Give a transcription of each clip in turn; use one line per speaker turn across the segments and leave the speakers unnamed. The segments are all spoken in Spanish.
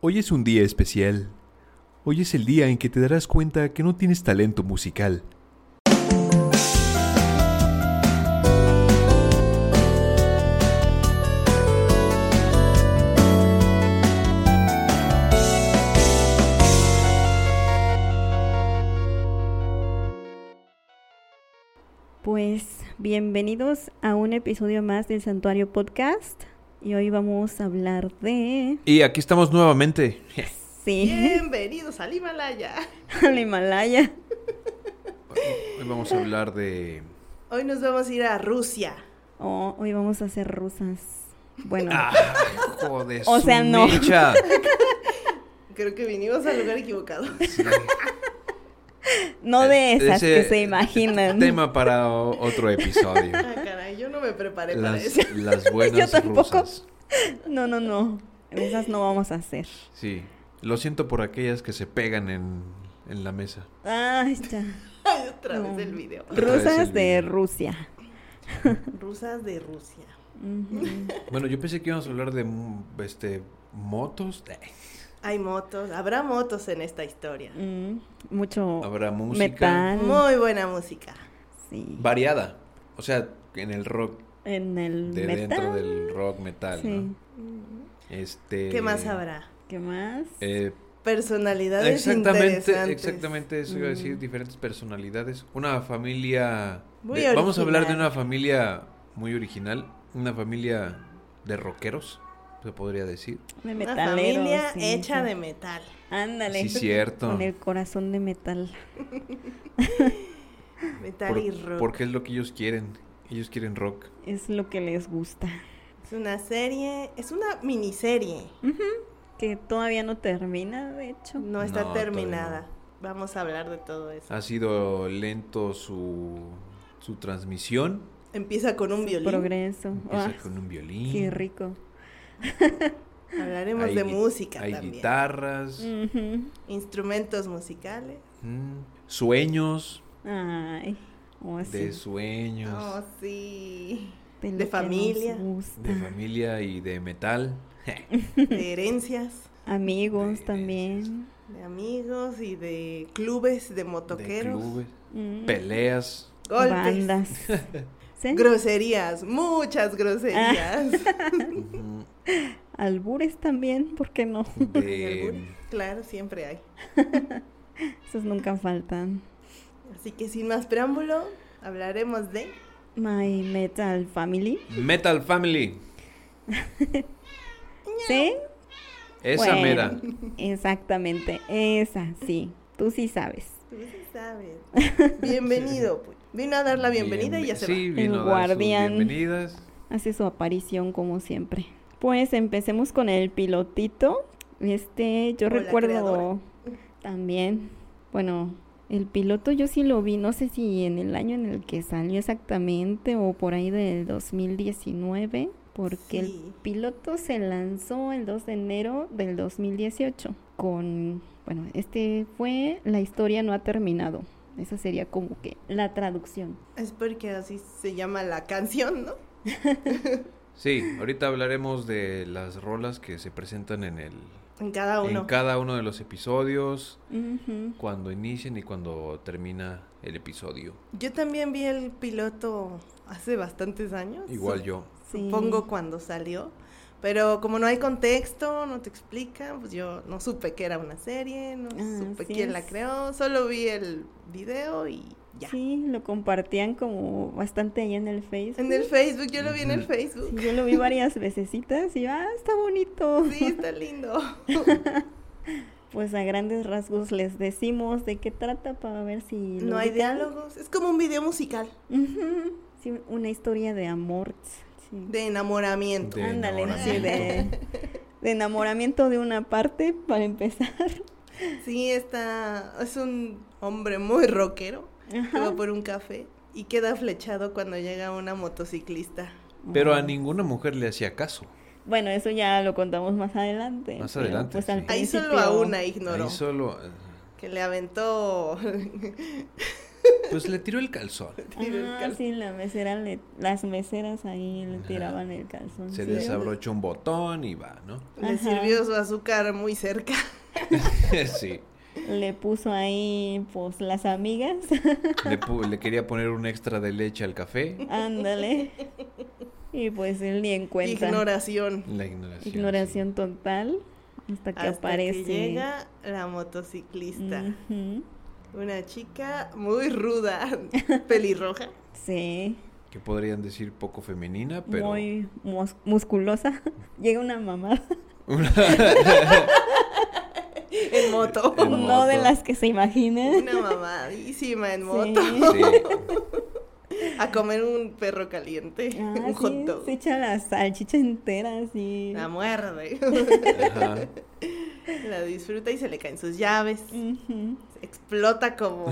Hoy es un día especial. Hoy es el día en que te darás cuenta que no tienes talento musical.
Pues bienvenidos a un episodio más del Santuario Podcast. Y hoy vamos a hablar de...
Y aquí estamos nuevamente.
Sí,
Bienvenidos al Himalaya.
al Himalaya.
Hoy vamos a hablar de...
Hoy nos vamos a ir a Rusia.
Oh, hoy vamos a ser rusas. Bueno,
¡Ah! Joder,
O
su
sea, no.
mecha.
Creo que vinimos al lugar equivocado.
Sí.
no de
Eh,
esas que
ese
se imaginan.
Tema para o- otro episodio.
Ah, caray, yo no me preparé para
Las,
eso.
las buenas
tampoco.
rusas.
No, no, no. Esas no vamos a hacer.
Sí. Lo siento por aquellas que se pegan en, en la mesa.
Ay, ya.
Ay, otra
No.
vez el video.
Otra vez
Rusas
el
de
video.
Rusia.
Rusas de Rusia.
Ujú.
Bueno, yo pensé que íbamos a hablar de mm, este motos. Eh,
Hay motos, habrá motos en esta historia.
Mm, Mucho
Habrá música
metal.
Muy buena música.
Sí.
variada. O sea, en el rock,
En el
de
metal.
dentro del rock metal,
Sí.
¿no? Este
¿Qué más habrá?
¿Qué más?
eh,
Personalidades
exactamente,
interesantes.
exactamente eso iba a decir,
Mm.
diferentes personalidades. Una familia.
Muy
de- vamos a hablar de
original.
una familia muy original, una familia de rockeros, se podría decir.
de
Una
metaleros,
familia
sí,
hecha
sí.
de metal.
Ándale.
Sí, cierto.
Con el corazón de metal.
Metal y
Por-
rock.
porque es lo que ellos quieren. Ellos quieren rock.
Es lo que les gusta.
Es una serie, es una miniserie.
Que todavía no termina, de hecho.
No está
No, todavía
terminada. Vamos a hablar de todo eso.
Ha sido lento su, su transmisión.
Empieza con un violín.
Progreso.
Empieza
Ah,
con un violín.
qué rico.
Hablaremos
Hay
de
gui-
música
Hay
también. Mm.
guitarras,
Ujú.
Instrumentos musicales.
mm, sueños,
Ay. oh, sí,
de sueños,
Pues Oh, sí.
lo
de
que nos
familia.
gusta.
de familia y de metal.
De herencias,
Amigos
de-
también.
de amigos y de clubes de motoqueros.
De clubes,
Mm,
peleas.
Golpes.
Bandas. ¿Sí?
Groserías, muchas groserías.
ujú,
Albures también, ¿por qué no?
De,
claro, siempre hay.
Esos nunca faltan.
Así que sin más preámbulo, hablaremos de
My Metal Family.
Metal Family.
¿Sí?
Esa
Bueno,
mera.
Exactamente, esa, sí. Tú sí sabes.
Tú sí pues sabes. Bienvenido, pues. Vino a dar la bienvenida y ya se
Sí,
va.
vino
El
a dar sus
guardián.
bienvenidas.
Hace su aparición como siempre. Pues empecemos con el pilotito. Este, yo
O la
recuerdo
creadora.
también, bueno, el piloto yo sí lo vi, no sé si en el año en el que salió exactamente o por ahí del 2019, porque el
Sí.
piloto se lanzó el 2 de enero del 2018 con, bueno, este fue La historia no ha terminado. Esa sería como que la traducción.
Es porque así se llama la canción, ¿no?
Sí, ahorita hablaremos de las rolas que se presentan en el
En cada Ah, uno.
en cada uno de los episodios,
Ujú.
cuando inician y cuando termina el episodio.
Yo también vi el piloto hace bastantes años.
Igual yo.
Sí.
Supongo cuando salió. Pero como no hay contexto, no te explican, pues yo no supe que era una serie, no
Ah,
supe
así
quién la
es.
creó, solo vi el video y ya.
Sí, lo compartían como bastante ahí en el Facebook.
En el Facebook, yo lo vi en el
Ujú.
Sí,
Facebook.
yo lo vi varias vecesitas y yo, ah, está bonito.
Sí, está lindo.
Pues a grandes rasgos les decimos de qué trata para ver si... lo
No hay
ubican.
diálogos, es como un video musical
Ujú. Sí, una historia de amor. sí.
de enamoramiento.
De
Ándale, sí,
enamoramiento.
de, de enamoramiento de una parte para empezar.
Sí, está, es un hombre muy rockero, que
Ajá.
va por un café y queda flechado cuando llega una motociclista.
Pero a
Ujú.
ninguna mujer le hacía caso.
Bueno, eso ya lo contamos más adelante.
Más
pero,
adelante,
pues, al
sí.
Ahí solo
principio-
a una
Ahí
ignoró.
solo eh,
Que le aventó
Pues le tiró el calzón.
Tira el
Ah,
cal-
sí, la mesera le- las meseras ahí le
Ajá.
tiraban el calzón.
Se
sí.
desabrochó un botón y va, ¿no?
Le
Ajá.
sirvió su azúcar muy cerca.
sí.
Le puso ahí, pues, las amigas.
Le, pu- le quería poner un extra de leche al café.
Ándale. Y pues él ni en cuenta.
Ignoración.
La ignoración.
Ignoración total. Hasta que
Hasta
aparece. Mm.
que llega la motociclista.
Ujú.
Una chica muy ruda, pelirroja.
sí.
Sí.
Que podrían decir poco femenina, pero.
Muy mus- musculosa. llega una mamá.
Una-
En moto.
En
No de
moto.
las que se imaginan.
Una mamadísima en
Sí.
moto.
sí.
A comer un perro caliente.
Ah,
un hot
sí,
dog.
se echa la salchicha entera así.
La muerde.
Ajá.
La disfruta y se le caen sus llaves.
Ujú.
Explota como.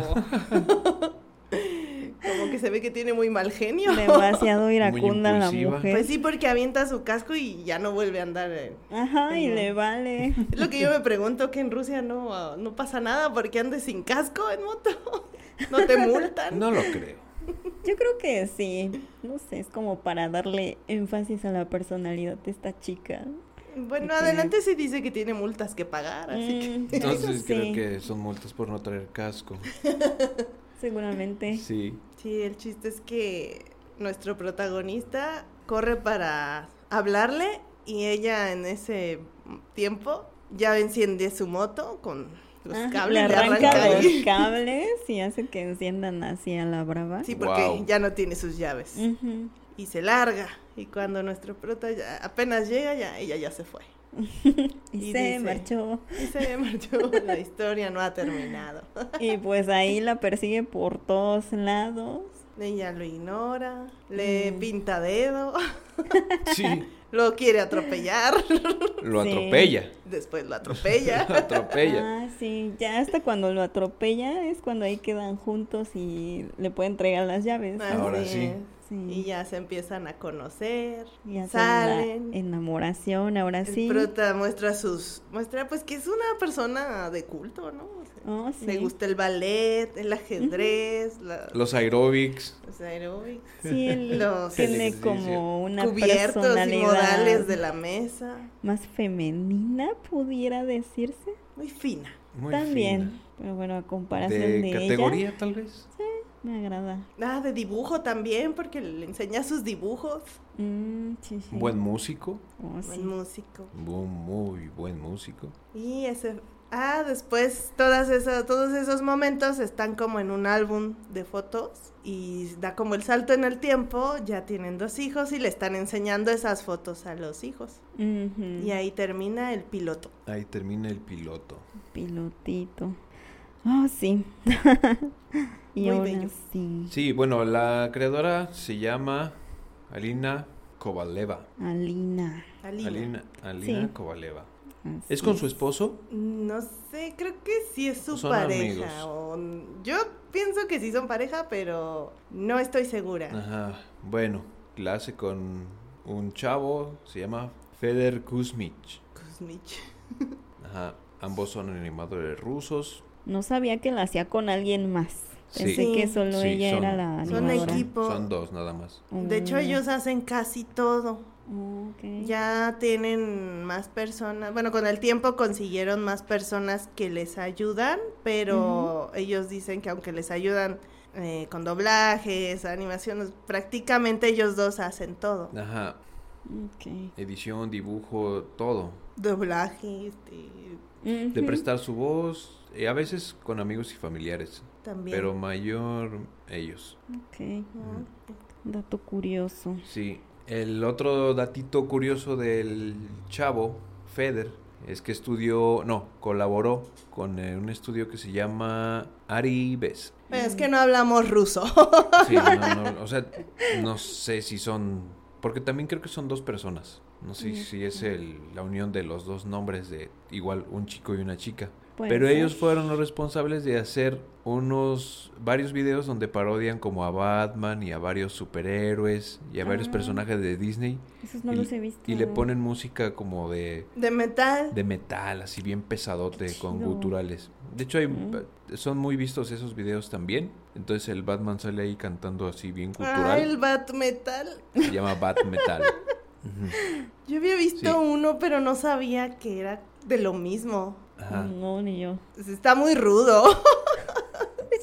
como que se ve que tiene muy mal genio.
Demasiado iracunda la
impulsiva.
mujer.
Pues sí, porque avienta su casco y ya no vuelve a andar. eh.
Ajá, y
Ujú.
le vale.
Es lo que yo me pregunto, que en Rusia no, ah, no pasa nada porque andes sin casco en moto. No te multan.
No lo creo.
Yo creo que sí. No sé, es como para darle énfasis a la personalidad de esta chica.
Bueno,
Ok.
adelante sí dice que tiene multas que pagar, así que...
Mm,
Entonces
eso sí,
creo que son multas por no traer casco.
Seguramente.
Sí.
Sí, el chiste es que nuestro protagonista corre para hablarle y ella en ese tiempo ya enciende su moto con los
Ajá,
cables,
le
le
arranca,
arranca
los
ahí.
cables y hace que enciendan así a la brava.
Sí, porque
Wow.
ya no tiene sus llaves.
Ujú.
Y se larga. Y cuando nuestro prota ya- apenas llega, ya ella ya se fue.
Y,
Y
se
dice-
marchó.
Y se marchó. La historia no ha terminado.
Y pues ahí la persigue por todos lados.
Ella lo ignora, le
Mm.
pinta dedo,
Sí.
lo quiere atropellar,
Lo
Sí.
atropella.
después lo
Lo
atropella.
atropella.
Ah, sí, ya hasta cuando lo atropella es cuando ahí quedan juntos y le puede entregar las llaves.
Así
Ahora sí.
es.
Sí.
Y ya se empiezan a conocer,
Y hacen
salen.
la enamoración, ahora
El
sí.
prota muestra sus, muestra pues que es una persona de culto, ¿no? O sea,
Oh, sí.
Le gusta el ballet, el ajedrez,
Ah.
la-
Los aerobics.
los aeróbics,
Sí, él
Los
tiene
ejercicios.
como una
cubiertos y
personalidad
modales de la mesa,
más femenina, pudiera decirse.
muy fina.
Muy
También.
fina.
Pero bueno, a comparación de,
De, categoría,
ella,
tal vez.
me agrada.
Ah, de dibujo también, porque le enseña sus dibujos.
Mm, sí, sí.
Buen músico.
Oh, sí.
Buen músico.
Bu- Muy buen músico.
Y ese. Ah, después todas esas, todos esos momentos están como en un álbum de fotos y da como el salto en el tiempo, ya tienen dos hijos y le están enseñando esas fotos a los hijos.
Ujú.
Mm.
Y ahí termina el piloto.
Ahí termina el piloto.
Pilotito. Oh, sí. y
Muy
aún
bello.
así,
Sí, bueno, la creadora se llama Alina Kovaleva.
Alina.
Alina.
Alina, Alina
Sí.
Kovaleva.
así
¿Es con su esposo?
No sé, creo que sí es su
Son
pareja.
amigos.
o- Yo pienso que sí son pareja, pero no estoy segura.
Ajá. Bueno, la hace con un chavo, se llama Feder Kuzmich.
Kuzmich.
Ajá. Ambos son animadores rusos.
No sabía que la hacía con alguien más.
Sí.
Pensé que
Sí.
solo
Sí,
ella
son-
era la
son-
animadora.
Son equipo.
Son dos nada más.
De hecho,
Oh,
ellos hacen casi todo.
ok.
Ya tienen más personas, bueno, con el tiempo consiguieron más personas que les ayudan, pero ellos dicen que aunque les ayudan eh, con doblajes, animaciones, prácticamente ellos dos hacen todo.
Ajá.
Ok.
Edición, dibujo, todo.
Doblaje, este,
De
Ujú.
prestar su voz, eh, a veces con amigos y familiares,
también.
pero mm, mayor ellos.
Ok,
Ujú.
dato curioso.
Sí. El otro datito curioso del chavo, Feder, es que estudió, no, colaboró con eh, un estudio que se llama Ari Bes.
Pero es que no hablamos ruso.
Sí, no, no, o sea, no sé si son, porque también creo que son dos personas. No sé si es el, la unión de los dos nombres de igual un chico y una chica.
Puede
Pero
ser.
ellos fueron los responsables de hacer unos varios videos donde parodian como a Batman y a varios superhéroes y a varios
Ah.
personajes de Disney
Esos no
y-
los he visto.
y le ponen música como de,
De metal.
de metal, así bien pesadote,
Qué
con
chido.
guturales. De hecho, hay,
Mm.
son muy vistos esos videos también. Entonces el Batman sale ahí cantando así bien
Ah,
gutural.
el bat metal.
Se llama Bat Metal. Ujú.
Yo había visto
Sí.
uno, pero no sabía que era de lo mismo.
Ajá.
No, ni yo.
Está muy rudo.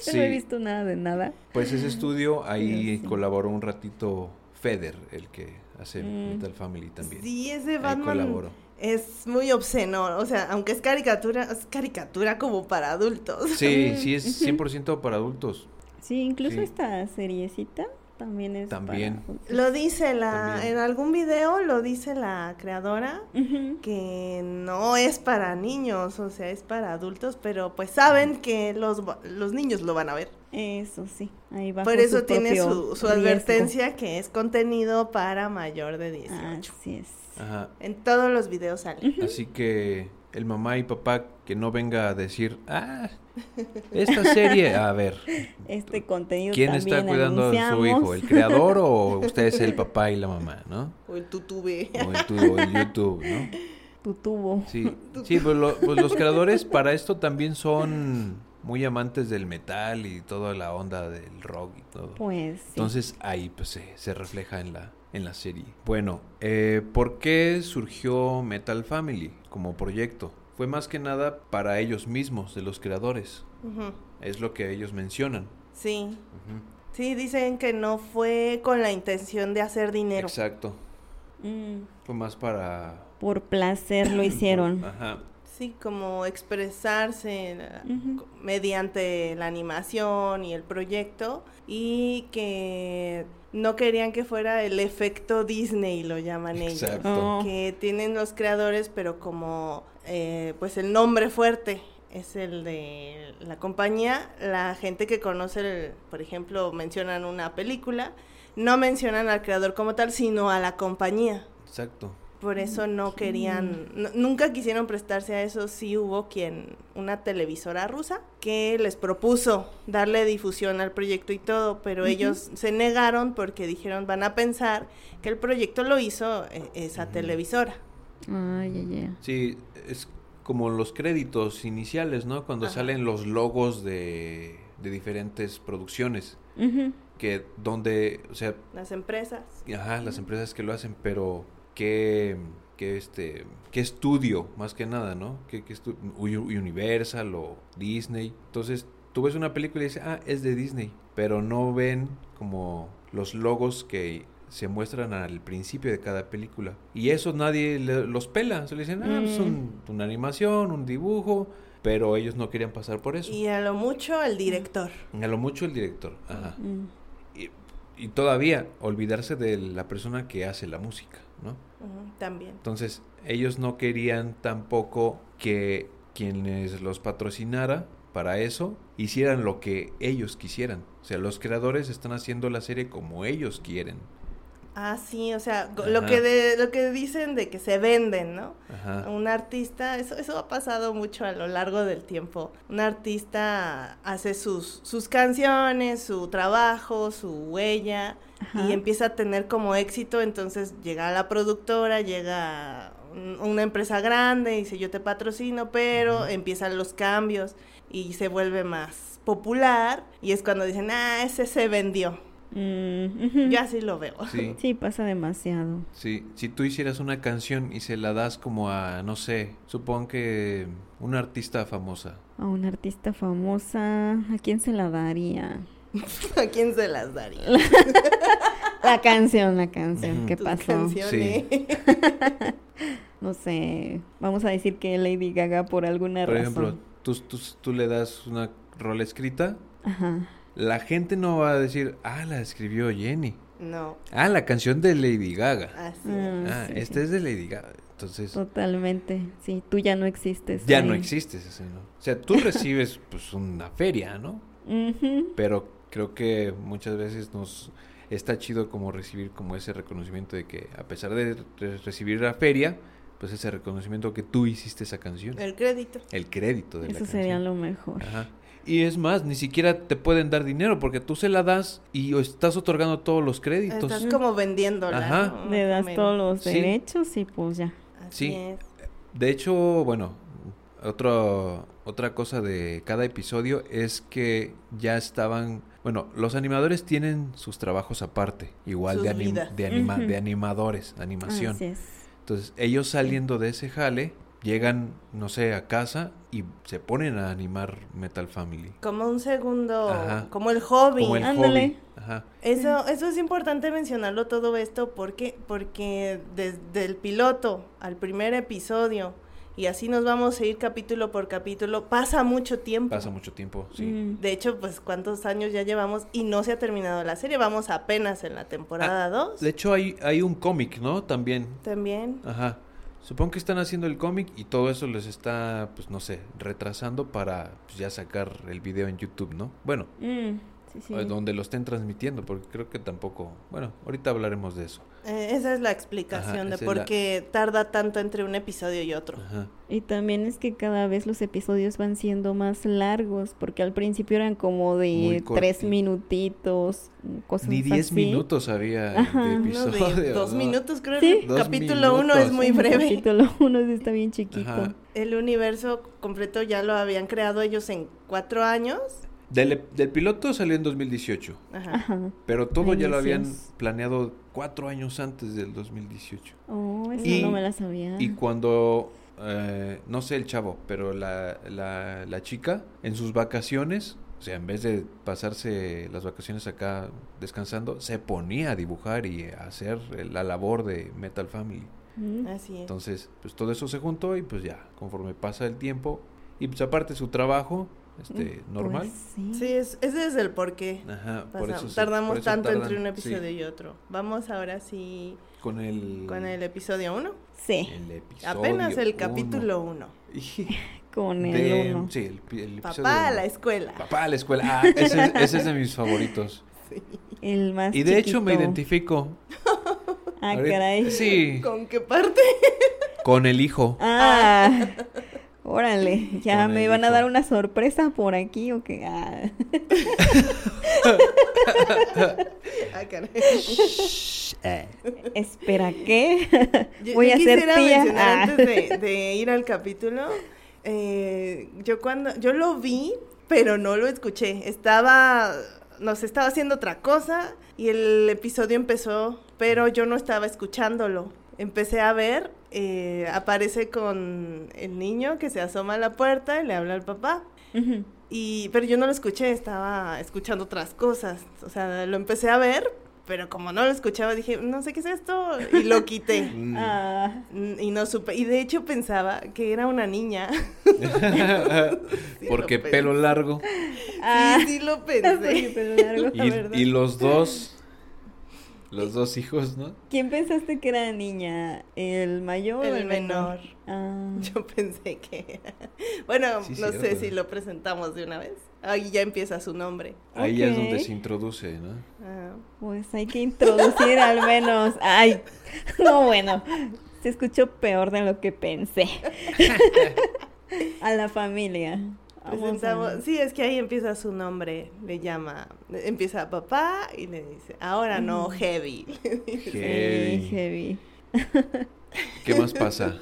Yo No he
Sí.
visto nada de nada.
Pues ese estudio ahí
Dios, sí.
colaboró un ratito Feder, el que hace
Mm.
Metal Family también.
Sí,
Ahí
ese Batman
colaboró.
es muy obsceno. O sea, aunque es caricatura, es caricatura como para adultos.
Sí, sí es 100% para adultos.
Sí, incluso
Sí.
esta seriecita también es. para
También.
adultos.
Lo dice la,
También.
en algún video lo dice la creadora
Ujú.
que no es para niños, o sea, es para adultos, pero pues saben que los, va- los niños lo van a ver.
Eso sí, ahí va.
Por eso tiene su, su advertencia que es contenido para mayor de 18.
Así es.
Ajá.
En todos los videos sale.
Así que el mamá y papá que no venga a decir, ah, esta serie, a ver,
Este contenido
¿quién
también
está cuidando a su hijo?
anunciamos.
¿El creador o usted es el papá y la mamá, no?
O el tutube.
O en, tu- o en YouTube, ¿no?
Tu tubo.
Sí, sí pues, lo- pues los creadores para esto también son muy amantes del metal y toda la onda del rock y todo.
Pues sí.
Entonces ahí pues, se, se refleja en la, en la serie. Bueno, eh, ¿por qué surgió Metal Family como proyecto? Fue más que nada para ellos mismos, de los creadores.
Ujú.
Es lo que ellos mencionan.
Sí. Sí, dicen que no fue con la intención de hacer dinero.
Exacto.
Mm,
Fue más para...
por placer lo hicieron.
Ajá.
Sí, como expresarse la-
Ujú.
co- mediante la animación y el proyecto y que no querían que fuera el efecto Disney, lo llaman ellos.
Exacto.
Oh.
que tienen los creadores, pero como eh, pues el nombre fuerte es el de la compañía, la gente que conoce, el- por ejemplo, mencionan una película, no mencionan al creador como tal, sino a la compañía.
Exacto.
Por eso no
Ok.
querían, n- nunca quisieron prestarse a eso. Sí hubo quien, una televisora rusa, que les propuso darle difusión al proyecto y todo, pero ellos se negaron porque dijeron, van a pensar que el proyecto lo hizo eh, esa
Ujú.
televisora.
Ay, ay, ay.
Sí, es como los créditos iniciales, ¿no? Cuando
Ajá.
salen los logos de, de diferentes producciones.
Ujú.
Que donde, o sea,
Las empresas.
Ajá, las empresas que lo hacen, pero qué, qué, este, qué estudio, más que nada, ¿no? ¿Qué, qué estu- U- Universal o Disney. Entonces, tú ves una película y dices, ah, es de Disney, pero no ven como los logos que se muestran al principio de cada película. Y eso nadie le- los pela, se le dicen, ah, es
Mm.
una animación, un dibujo, pero ellos no querían pasar por eso.
Y a lo mucho el director.
A lo mucho el director, ajá.
Mm.
Y, y todavía olvidarse de la persona que hace la música, ¿no?
Ujú, También.
Entonces, ellos no querían tampoco que quienes los patrocinara para eso hicieran lo que ellos quisieran. O sea, los creadores están haciendo la serie como ellos quieren.
Ah, sí, o sea, go- lo
Ajá.
que, de, lo que dicen de que se venden, ¿no?
Ah.
Ajá.
Un artista, eso, eso ha pasado mucho a lo largo del tiempo. Un artista hace sus, sus canciones, su trabajo, su huella,
Ajá.
y empieza a tener como éxito, entonces llega la productora, llega un- una empresa grande y dice yo te patrocino, pero
Ujú.
empiezan los cambios y se vuelve más popular y es cuando dicen, ah, ese se vendió.
Mm, ujú.
Yo así lo veo.
Sí,
Sí, pasa demasiado.
sí. Si tú hicieras una canción y se la das como a, no sé, supón que una artista famosa.
A una artista famosa, ¿a quién se la daría?
¿A quién se las daría?
La canción, la canción,
Ujú.
¿qué
Tus
pasó?
canciones.
No sé, vamos a decir que Lady Gaga por alguna
Por
razón.
ejemplo, tú, tú, tú le das una rola escrita,
Ajá.
la gente no va a decir, ah, la escribió Jenny.
No,
Ah, la canción de Lady Gaga.
así.
Ah,
Ah,
sí.
esta es de Lady Gaga. Entonces,
Totalmente, sí, tú ya no existes.
ya
ahí.
no existes. así, ¿no? O sea, tú recibes pues una feria, ¿no?
Ujú.
Pero creo que muchas veces nos está chido como recibir como ese reconocimiento de que a pesar de re- recibir la feria, pues ese reconocimiento que tú hiciste esa canción. El,
El crédito.
crédito de la
Eso
canción.
sería lo mejor.
Ajá. Y es más, ni siquiera te pueden dar dinero porque tú se la das y o estás otorgando todos los créditos.
Estás como vendiéndola.
Ajá.
¿no?
Le das
Menos.
todos los
Ah, Sí.
derechos y pues ya.
Así
Sí.
es.
De hecho, bueno, otro, otra cosa de cada episodio es que ya estaban... Bueno, los animadores tienen sus trabajos aparte, igual
Sus
de, anim-
vidas.
de, anima-
Ujú. Ah,
de animadores, animación.
Así es.
Entonces, ellos saliendo de ese jale, llegan, no sé, a casa y se ponen a animar Metal Family.
Como un segundo,
Ajá.
como el hobby. Ah,
Como el
ándale.
hobby. Ajá.
Eso, eso es importante mencionarlo todo esto porque, porque desde el piloto al primer episodio y así nos vamos a ir capítulo por capítulo, pasa mucho tiempo.
Pasa mucho tiempo, sí.
Mm.
De hecho, pues cuántos años ya llevamos y no se ha terminado la serie, vamos apenas en la temporada 2
Ah, De hecho, hay, hay un cómic, ¿no? También.
también.
Ajá. Supongo que están haciendo el cómic y todo eso les está, pues no sé, retrasando para pues, ya sacar el video en YouTube, ¿no? Bueno,
Mm, sí, sí.
eh, donde lo estén transmitiendo, porque creo que tampoco. Bueno, ahorita hablaremos de eso.
Eh, esa es la explicación
Ajá,
de
esa es
por
la-
qué tarda tanto entre un episodio y otro.
Ajá.
Y también es que cada vez los episodios van siendo más largos, porque al principio eran como
Muy
de tres
corti-
minutitos, cosas
Ni 10
así.
minutos había
Ajá.
de
Uno de
episodio.
dos
¿no?
minutos creo
Sí.
que
Dos
capítulo 1 es
minutos.
muy
El
breve.
Capítulo uno sí está bien chiquito.
Ajá.
El universo completo ya lo habían creado ellos en cuatro años.
Del, del piloto salió en 2018,
Ajá.
Ajá.
pero todo ya lo habían
Inicios.
planeado cuatro años antes del 2018.
Oh, eso
Y-
no me la sabía.
Y cuando, eh, no sé el chavo, pero la, la, la chica en sus vacaciones, o sea, en vez de pasarse las vacaciones acá descansando, se ponía a dibujar y a hacer la labor de Metal Family.
Mm.
Así es.
Entonces, pues todo eso se juntó y pues ya, conforme pasa el tiempo, y pues aparte su trabajo, este,
Mm,
normal.
pues sí.
Sí, es, ese es el porqué.
Ajá, por
Pasa-
eso se-
pues, tardamos
por eso
tanto entre
tardan,
un
sí,
episodio y otro. Vamos ahora sí
con el...
con el episodio 1.
Sí,
el episodio
Apenas el
uno.
capítulo 1.
Y-
con el
de-
uno.
sí, el, pi- el episodio
Papá a
uno.
la escuela.
Papá a la escuela. Ah, ese, es- ese es de mis favoritos.
El más
Y de hecho me
chiquito.
identifico.
Ah,
Ahorita-
caray.
Sí,
¿Con qué parte?
con el hijo.
Ah, órale, ya
Con
me
el
van a
hijo.
dar una sorpresa por aquí o qué. Ah.
Ah, caray.
eh.
Espera, ¿qué?
Yo,
Voy
yo
a ser
quisiera
tía.
mencionar
Ah.
antes de, de ir al capítulo. eh, yo cuando, yo lo vi, pero no lo escuché. Estaba, nos estaba haciendo otra cosa y el episodio empezó, pero yo no estaba escuchándolo. Empecé a ver, eh, aparece con el niño que se asoma a la puerta y le habla al papá.
Mm.
Ujú.
Y, pero yo no lo escuché, estaba escuchando otras cosas. O sea, lo empecé a ver, pero como no lo escuchaba, dije, no sé qué es esto, y lo quité.
Mm.
Ah,
Mm, Y no supe, y de hecho pensaba que era una niña.
Porque
lo pensé.
pelo largo.
ah,
sí, sí lo
porque
pensé.
pelo largo.
Y,
verdad.
y los dos. Los dos hijos, ¿no?
¿Quién pensaste que era niña? ¿El mayor o
El
el menor?
menor.
Ah,
Yo pensé que era. Bueno,
Sí,
no sé
cierto.
si lo presentamos de una vez. Ahí ya empieza su nombre.
Ahí es donde
Ok.
se introduce, ¿no?
Ah,
pues hay que introducir al menos. Ay, no, bueno, se escuchó peor de lo que pensé. a la familia. Vamos a-
presentamos- Sí, es que ahí empieza su nombre. Le llama, empieza a papá y le dice, ahora no,
Ujú.
heavy.
Sí,
Heavy.
heavy.
¿Qué más pasa?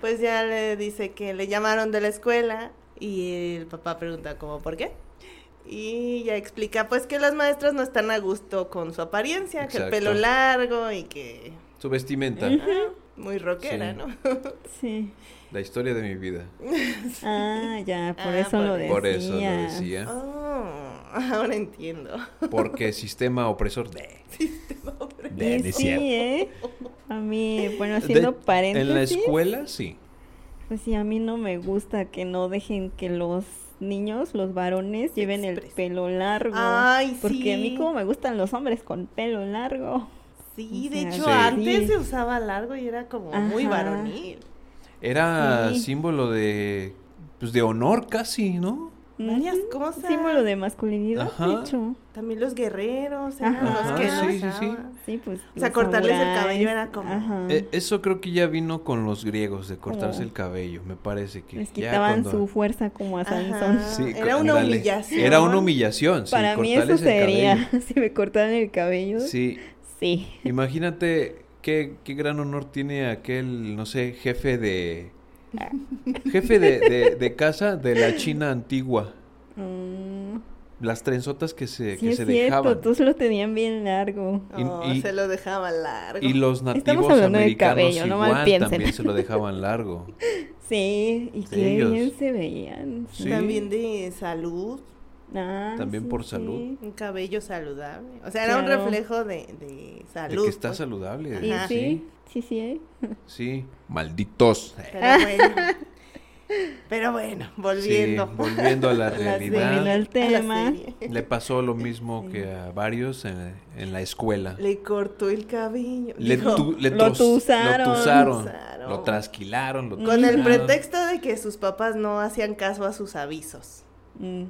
Pues ya le dice que le llamaron de la escuela y el papá pregunta como por qué. Y ya explica pues que las maestras no están a gusto con su apariencia, que el
Exacto.
pelo largo y que
Su vestimenta.
muy rockera,
Sí.
¿no?
Sí.
La historia de mi vida.
Ah, ya, por
Ah,
eso lo decía.
Por eso lo decía.
Oh, ahora entiendo.
Porque sistema opresor de. De,
Y
de
sí,
cierto.
¿eh? A mí, bueno,
De-
haciendo paréntesis,
en la escuela, sí.
pues sí, a mí no me gusta que no dejen que los niños, los varones, lleven el
expresen.
pelo largo.
Ay,
porque a
sí.
mí como me gustan los hombres con pelo largo.
Sí,
O
de
sea,
hecho
Sí.
antes
sí.
se usaba largo y era como muy
Ajá.
varonil.
Era
Sí.
símbolo de pues de honor casi, ¿no?
Varias cosas.
Símbolo de masculinidad, de
Ajá.
hecho.
También los guerreros eran
Ajá.
los que
Ajá,
sí, sí, sí.
usaban.
Sí, pues.
O sea,
los
cortarles el
samuráis,
cabello era como-
Ajá.
Eh, eso creo que ya vino con los griegos, de cortarse
Ah. Oh.
el cabello, me parece que.
Les
ya
quitaban
cuando-
su fuerza como a
Ajá.
Sansón.
Sí,
Era
co-
una
ándale.
humillación.
Era una humillación. sí,
Para mí eso
cortarles el
sería,
cabello.
si me cortaran el cabello, sí.
Sí, imagínate qué, qué gran honor tiene aquel, no sé, jefe de. Jefe de, de- de casa de la China antigua.
Mm,
Las trenzotas que se,
sí
que
es
se
cierto,
dejaban.
todos lo tenían bien largo.
Y-
Oh,
y-
se lo dejaban largo.
Y los
Estamos
nativos
hablando de
americanos
cabello, no mal
igual
piensen.
también se lo dejaban largo.
Sí, y
Sí,
qué
ellos.
bien se veían.
Sí.
También de salud,
Ah,
También
sí,
por
sí.
salud.
un cabello saludable. O sea, era un
Claro.
reflejo de, de
De
salud.
que está
pues.
saludable.
Y
Ajá.
sí, sí, sí. ¿eh?
Sí, malditos.
Pero bueno. Pero bueno, volviendo.
Sí, volviendo a la
A la
Volviendo
realidad.
al tema.
serie.
Le pasó lo mismo que a varios en, en la escuela.
Le cortó el cabello.
Le,
Dijo,
tu- le
lo
tos-
tusaron.
lo tusaron,
Tusaron.
lo trasquilaron, lo
con el
tusaron.
pretexto de que sus papás no hacían caso a sus avisos.
Mm.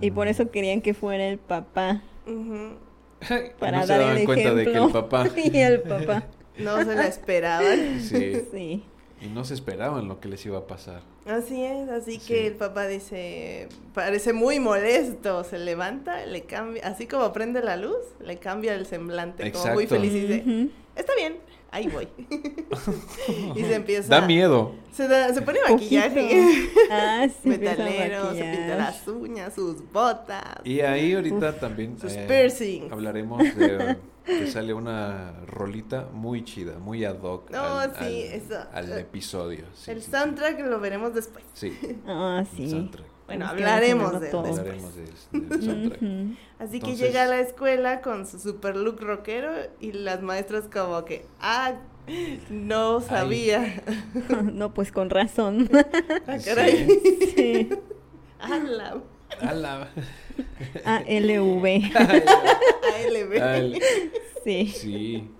Y por eso querían que fuera el papá.
Ujú.
Para
no se
dar
daban
el
cuenta de que
ejemplo.
el papá
y el papá.
No se la esperaban.
sí,
Sí.
y no se esperaban lo que les iba a pasar.
Así es, así
Sí.
que el papá dice, parece muy molesto, se levanta, le cambia, así como prende la luz, le cambia el semblante, como muy
Exacto.
feliz y dice,
Ujú.
está bien, ahí voy. y se empieza...
Da miedo.
Se, da- se pone maquillaje,
Poquito. Ah, sí. empieza a
metalero, se pinta
maquillar.
las uñas, sus botas,
Y ahí ahorita también
sus
eh,
piercings.
hablaremos de que sale una rolita muy chida, muy ad hoc
No,
al,
sí,
al-
eso.
al episodio. Sí,
el
sí, sí.
soundtrack lo veremos después.
Sí,
Ah,
el
sí.
soundtrack.
Bueno,
Nos quedamos
hablaremos
hablando
de
todo.
después.
Hablaremos este, del- del soundtrack.
Ujú.
Así
Entonces-
que llega a la escuela con su super look rockero y las maestras como que, ah, no sabía.
No, pues con razón.
Ah,
Sí.
caray.
Sí.
Ala,
Ala.
Ah, ALV.
ALB.
Al-
Sí.
Sí.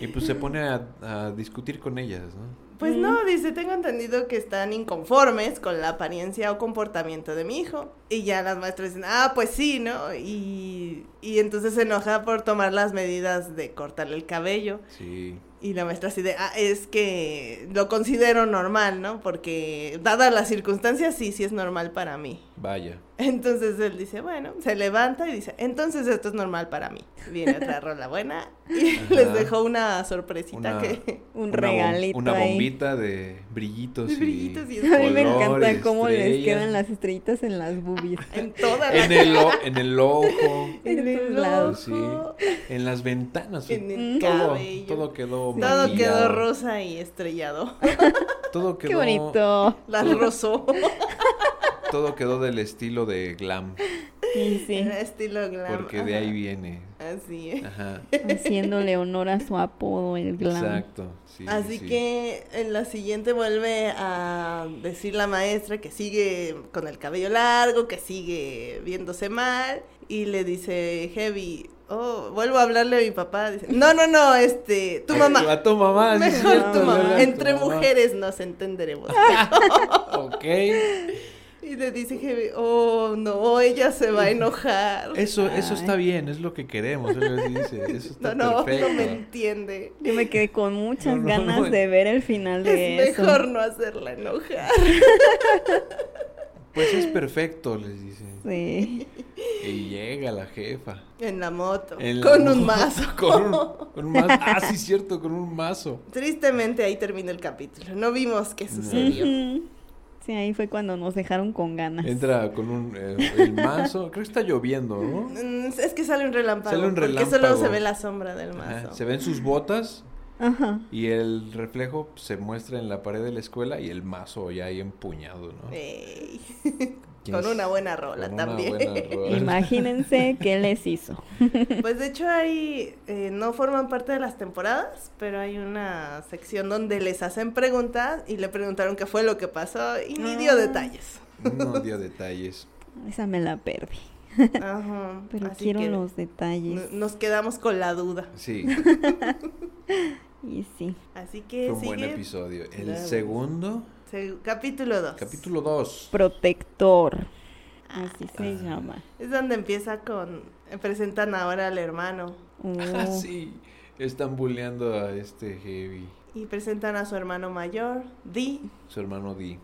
Y pues se pone a, a discutir con ellas, ¿no?
Pues no, dice, tengo entendido que están inconformes con la apariencia o comportamiento de mi hijo. Y ya las maestras dicen, ah, pues sí, ¿no? Y, y entonces se enoja por tomar las medidas de cortarle el cabello.
Sí.
Y la maestra así de, ah, es que lo considero normal, ¿no? Porque dadas las circunstancias, sí, sí es normal para mí.
Vaya.
Entonces él dice, bueno, se levanta y dice, entonces esto es normal para mí. Viene otra rola buena y
Ajá.
les dejó una sorpresita
Una-
que...
Un
Una bom-
regalito.
Una
ahí.
bombita de brillitos.
De
y
brillitos y
A mí me encanta
colores,
cómo les
estrellas.
quedan las estrellitas en las boobies.
En toda la...
En el, o- en el ojo,
en
el
todos
ojo,
lados.
en las ventanas.
en el
Mm.
todo,
cabello.
todo quedó
Todo quedó
maquillado,
rosa y estrellado.
Todo quedó,
Qué bonito.
Las rosó.
Todo quedó del estilo de glam,
Sí, sí.
Era estilo glam.
porque de
ajá.
ahí viene.
Así es.
Ajá,
Haciéndole honor a su apodo, el glam.
exacto. sí, sí,
Así
sí.
que en la siguiente vuelve a decir la maestra que sigue con el cabello largo, que sigue viéndose mal, y le dice Heavy, oh, vuelvo a hablarle a mi papá. Dice, no, no, no, este, tu
A-
mamá.
Eh, A tu mamá. sí,
Mejor
cierto,
tu
le habla a
mamá.
tu
Entre
mamá.
mujeres nos entenderemos.
Ok.
Y le dice Heavy, oh, no, ella se va a enojar.
Eso, eso
Ay.
está bien, es lo que queremos. él les dice, Eso
No,
está
no,
perfecto.
no me entiende.
Yo me quedé con muchas
No, no,
ganas
no.
de ver el final de
Es
eso.
mejor no hacerla enojar.
Pues es perfecto, les dice.
Sí.
Y llega la jefa.
En la moto.
en la
con
mo-
un mazo.
Con un, un mazo. Ah, sí, cierto, con un mazo.
Tristemente ahí termina el capítulo. No vimos qué sucedió.
Ujú. Sí, ahí fue cuando nos dejaron con ganas.
Entra con un eh, el mazo. Creo que está lloviendo, ¿no?
Mm, Es que sale un relámpago.
Sale un
Porque solo
relámpago.
se ve la sombra del mazo.
Ajá, Se ven sus botas
Ajá.
y el reflejo se muestra en la pared de la escuela y el mazo ya ahí empuñado, ¿no?
Ey.
¿Quién
Con
es?
una buena rola
Con una
también.
buena rola.
Imagínense qué les hizo.
Pues de hecho ahí eh, no forman parte de las temporadas, pero hay una sección donde les hacen preguntas y le preguntaron qué fue lo que pasó y ni dio
Ah.
detalles.
No dio detalles.
Esa me la perdí.
Ajá.
Pero
Así
quiero
que
los
no-
detalles.
nos quedamos con la duda.
Sí,
Y sí.
Así que
fue un buen
sigue
episodio. El
Claro.
segundo
Se- capítulo 2.
Capítulo 2.
Protector. Así se
Ah.
llama.
Es donde empieza con. eh, Presentan ahora al hermano.
Ah,
Oh,
sí. Están bulleando a este Heavy,
Y presentan a su hermano mayor, Dee.
su hermano Dee.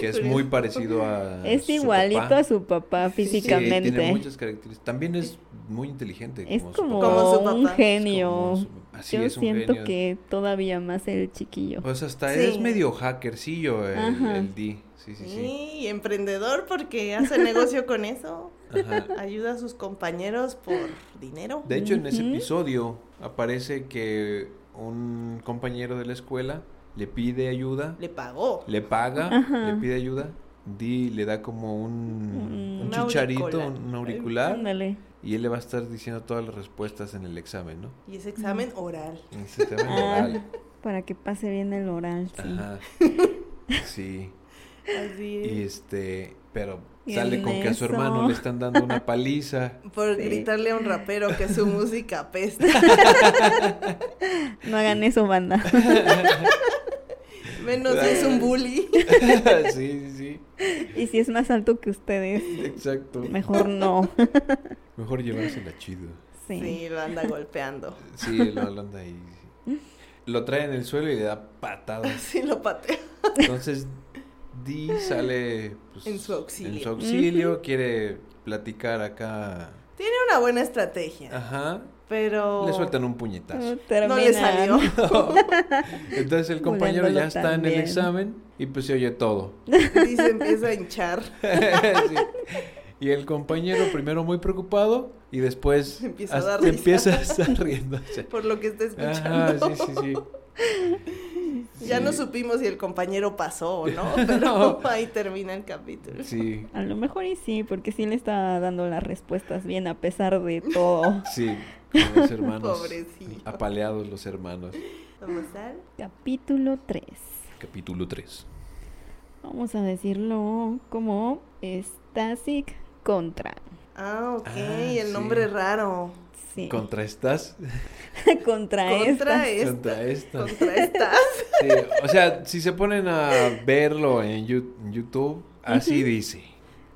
que es muy parecido a.
Es
Ah, su
igualito
papá.
a su papá
Sí,
físicamente.
tiene muchas características. También es muy inteligente.
es
su
como,
papá.
Como su
un
papá.
genio.
Es como su- así
Yo
es un
siento
genio.
que todavía más el chiquillo.
Pues hasta
Sí.
es medio hackercillo el,
Ajá.
el D. Sí, sí, sí.
Y emprendedor porque hace negocio con eso.
Ajá.
Ayuda a sus compañeros por dinero.
De hecho, en ese
Ujú.
episodio aparece que un compañero de la escuela le pide ayuda,
Le pagó.
le paga,
Ajá.
le pide ayuda. Di le da como un,
Un-
un
Un
chicharito,
auricular.
un auricular,
Mm, Ándale.
y él le va a estar diciendo todas las respuestas en el examen, ¿no?
Y ese examen
Mm.
oral.
En el examen
Ah,
oral.
Para que pase bien el oral, sí.
Ajá. Sí.
Así es.
Y este, pero
Y
sale
en
con que a su hermano
eso.
le están dando una paliza.
Por
Sí.
gritarle a un rapero que su música apesta.
No hagan eso, banda.
Menos si es un bully.
sí, sí,
y si es más alto que ustedes,
sí. Exacto.
mejor no.
Mejor llevársela chido.
Sí.
Sí, lo anda golpeando.
Sí, el Holanda ahí.
Mm.
sí. Lo trae en el suelo y le da patadas.
Así lo patea.
Entonces, Dee sale pues,
En su auxilio.
en su auxilio, quiere platicar acá.
Tiene una buena estrategia,
Ajá.
pero...
Ah.
Oh.
Le sueltan un
No,
puñetazo.
No le
terminan.
salió.
Entonces el compañero
Buleándolo
ya está en
también.
el examen y pues se oye todo.
Y se empieza a hinchar.
Sí. Y el compañero primero muy preocupado y después
Se empieza a
hasta-
dar
se
risa.
empieza a estar riéndose.
Por lo que está
Ajá,
escuchando.
sí, sí, sí.
Ya no
Sí.
supimos si el compañero pasó o no, pero ahí termina el capítulo.
Sí,
A lo mejor y sí, porque sí le está dando las respuestas bien a pesar de todo.
sí, con los hermanos.
Pobrecillo.
Apaleados los hermanos.
Vamos a ver.
Capítulo 3.
Capítulo 3.
Vamos a decirlo como Stasic contra.
Ah, ok,
Ah,
el
sí.
nombre raro.
Sí.
¿Contra estas?
contra
Contra
esta.
Contra
esta.
estas.
Contra estas.
Sí, o sea, si se ponen a verlo en Yu- en YouTube, así dice.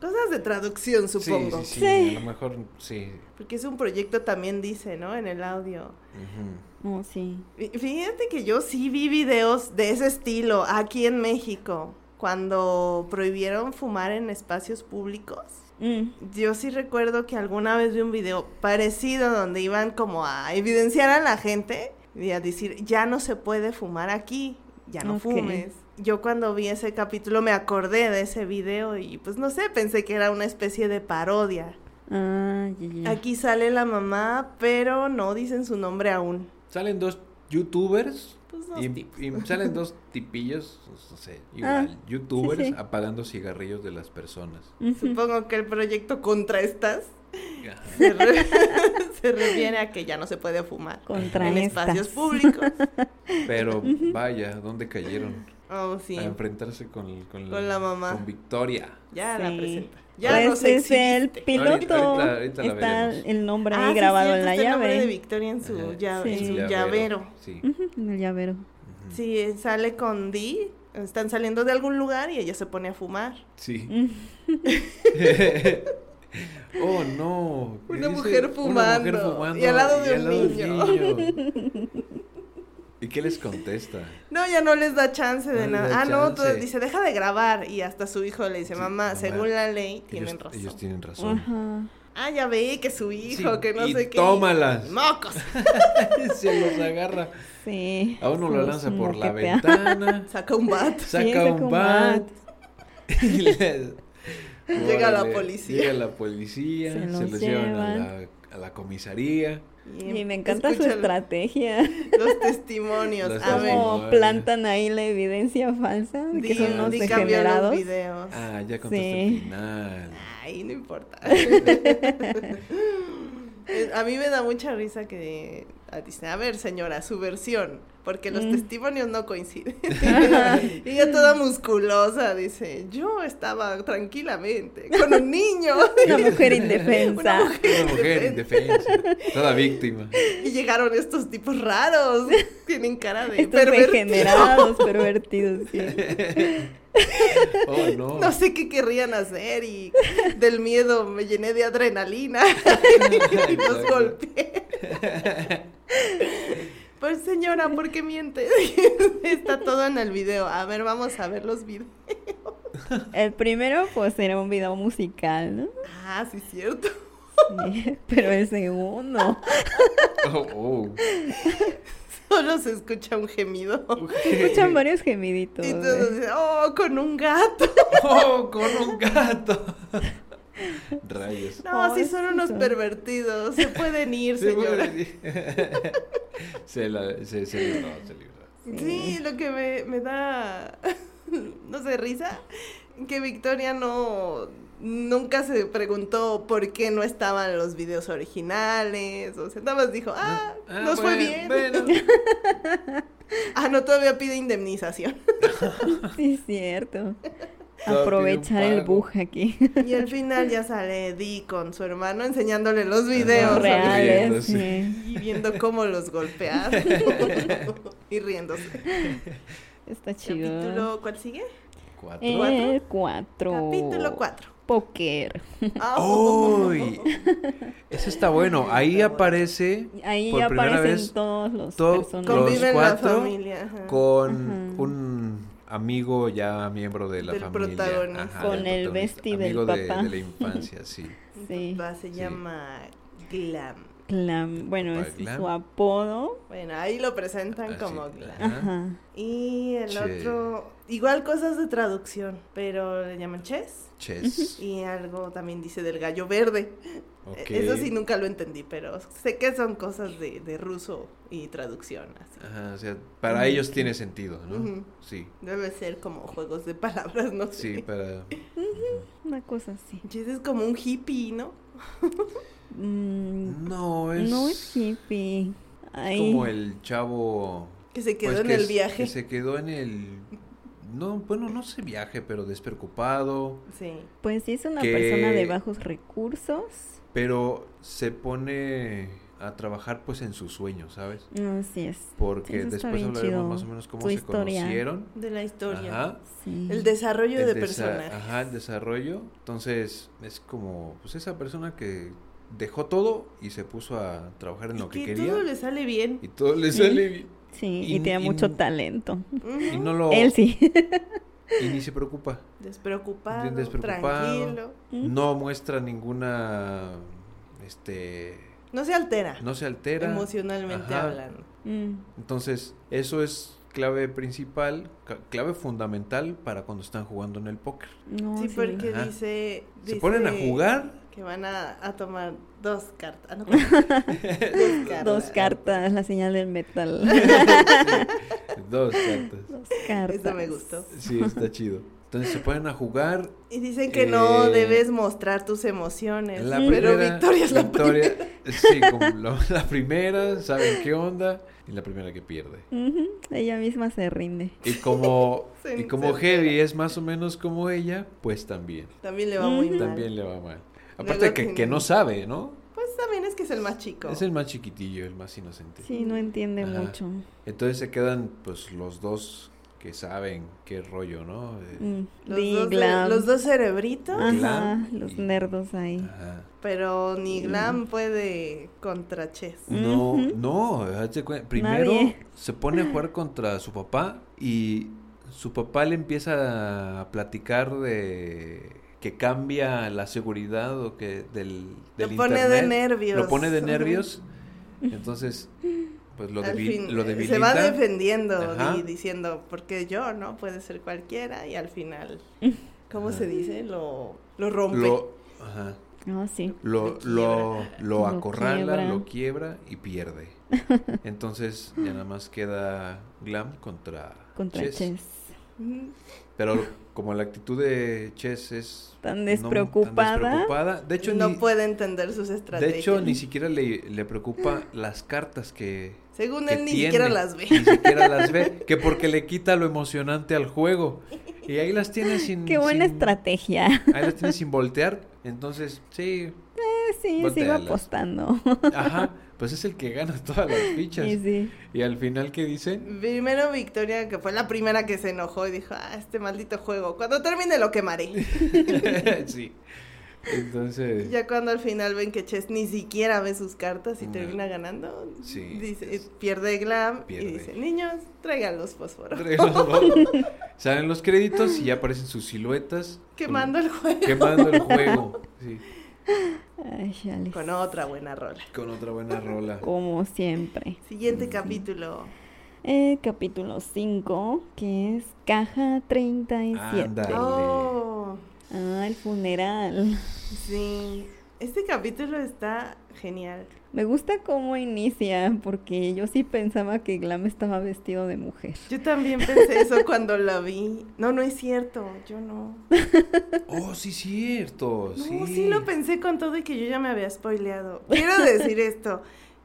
Cosas de traducción, supongo.
Sí, sí, sí,
Sí.
A lo mejor, sí.
Porque es un proyecto también dice, ¿no? En el audio.
Ujú.
No, Oh, sí.
Fí- Fíjate que yo sí vi videos de ese estilo aquí en México, cuando prohibieron fumar en espacios públicos.
Mm,
Yo sí recuerdo que alguna vez vi un video parecido donde iban como a evidenciar a la gente y a decir, ya no se puede fumar aquí, ya no
Ok.
fumes. Yo cuando vi ese capítulo me acordé de ese video y pues no sé, pensé que era una especie de parodia.
Ah, ya, ya.
Aquí sale la mamá, pero no dicen su nombre aún.
Salen dos youtubers
Pues dos
y,
tipos. Ah,
y salen dos tipillos, pues, no sé, igual, youtubers
sí.
apagando cigarrillos de las personas.
Ujú.
Supongo que el proyecto contra estas
Ajá.
se, re- se refiere a que ya no se puede fumar
Contra
en
estas.
espacios públicos.
Pero vaya, ¿dónde cayeron?
Oh, sí.
A enfrentarse con,
Con la mamá.
Con Victoria.
Ya la
Sí.
presenta. Ya
Pues
no sé
es el piloto.
Ahorita- ahorita la
está
veremos.
el nombre
Ah,
ahí grabado en la
El nombre de
llave.
Victoria en su,
Ajá,
Sí.
llave, en su
Llavero,
llavero.
Sí.
Ujú, en el llavero.
Ujú.
Sí, eh, sale con Dee. Están saliendo de algún lugar y ella se pone a fumar.
Sí.
Mm.
oh, no.
Una
Dice,
mujer fumando, y al lado de un niño".
niño. ¿Y qué les contesta?
No, ya no les da chance de
No les
nada.
da
Ah, no,
chance.
todo- dice, deja de grabar. Y hasta su hijo le dice,
Sí,
mamá,
mamá,
según la ley, tienen
ellos,
razón.
ellos tienen razón.
Ajá.
Ah, ya ve que su hijo,
Sí,
que no
y
sé qué.
tómalas.
Mocos.
Se los agarra.
Sí.
A uno
se
lo
los
lanza por la
moquetea.
ventana.
Saca un bat.
Saca
Sí, saca
un
un
bat.
bat.
y les-
Llega la
Órale,
policía.
Llega la policía.
Se
Se,
los
los llevan, a,
llevan.
la, a la comisaría.
Y me encanta su
escucha
estrategia.
Los testimonios.
Los
a ver,
testimonios.
Como plantan ahí la evidencia falsa de que
di,
son unos
di cambió los
degenerados.
videos.
Ah, ya contaste
Sí.
el final.
Ay, no importa. a mí me da mucha risa que ah, dice, a ver, señora, su versión. porque los
Mm.
testimonios no coinciden. y ella toda musculosa dice, yo estaba tranquilamente con un niño.
Una mujer indefensa.
Una mujer
Una mujer indefensa, toda víctima.
Y llegaron estos tipos raros. Tienen cara de
Estos
pervertido.
regenerados, pervertidos, sí.
Oh, no.
No sé qué querrían hacer y del miedo me llené de adrenalina y los
Exacto.
golpeé. Pues señora, ¿por qué miente? Está todo en el video. A ver, vamos a ver los videos.
El primero, pues, era un video musical, ¿no?
Ah, sí, cierto.
Sí, Pero el segundo,
Oh, oh.
Solo se escucha un gemido.
escuchan varios gemiditos.
Y
¿eh?
todos dicen, oh, con un gato.
Oh, con un gato. Rayos.
No,
Oh,
sí
es
son unos
eso.
pervertidos. Se pueden ir,
Se,
señora.
se, la, se, se libró, se libró.
Sí, lo que me, me da, no sé, risa, que Victoria no, nunca se preguntó por qué no estaban los videos originales, o sea, nada más dijo, ah,
Ah,
nos fue
bueno,
bien.
bueno.
Ah, no, todavía pide indemnización.
Sí, es cierto.
un
Aprovechar el
pago.
bug aquí.
Y al final ya sale Di con su hermano enseñándole los videos.
Ajá.
¿sabes?
Reales,
sí.
sí.
Y viendo cómo los golpearon y riéndose.
Está chido.
Capítulo, ¿cuál sigue? Oh.
Cuatro.
El 4.
Capítulo 4.
Poker.
¡Uy! Eso está bueno. Ahí
Está bueno.
aparece
Ahí
Por primera
aparecen
vez,
todos los
todo-
personajes.
Conviven la
cuatro
familia. ajá.
con
Ajá.
un amigo ya miembro de la
Del
familia.
protagonista.
Con
del
el
protagonista,
bestie del
amigo de-
papá.
de la infancia, sí.
Sí.
papá se
Sí.
llama Glam.
Clam. Bueno,
Papá
es
Clam.
su apodo.
Bueno, ahí lo presentan
Ah,
como
sí,
Glam.
Ajá.
Ajá.
Y el
Che.
otro, igual cosas de traducción, pero le llaman Chess.
Chess.
Y algo también dice del gallo verde. E-
Ok.
Eso sí nunca lo entendí, pero sé que son cosas de, de ruso y traducción. Así.
Ajá, o sea, para ellos tiene sentido, ¿no?
Ujú.
Sí.
Debe ser como juegos de palabras, no sé.
Sí, para.
Una cosa así.
Chess es como un hippie, ¿no?
Mm,
No, es.
no es hippie.
es
Ahí.
como el chavo.
Que se quedó
pues,
en
que
el
es-
viaje.
que se quedó en el. No, bueno, no sé viaje, pero despreocupado.
Sí.
Pues sí, es una
que-
persona de bajos recursos.
Pero se pone a trabajar pues en sus sueños, ¿sabes?
Así es.
Porque
Eso está
después
bien
hablaremos
chido.
más o menos cómo
Su
se
historia.
conocieron.
De la historia.
Ajá.
Sí.
El desarrollo de
el desa-
personajes.
Ajá, el desarrollo. Entonces, es como, pues esa persona que dejó todo y se puso a trabajar en
Y
lo que,
que
quería.
todo le sale bien.
Y todo le
Sí.
sale bien.
Sí,
Y-
y tiene
y-
mucho talento.
Y
Ujú.
no lo.
Él sí.
Y ni se preocupa.
Despreocupado,
Bien despreocupado.
tranquilo.
No muestra ninguna. Este.
No se altera
No se altera.
emocionalmente
Ajá.
hablando.
Mm,
Entonces, eso es clave principal, ca- clave fundamental para cuando están jugando en el póker.
no,
sí,
sí.
porque
Ajá.
dice,
Se ponen a
dice
jugar.
Que van a, a tomar dos cartas. Ah, no, dos cartas.
Dos cartas, la señal del metal.
Dos cartas.
Dos cartas.
Eso me gustó.
Sí, está chido. Entonces se ponen a jugar
Y dicen que no
Eh,
debes mostrar tus emociones.
La
pero
primera-
Victoria es la primera.
Sí, como lo- la primera, saben qué onda, y la primera que pierde.
Ujú, Ella misma se rinde.
Y como,
Se-
y como
se
Heavy es más o menos como ella, pues también,
También le va muy
Ujú.
mal.
también le va mal.
Luego
Aparte de que,
tiene-
que no sabe, ¿no?
Pues también es que es el más chico.
Es el más chiquitillo, el más inocente.
Sí, no entiende
Ajá.
mucho.
Entonces se quedan pues los dos que saben qué rollo, ¿no? Eh,
Mm,
Los,
Di
dos,
Glam. Ah.
los dos cerebritos.
Ajá,
Glam
los
y- Ah.
nerdos ahí.
Eh, ajá.
Pero ni Glam puede contra Chess.
No,
Ujú.
no, hazte cuen- primero
Nadie.
se pone a jugar contra su papá y su papá le empieza a platicar de que cambia la seguridad o que del, del
Lo pone de
internet,
nervios.
Lo pone de
Ajá.
nervios. Entonces, pues lo,
Al
debil-
fin,
lo
eh,
debilita.
Se va defendiendo
Ajá.
y diciendo, porque yo, ¿no? Puede ser cualquiera y al final, ¿cómo
Ajá.
se dice? Lo, lo rompe.
lo, ajá,
Ah, sí.
lo, lo,
Lo
lo
Lo
acorrala,
quiebra.
lo quiebra y pierde. Entonces ya nada más queda Glam contra,
Contra Chess.
Ujú.
Pero como la actitud de Chess es...
Tan
no-
despreocupada.
tan despreocupada. De hecho,
no
ni,
puede entender sus estrategias.
de hecho, ni siquiera le, le preocupa las cartas que...
Según
que
él, ni
tiene.
siquiera las ve.
Ni siquiera las ve. Que porque le quita lo emocionante al juego. Y ahí las tiene sin...
Qué buena
sin-
estrategia.
Ahí las tiene sin voltear. Entonces, sí.
sí, sigo
Voltéalas.
apostando.
Ajá. Pues es el que gana todas las fichas.
Y sí.
Y al final, ¿qué dicen?
Primero Victoria, que fue la primera que se enojó y dijo, ah, este maldito juego, cuando termine lo quemaré.
sí. Entonces...
ya cuando al final ven que Chess ni siquiera ve sus cartas y
No.
termina ganando,
Sí.
dice, eh, pierde glam
Pierde.
y dice, niños, traigan los fósforos.
Trae los bolos. Salen los créditos y ya aparecen sus siluetas.
Quemando el juego.
Quemando el juego. Sí,
Ay, chales.
Con otra buena rola.
con otra buena rola.
Oh.
Como siempre.
Siguiente capítulo.
El capítulo 5, que es Caja 37.
Ándale.
Oh,
Ah, el funeral.
sí. Este capítulo está genial.
Me gusta cómo inicia, porque yo sí pensaba que Glam estaba vestido de mujer.
Yo también pensé eso cuando la vi. No, no es cierto, yo no.
Oh, sí, cierto.
No,
sí.
sí. lo pensé con todo y que yo ya me había spoileado. Quiero decir esto.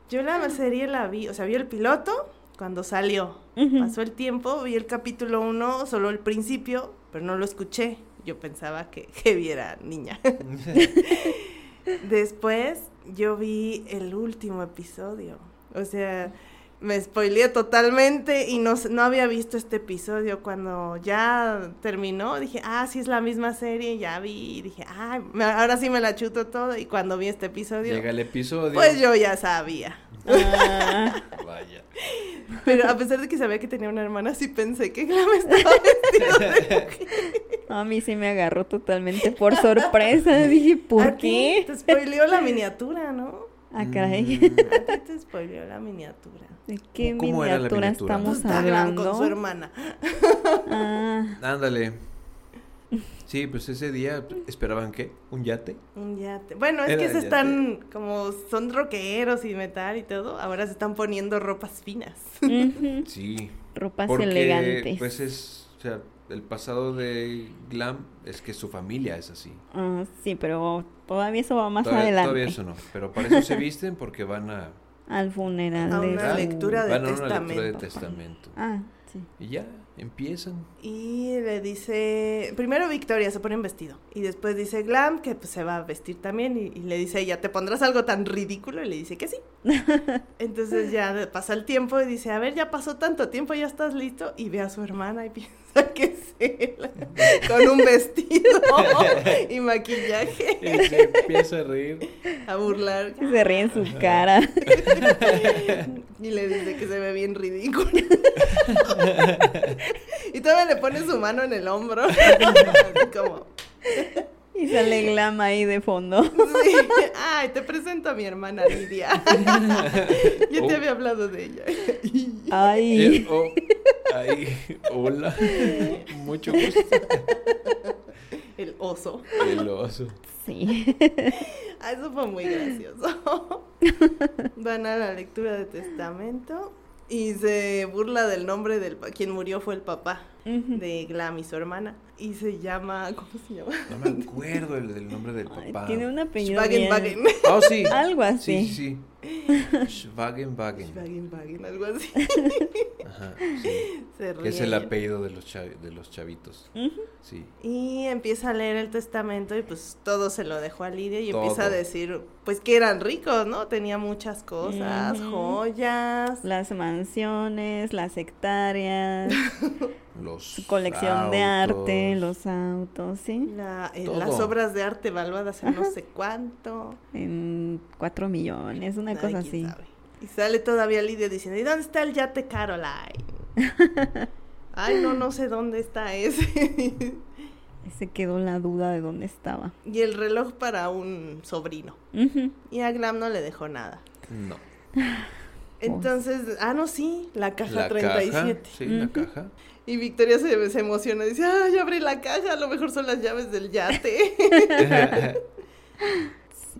Yo la serie la vi, o sea, vi el piloto cuando salió.
Ujú.
Pasó el tiempo, vi el capítulo 1, solo el principio, pero no lo escuché. Yo pensaba que, que viera niña. Después yo vi el último episodio. O sea, me spoileé totalmente y no, s- no había visto este episodio. Cuando ya terminó, dije, ah, sí es la misma serie, ya vi. Y dije, ah, me- ahora sí me la chuto todo. Y cuando vi este episodio,
Llega el episodio.
pues yo ya sabía.
Ah,
Vaya.
Pero a pesar de que sabía que tenía una hermana, sí pensé que Glam estaba
a mí sí me agarró totalmente por sorpresa. Dije, ¿por
¿A
qué?
ti Te spoileó la miniatura, ¿no?
Ah, caray.
Mm,
A ti te spoileó la miniatura.
¿De qué
¿Cómo
miniatura,
era la miniatura?
estamos
Está Glam
hablando?
con su hermana.
Ah,
Mm, Ándale. Sí, pues ese día esperaban qué? ¿Un yate?
Un yate. Bueno, es
Era
que se
yate.
están, como son rockeros y metal y todo, ahora se están poniendo ropas finas.
ujú.
Sí.
Ropas
porque
elegantes.
pues es, o sea, el pasado de Glam es que su familia es así.
Ah, sí, pero todavía eso va más
todavía,
adelante.
todavía eso no, pero para eso se visten porque van a
Al funeral
A
de
una
su-
lectura de-
van a una lectura de
testamento.
testamento.
Ah, sí.
Y ya empiezan.
Y le dice, primero Victoria se pone un vestido y después dice Glam que pues, se va a vestir también y, y le dice ella, ¿te pondrás algo tan ridículo? Y le dice que sí. Entonces ya de- pasa el tiempo y dice, a ver, ya pasó tanto tiempo, ya estás listo y ve a su hermana y piensa que es él con un vestido y maquillaje
Y se empieza a reír.
a burlar.
Y Se ríe en su cara.
Y le dice que se ve bien ridículo. y todavía le pone su mano en el hombro. Así como,
Y sale Glam ahí de fondo.
sí. Ay, te presento a mi hermana Lidia. Yo te
Oh.
había hablado de ella.
Eh,
Ay.
oh, ay, hola. Mucho gusto.
El oso.
El oso.
Sí.
Ah, Eso fue muy gracioso. Van a la lectura de testamento y se burla del nombre del... pa- Quien murió fue el papá
Ujú.
de Glam y su hermana. Y se llama... ¿Cómo se llama?
No me acuerdo el del nombre del
Ay,
papá.
tiene un apellido
Schwagen
bien-
Bagen.
Oh, sí.
Algo así.
Sí, sí, sí. Schwagenwagen.
Schwagen Bagen, algo así.
Ajá, sí.
Se
Que es
ríe.
el apellido de los, chavi- de los chavitos.
Ujú.
Sí.
Y empieza a leer el testamento y pues todo se lo dejó a Lidia y
Todo.
empieza a decir pues que eran ricos, ¿no? Tenía muchas cosas,
Ujú.
joyas.
Las mansiones, las hectáreas,
Los
su colección de arte,
autos.
los autos, sí.
la- eh,
Todo.
las obras de arte evaluadas en no sé cuánto.
En cuatro millones, una
Ay,
cosa así.
quién sabe. Y sale todavía Lidia diciendo, ¿y dónde está el yate Caroline? Ay, no, no sé dónde está ese.
Se quedó la duda de dónde estaba.
y el reloj para un sobrino.
Ujú.
Y a Glam no le dejó nada.
Pues.
No.
Entonces, ah, no, sí, la caja
La
37.
caja. Sí, la
Ujú.
caja.
Y Victoria se, se emociona y dice, ay, abre la caja, a lo mejor son las llaves del yate.
Sí.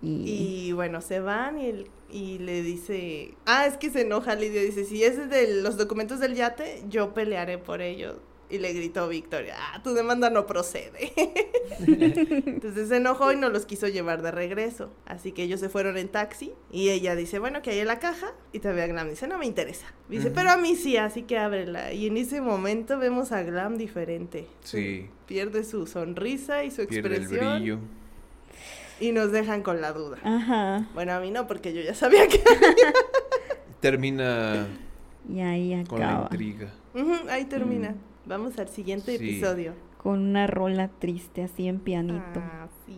y bueno, se van y, el- y le dice, ah, es que se enoja Lidia, dice, si es de los documentos del yate, yo pelearé por ellos. Y le gritó Victoria, ah, tu demanda no procede. Entonces se enojó y no los quiso llevar de regreso. Así que ellos se fueron en taxi y ella dice, bueno, que hay en la caja. Y todavía Glam dice, no me interesa. Dice,
Ujú.
pero a mí sí, así que ábrela. Y en ese momento vemos a Glam diferente.
Sí,
Pierde su sonrisa y su
pierde el
expresión.
brillo.
Y nos dejan con la duda.
Ajá.
Bueno, a mí no, porque yo ya sabía que...
Termina
Y ahí
con la
acaba.
intriga.
Ujú, Ahí termina.
Mm.
Vamos al siguiente
Sí.
episodio.
Con una rola triste, así en pianito.
Ah, sí.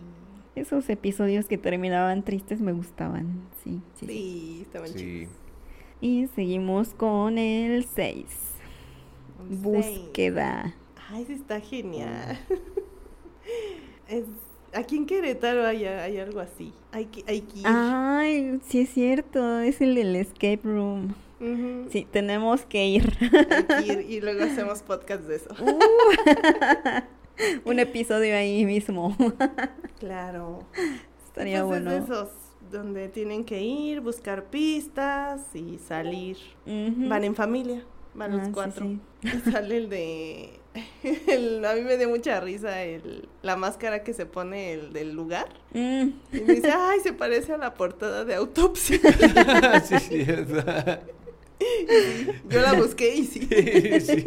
Esos episodios que terminaban tristes me gustaban. Sí, sí. sí.
Sí, estaban
Sí.
chidos.
Y seguimos con el 6.
Un
Búsqueda.
seis. Ay, sí está genial.
Mm.
Es- aquí en Querétaro hay, hay algo así. Hay que, hay que ir.
Ah. Ay, sí es cierto, es el del escape room.
Ujú.
Sí, tenemos que ir.
Hay que ir y luego hacemos podcast de eso.
Uh, Un episodio ahí mismo.
Claro.
Estaría
Pues es
bueno.
de esos donde tienen que ir, buscar pistas y salir.
Ujú.
Van en familia, van
Ah,
los
sí,
cuatro.
sí.
Y sale el de. el- a mí me dio mucha risa el, la máscara que se pone el del lugar.
Mm,
Y me dice, ay, se parece a la portada de autopsia.
sí, sí, es-
Yo la busqué y sí.
sí, sí.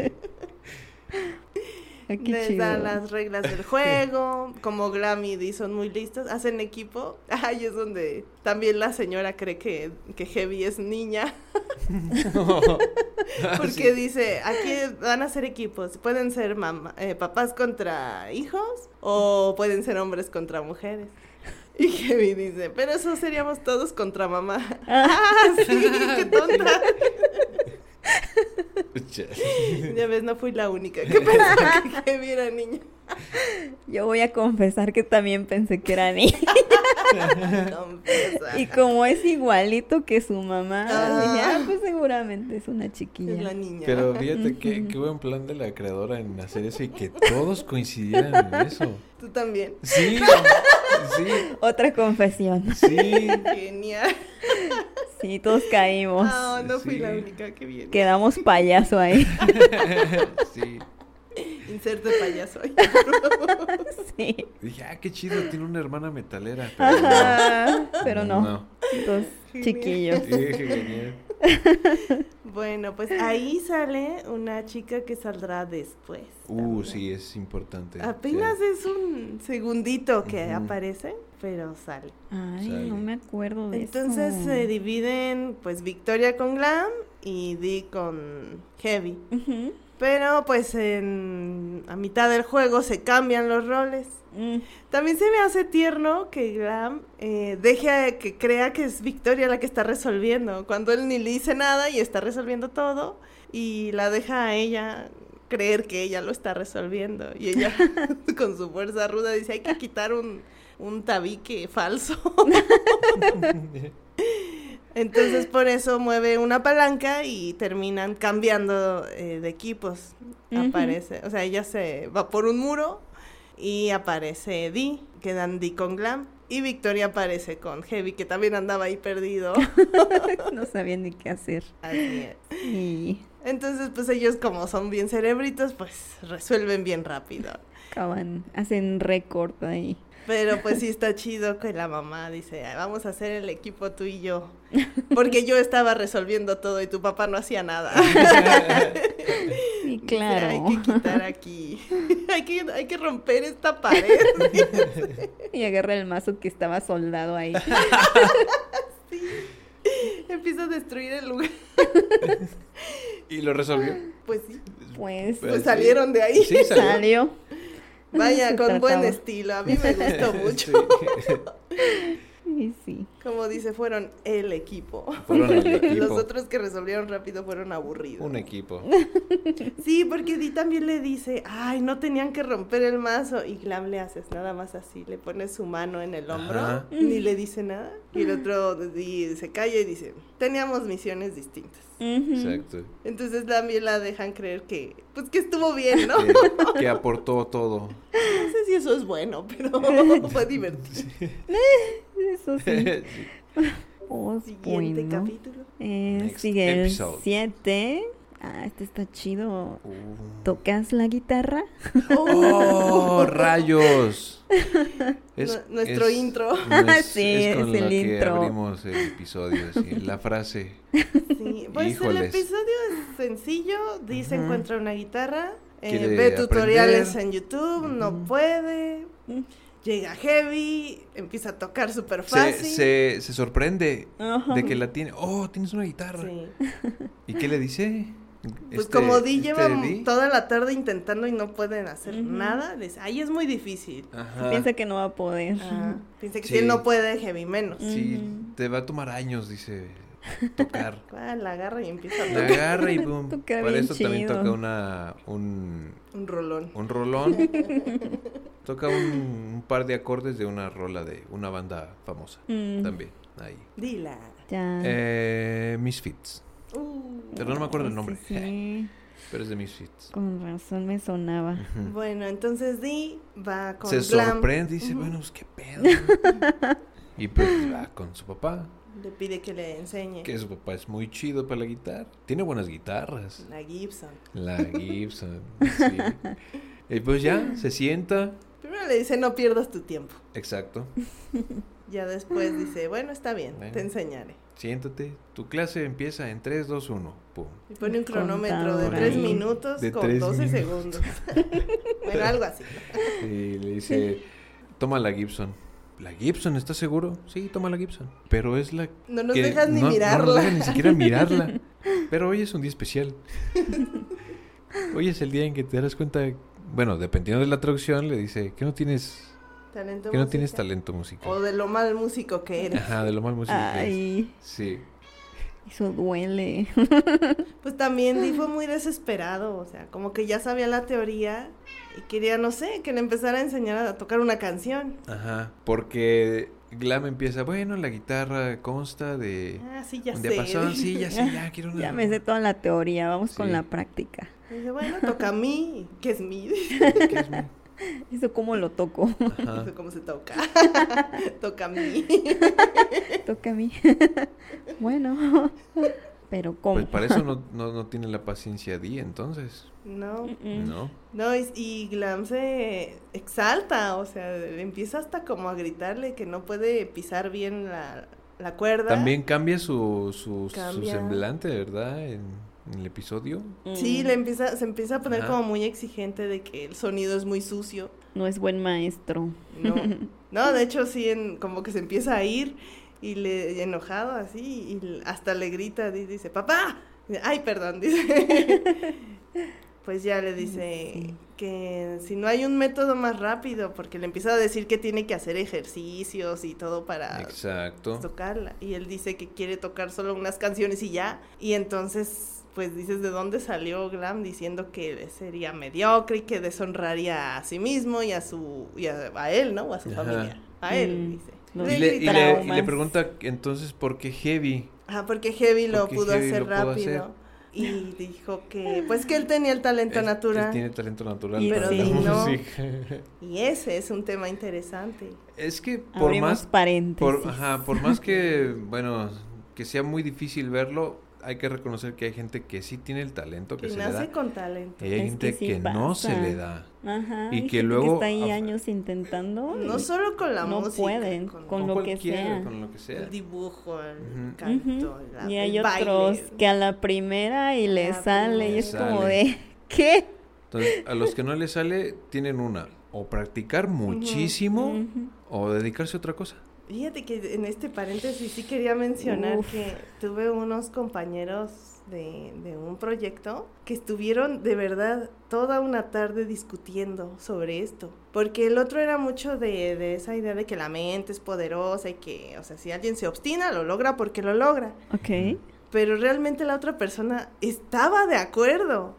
ah, qué
Les
chido.
dan las reglas del juego, como Grammy y son muy listos, hacen equipo. Ay, es donde también la señora cree que, que Heavy es niña,
Ah,
porque
sí.
dice, aquí van a ser equipos, pueden ser mamá- eh, papás contra hijos o pueden ser hombres contra mujeres. Y Heavy dice, pero eso seríamos todos contra mamá. Ah, sí, qué tonta.
Chale.
Ya ves, no fui la única que pensaba que Heavy era niña.
Yo voy a confesar que también pensé que era niña.
Confiesa.
Y como es igualito que su mamá,
Ah.
dije, ah, pues seguramente es una chiquilla.
Es la niña.
Pero fíjate que
Ujú.
qué buen plan de la creadora en hacer eso y que todos coincidieran en eso.
Tú también.
Sí, sí,
Otra confesión.
sí.
Genial.
Sí, todos caímos.
Ah, no fui la
Oh, sí.
única, qué bien.
Quedamos payaso ahí.
Sí.
Inserte payaso. ahí.
Sí.
Dije, ah, qué chido, tiene una hermana metalera. Pero no.
Ajá. Pero no. Dos
Genial.
chiquillos.
Sí, qué genial.
Bueno, pues ahí sale una chica que saldrá después.
Uh, sí, es importante.
Apenas
Sí.
es un segundito que
Este, Ujú.
aparece, pero sale.
Ay,
Sale.
no me acuerdo de
Entonces
eso.
se dividen, pues Victoria con Glam y Dee con Heavy.
Ujú.
Pero pues en, a mitad del juego se cambian los roles.
Mm,
También se me hace tierno que Graham eh, deje a- que crea que es Victoria la que está resolviendo, cuando él ni le dice nada y está resolviendo todo y la deja a ella creer que ella lo está resolviendo y ella con su fuerza ruda dice hay que quitar un, un tabique falso. Entonces por eso mueve una palanca y terminan cambiando eh, de equipos.
Ujú.
Aparece, o sea, ella se va por un muro y aparece Dee, quedan Dee con Glam y Victoria aparece con Heavy que también andaba ahí perdido.
no sabía ni qué hacer.
Así es.
Y
Entonces pues ellos como son bien cerebritos pues resuelven bien rápido.
acaban, hacen récord ahí.
Pero pues sí está chido que la mamá dice, "Ay, vamos a hacer el equipo tú y yo. Porque yo estaba resolviendo todo y tu papá no hacía nada.
Y
Dice,
claro.
Hay que quitar aquí. hay, que, hay que romper esta pared.
Y agarra el mazo que estaba soldado ahí.
Empieza a destruir el lugar.
y lo resolvió.
Pues sí.
Pues
Pues
Pues,
sí.
salieron de ahí.
Sí, salió.
salió.
Vaya,
Se
con buen
trataba.
estilo. A mí me gustó mucho.
Sí.
Y sí.
Como dice, fueron el equipo.
Fueron el
Los
equipo.
otros que resolvieron rápido fueron aburridos.
Un equipo.
Sí, porque Di también le dice, ay, no tenían que romper el mazo. Y Glam le haces nada más así, le pones su mano en el hombro,
Ajá.
ni le dice nada. Y el otro Di se calla y dice, teníamos misiones distintas.
Ujú.
Exacto.
Entonces también la dejan creer que, pues que estuvo bien, ¿no? No
Que, que aportó todo.
sé si eso es bueno, pero fue divertido.
Eso sí.
Sí.
Pues,
Siguiente
bueno.
capítulo.
Eh,
Next
sigue el
episode.
7. ah, este está chido. ¿Tocas la guitarra?
¡Oh, rayos!
Nu- nuestro intro.
Sí, es el
que
intro.
abrimos el episodio, sí, la frase.
Sí, pues el
Híjoles.
episodio es sencillo, dice
Ujú.
encuentra una guitarra, eh,
Quiere
ve
aprender.
tutoriales en YouTube, no
Ujú. Mm.
puede,
Ujú.
llega heavy, empieza a tocar súper
Se,
fácil.
se, se sorprende
Ajá.
de que la tiene. ¡Oh, tienes una guitarra!
Sí.
¿Y qué le dice?
Pues
Este-
como Di
este
lleva
Di.
toda la tarde intentando y no pueden hacer
Ujú.
nada, les, ahí es muy difícil.
Ajá.
Piensa que no va a poder.
Ajá. Piensa que
Sí.
si él no puede, heavy menos.
Sí,
Ujú.
te va a tomar años, dice, tocar.
Ah, la agarra y empieza a
Mm. La
tocar
agarra y pum.
Tocar
Para
bien
eso también
chido.
toca una, un,
un rolón.
un rolón. toca un, un par de acordes de una rola de una banda famosa.
Mm,
También, ahí.
Dila.
Ya.
Eh, Misfits.
Uh.
Pero no me acuerdo el
Sí,
nombre.
sí,
Pero es de Misfits.
con razón me sonaba.
Ujú.
Bueno, entonces Di va con
Se
Glam.
sorprende y dice,
Ujú.
bueno, pues qué pedo. ¿no?" y pues va con su papá.
Le pide que le enseñe
Que su papá es muy chido para la guitarra. Tiene buenas guitarras.
la Gibson.
La Gibson. sí. Y pues ya, se sienta.
Primero le dice no pierdas tu tiempo.
Exacto.
Ya después dice, bueno, está bien,
Bueno.
te enseñaré.
Siéntate. Tu clase empieza en 3, 2, 1. Pum.
Y pone un cronómetro de
Contador
tres
ahí.
minutos
De
con
tres
12
minutos.
segundos. bueno, algo así.
Y le dice, toma la Gibson. ¿La Gibson? ¿Estás seguro? Sí, toma la Gibson. Pero es la...
No nos
que
dejas ni
no- No nos
mirarla.
dejan ni siquiera mirarla. Pero hoy es un día especial. Hoy es el día en que te darás cuenta... Bueno, dependiendo de la traducción, le dice que no tienes,
Talento
que no tienes
musical.
talento
O
musical.
de lo mal músico que eres.
Ajá, de lo mal músico que es.
Ay,
Sí.
eso duele.
Pues también Di fue muy desesperado, o sea, como que ya sabía la teoría y quería, no sé, que le empezara a enseñar a tocar una canción.
Ajá, porque Glam empieza, bueno, la guitarra consta de
Ah, sí, ya
un
sé.
diapasón, sí, ya sé, ya quiero una...
Ya me sé toda la teoría, vamos
Pues Sí.
con la práctica.
Dice, bueno, toca a mí, que es mí.
¿Qué es mi?
Eso cómo lo toco.
Ajá.
Eso cómo se toca. toca a mí.
Toca a mí. bueno. Pero cómo.
Pues para eso no, no, no tiene la paciencia Dee, entonces,
No,
Mm-mm.
¿no?
no, y, y Glam se exalta, o sea, empieza hasta como a gritarle que no puede pisar bien la, la cuerda.
También cambia su, su, su
Cambia.
semblante, ¿verdad? En, en el episodio.
Sí, le empieza, se empieza a poner
Ajá.
como muy exigente de que el sonido es muy sucio.
No es buen maestro.
No, no de hecho sí, en- como que se empieza a ir y le y enojado así y l- hasta le grita y dice, papá, ay, perdón, dice. Pues ya le dice
Sí.
que si no hay un método más rápido, porque le empieza a decir que tiene que hacer ejercicios y todo
Ah,
para
Exacto.
tocarla. Y él dice que quiere tocar solo unas canciones y ya. Y entonces, pues dices, ¿de dónde salió Glam diciendo que sería mediocre y que deshonraría a sí mismo y a su y a, a él, ¿no? O a su
Ajá.
familia. A él,
Mm.
dice.
Los
Y le, y le- y le
Traumas.
pregunta entonces por qué Heavy.
Ah, porque Heavy lo
Porque
pudo
Heavy
hacer
lo pudo
rápido.
hacer.
Y dijo que, pues que él tenía el talento
Él- él
natural.
tiene talento natural.
Y
para
sí,
la
no.
música.
Y ese es un tema interesante.
Es que por
Abrimos
más
paréntesis.
Por, ajá, por más que, bueno, que sea muy difícil verlo, hay que reconocer que hay gente que sí tiene el talento que
Que
se le da.
nace con talento.
Y hay
Es que
gente que,
sí
no se
pasa.
le da.
Ajá,
Y
hay
que
gente
luego
está ahí
af-
años intentando. y-
No solo con la
no
música.
pueden, con lo que
cualquiera,
sea.
Con lo que sea.
El dibujo, el
Ujú.
canto,
Ujú.
la-
Y hay
el baile.
otros que a la primera y le
La
sale y
primera.
es como
Sale.
de ¿qué?
Entonces, a los que no les sale, tienen una. O practicar muchísimo
Ujú.
o dedicarse a otra cosa.
Fíjate que en este paréntesis sí quería mencionar
Uf.
que tuve unos compañeros de, de un proyecto que estuvieron de verdad toda una tarde discutiendo sobre esto. Porque el otro era mucho de, de esa idea de que la mente es poderosa y que, o sea, si alguien se obstina, lo logra porque lo logra.
Ok.
pero realmente la otra persona estaba de acuerdo,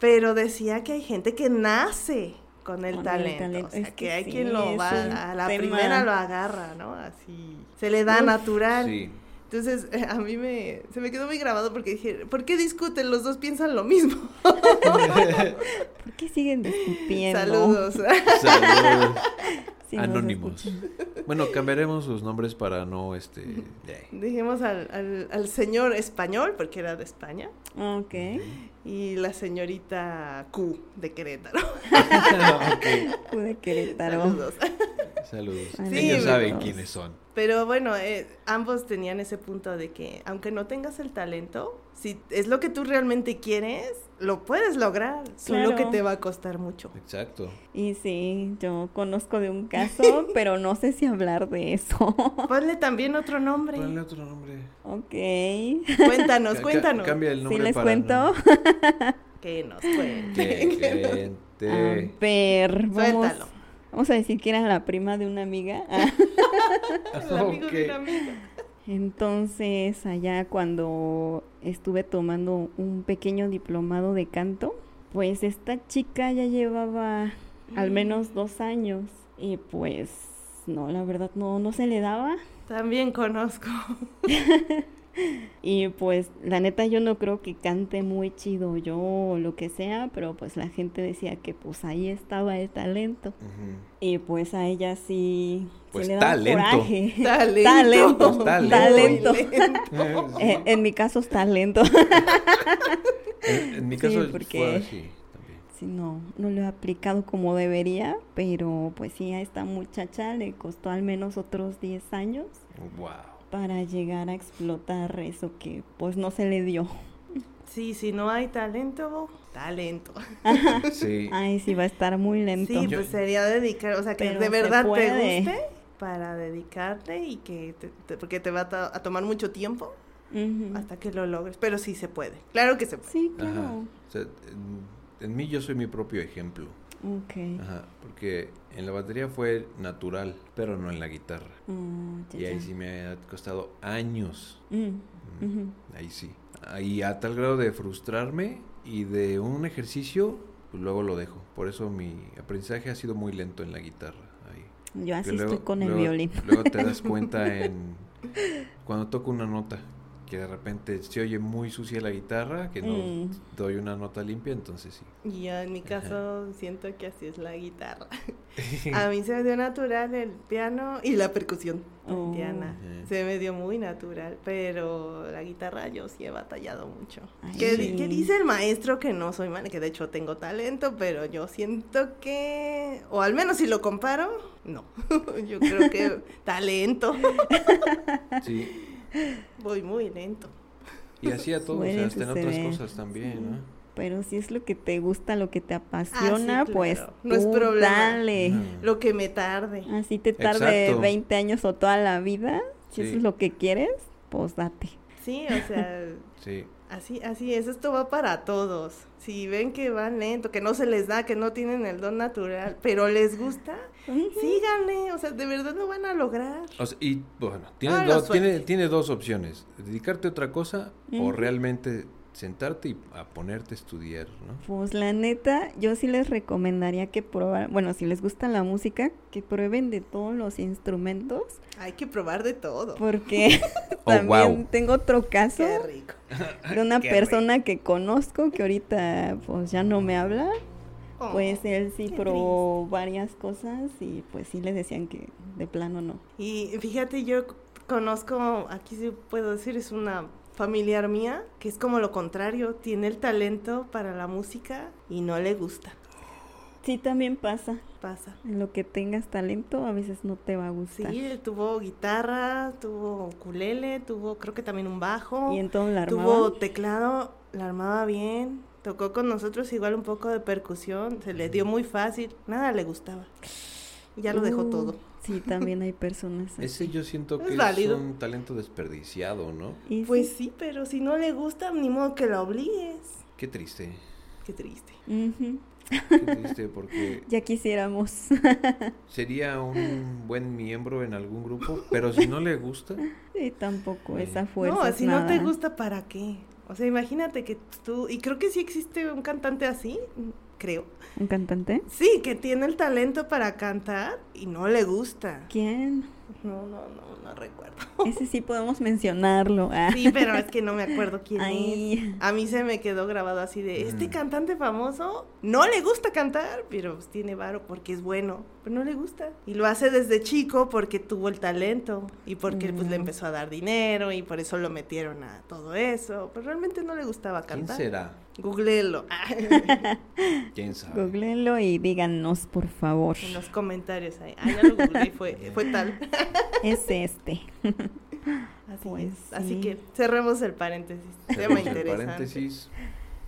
pero decía que hay gente que nace con el
Con el
talento,
talento,
o sea,
es
que,
que
hay
sí,
quien lo
es
va,
un
a la
tema.
primera lo agarra, ¿no? Así, se le da
Uf,
natural.
Sí.
Entonces, eh, a mí me, se me quedó muy grabado porque dije, ¿por qué discuten? Los dos piensan lo mismo.
¿Por qué siguen discutiendo?
Saludos.
Saludos.
Si nos
Anónimos.
escuchan.
Bueno, cambiaremos sus nombres para no, este... eh.
Dijimos al, al- al señor español, porque era de España,
Ok.
y la señorita Q de Querétaro.
Ok,
Pude Querétaro.
Saludos.
Saludos.
Sí,
Ellos saben
amigos.
quiénes son.
Pero bueno, eh, ambos tenían ese punto de que aunque no tengas el talento, si es lo que tú realmente quieres, lo puedes lograr, solo
Claro.
que te va a costar mucho.
Exacto.
Y sí, yo conozco de un caso, pero no sé si hablar de eso.
Ponle también otro nombre.
Ponle otro nombre.
ok.
Cuéntanos,
Ca- ca-
cuéntanos.
Cambia el
Sí,
nombre
les
para
cuento.
Que nos
Que-
cuente. Que nos-
que te-
A ver, vamos,
Suéltalo.
vamos a decir que era la prima de una amiga. Ah,
El amigo de un
Ah, Ok.
amigo.
Entonces, allá cuando estuve tomando un pequeño diplomado de canto, pues esta chica ya llevaba al menos dos años y pues no, la verdad no, no se le daba.
También conozco.
Y pues la neta yo no creo que cante muy chido yo o lo que sea, pero pues la gente decía que pues ahí estaba el talento.
Ujú.
Y pues a ella sí, sí
Pues,
le daba
talento. Pues,
coraje.
Talento.
talento.
Talento, Eh, en mi caso es talento.
En, en mi
Sí,
caso fue
porque-
así también.
Sí, no, no lo he aplicado como debería, pero pues sí, a esta muchacha le costó al menos otros 10 años
Wow.
para llegar a explotar eso que pues no se le dio.
Sí, si no hay talento, talento.
Sí.
Ah, Ay, sí, va a estar muy lento.
Sí,
Yo-
pues sería dedicar, o sea, que
Pero
de
se
verdad te
puede.
guste para dedicarte y que te- te- porque te va a, to- a tomar mucho tiempo
Ujú.
hasta que lo logres, pero sí se puede. Claro que se puede.
Sí,
Ajá.
claro.
O sea, en, en mí yo soy mi propio ejemplo.
Ok.
Ajá. Porque en la batería fue natural, pero no en la guitarra.
Mm, ya,
Y ahí
ya.
sí me ha costado años.
Mm,
Mm,
ujú.
Ahí sí. Ahí a tal grado de frustrarme y de un ejercicio, pues luego lo dejo. Por eso mi aprendizaje ha sido muy lento en la guitarra. Ahí.
Yo así
Que luego-
estoy con el
luego-
violín.
Luego te das cuenta en cuando toco una nota que de repente se oye muy sucia la guitarra, que no
Mm.
doy una nota limpia, entonces sí.
Y yo en mi caso siento que así es la guitarra. A mí se me dio natural el piano y la percusión
Oh.
Diana.
Ujú.
Se me dio muy natural, pero la guitarra yo sí he batallado mucho.
Ay,
Que,
sí.
que dice el maestro que no soy mal, que de hecho tengo talento, pero yo siento que, o al menos si lo comparo, no. yo creo que talento.
Sí.
Voy muy lento.
Y así a todo, o sea,
Suele
hasta en otras
suceder.
cosas también, ¿no?
Pero si es lo que te gusta, lo que te apasiona,
Ah, claro.
pues
No es
tú
problema.
dale.
Ajá.
Lo que me tarde.
Así te tarde
Exacto.
20 años o toda la vida, si
Sí.
eso es lo que quieres, pues date.
Sí, o sea,
Sí.
así, así es. Esto va para todos. Si ven que van lento, que no se les da, que no tienen el don natural, pero les gusta, síganle. O sea, de verdad lo van a lograr.
O sea, y bueno, tiene,
Ah, la
dos, tiene,
suerte.
tiene dos opciones, dedicarte a otra cosa o
Ujú.
realmente sentarte y a ponerte a estudiar, ¿no?
Pues la neta, yo sí les recomendaría que probaran, bueno, si les gusta la música, que prueben de todos los instrumentos,
Hay que probar de todo.
Pues porque
Oh,
también
wow.
tengo otro caso
Qué rico.
de una
Qué
persona que conozco que ahorita pues ya no me habla,
Oh.
pues él sí
qué
probó varias cosas y pues sí les decían que de plano no.
Y fíjate, yo c- conozco, aquí sí puedo decir, es una familiar mía, que es como lo contrario, tiene el talento para la música y no le gusta.
Sí, también pasa.
Pasa.
En lo que tengas talento a veces no te va a
Sí,
gustar.
tuvo guitarra, tuvo ukulele, tuvo creo que también un bajo,
Y entonces la
tuvo
armaban.
teclado, la armaba bien, tocó con nosotros igual un poco de percusión, se le dio muy fácil, nada le gustaba. Y Ya lo dejó
Uh,
todo.
Sí, también hay personas. así.
Ese yo siento
Es
que es,
válido.
un talento desperdiciado, ¿no?
Y
Pues
sí.
sí, pero si no le gusta, ni modo que la obligues.
Qué triste.
Qué triste.
Ujú.
Qué triste porque
Ya quisiéramos.
sería un buen miembro en algún grupo, pero si no le gusta,
y tampoco
Sí.
esa fuerza.
no,
Pues es
si no te
nada.
gusta, ¿para qué? O sea, imagínate que tú, y creo que sí existe un cantante así, creo.
¿Un cantante?
Sí, que tiene el talento para cantar y no le gusta.
¿Quién?
No, no, no, no recuerdo.
Ese sí podemos mencionarlo. ah.
Sí, pero es que no me acuerdo quién
Ay.
es. A mí se me quedó grabado así de,
Mm.
este cantante famoso no le gusta cantar, pero pues tiene varo porque es bueno, pero no le gusta. Y lo hace desde chico porque tuvo el talento y porque pues le empezó a dar dinero y por eso lo metieron a todo eso, pero realmente no le gustaba
¿Quién
cantar. ah,
será?
Googlelo
¿Quién sabe?
Googleenlo y díganos, por favor.
en los comentarios ahí. Ah, ya lo googleé, fue, fue tal.
Es este.
Así
Pues
es. Así
sí.
que cerremos el paréntesis. Tema
Cerramos el
interesante.
Paréntesis.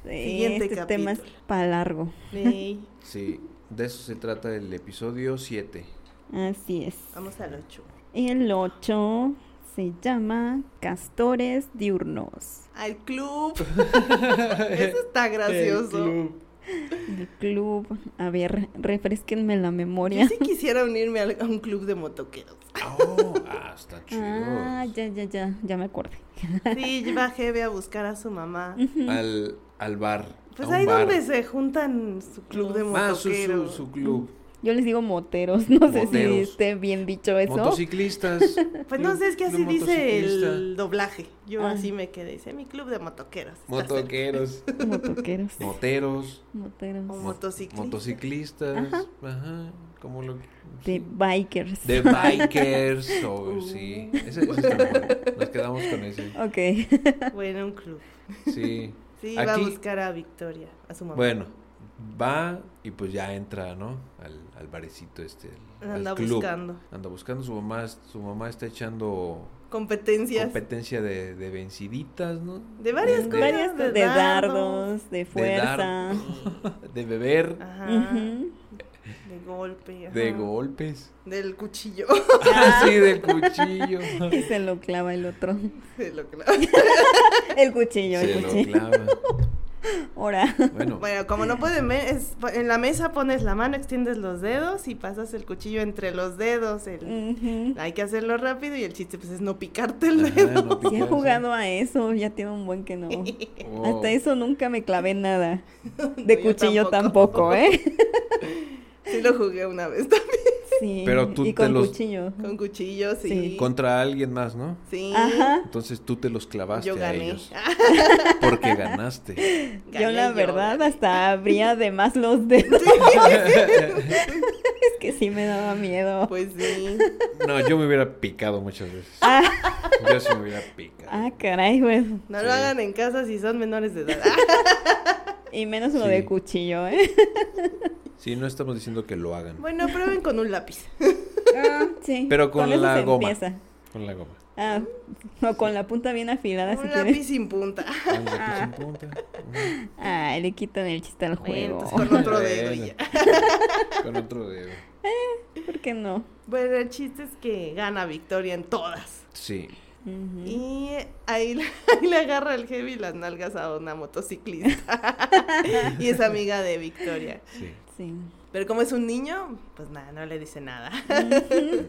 Siguiente
este tema es
capítulo.
para largo.
Ey,
Sí, de eso se trata el episodio 7.
Así es.
Vamos al 8.
El 8 se llama Castores Diurnos.
Al club. Eso está gracioso.
El club. A ver, refresquenme la memoria.
Yo sí quisiera unirme al- a un club de motoqueros.
Oh, ah, está chido.
Ah, ya, ya, ya. Ya me acordé.
Sí, lleva a Hebe a buscar a su mamá.
Al, al bar.
Pues
a un
ahí
bar.
donde se juntan su club de
Ah, su, su,
motoqueros.
su club.
Yo les digo moteros. No sé si
Moteros.
esté bien dicho eso.
Motociclistas.
Pues no
Club
sé, es que
de
así dice el
motociclista.
doblaje. Yo
Ah.
así me quedé. Dice mi club de motoqueros. Está cerca.
Motoqueros.
Motoqueros.
Moteros.
Moteros.
O
mot-
motociclistas.
Motociclistas.
Ajá.
Ajá. Como lo.
De
sí.
bikers.
De bikers.
Uh.
o- sí. Ese, ese está bueno. Nos quedamos con ese.
Ok.
Bueno, un club.
Sí.
Sí, va a
Aquí-
buscar a Victoria, a su mamá.
Bueno, va y pues ya entra, ¿no? Al, al barecito este. al- al
Anda
club.
buscando.
Anda buscando. Su mamá, su mamá está echando
Competencias.
competencia de, de venciditas, ¿no?
De
De-
varias cosas.
Varias
de
de,
dardos,
dardos, de
de dar-
fuerza.
de beber,
Ajá.
Ujú.
De golpe. Ah, ajá.
de golpes.
Del cuchillo.
Así del cuchillo.
Y se lo clava el otro.
De lo que-
El cuchillo,
Se
el
lo
cuchillo.
clava.
Ahora.
Bueno,
Bueno, como no pueden ver, es- en la mesa pones la mano, extiendes los dedos y pasas el cuchillo entre los dedos. el-
Ujú.
Hay que hacerlo rápido y el chiste pues es no picarte el
Ajá,
dedo.
no
Sí he
picarse.
jugado a eso, ya tiene un buen que no.
Oh,
Hasta eso nunca me clavé nada.
No,
De
yo
cuchillo tampoco, ¿eh?
Sí lo jugué una vez también.
Sí.
Pero tú
y
te
con
los-
cuchillo.
Con cuchillo, sí.
Sí.
Contra alguien más, ¿no?
Sí.
Ajá.
Entonces tú te los clavaste
Yo
a
gané. Ah.
ellos. Porque ganaste.
yo
Gané
la verdad hasta abría de más los dedos. es que sí me daba miedo.
Pues sí.
No, yo me hubiera picado muchas veces.
Ah,
Yo sí me hubiera picado.
ah, caray, güey.
No
Sí.
lo hagan en casa si son menores de edad. Ah,
Y menos lo
Sí.
de cuchillo, ¿eh?
Sí, no estamos diciendo que lo hagan.
Bueno, prueben con un lápiz. Ah,
Sí.
Pero con
eso
la
se
goma.
empieza.
Con la goma.
Ah, o con la punta bien afilada si
Un
quieres.
lápiz sin punta. Ah,
Ay, la que sin punta. Mm. Ujú.
Ay, le quitan el chiste al juego.
Bueno, entonces, con otro dedo y
Bueno.
ya.
Con otro dedo.
¿Por qué no?
Bueno, el chiste es que gana Victoria en todas.
Sí.
Ujú.
Y ahí, le- ahí le agarra el heavy las nalgas a una motociclista. y es amiga de Victoria.
Sí.
Sí.
Pero como es un niño, pues nada, no le dice nada.
Eso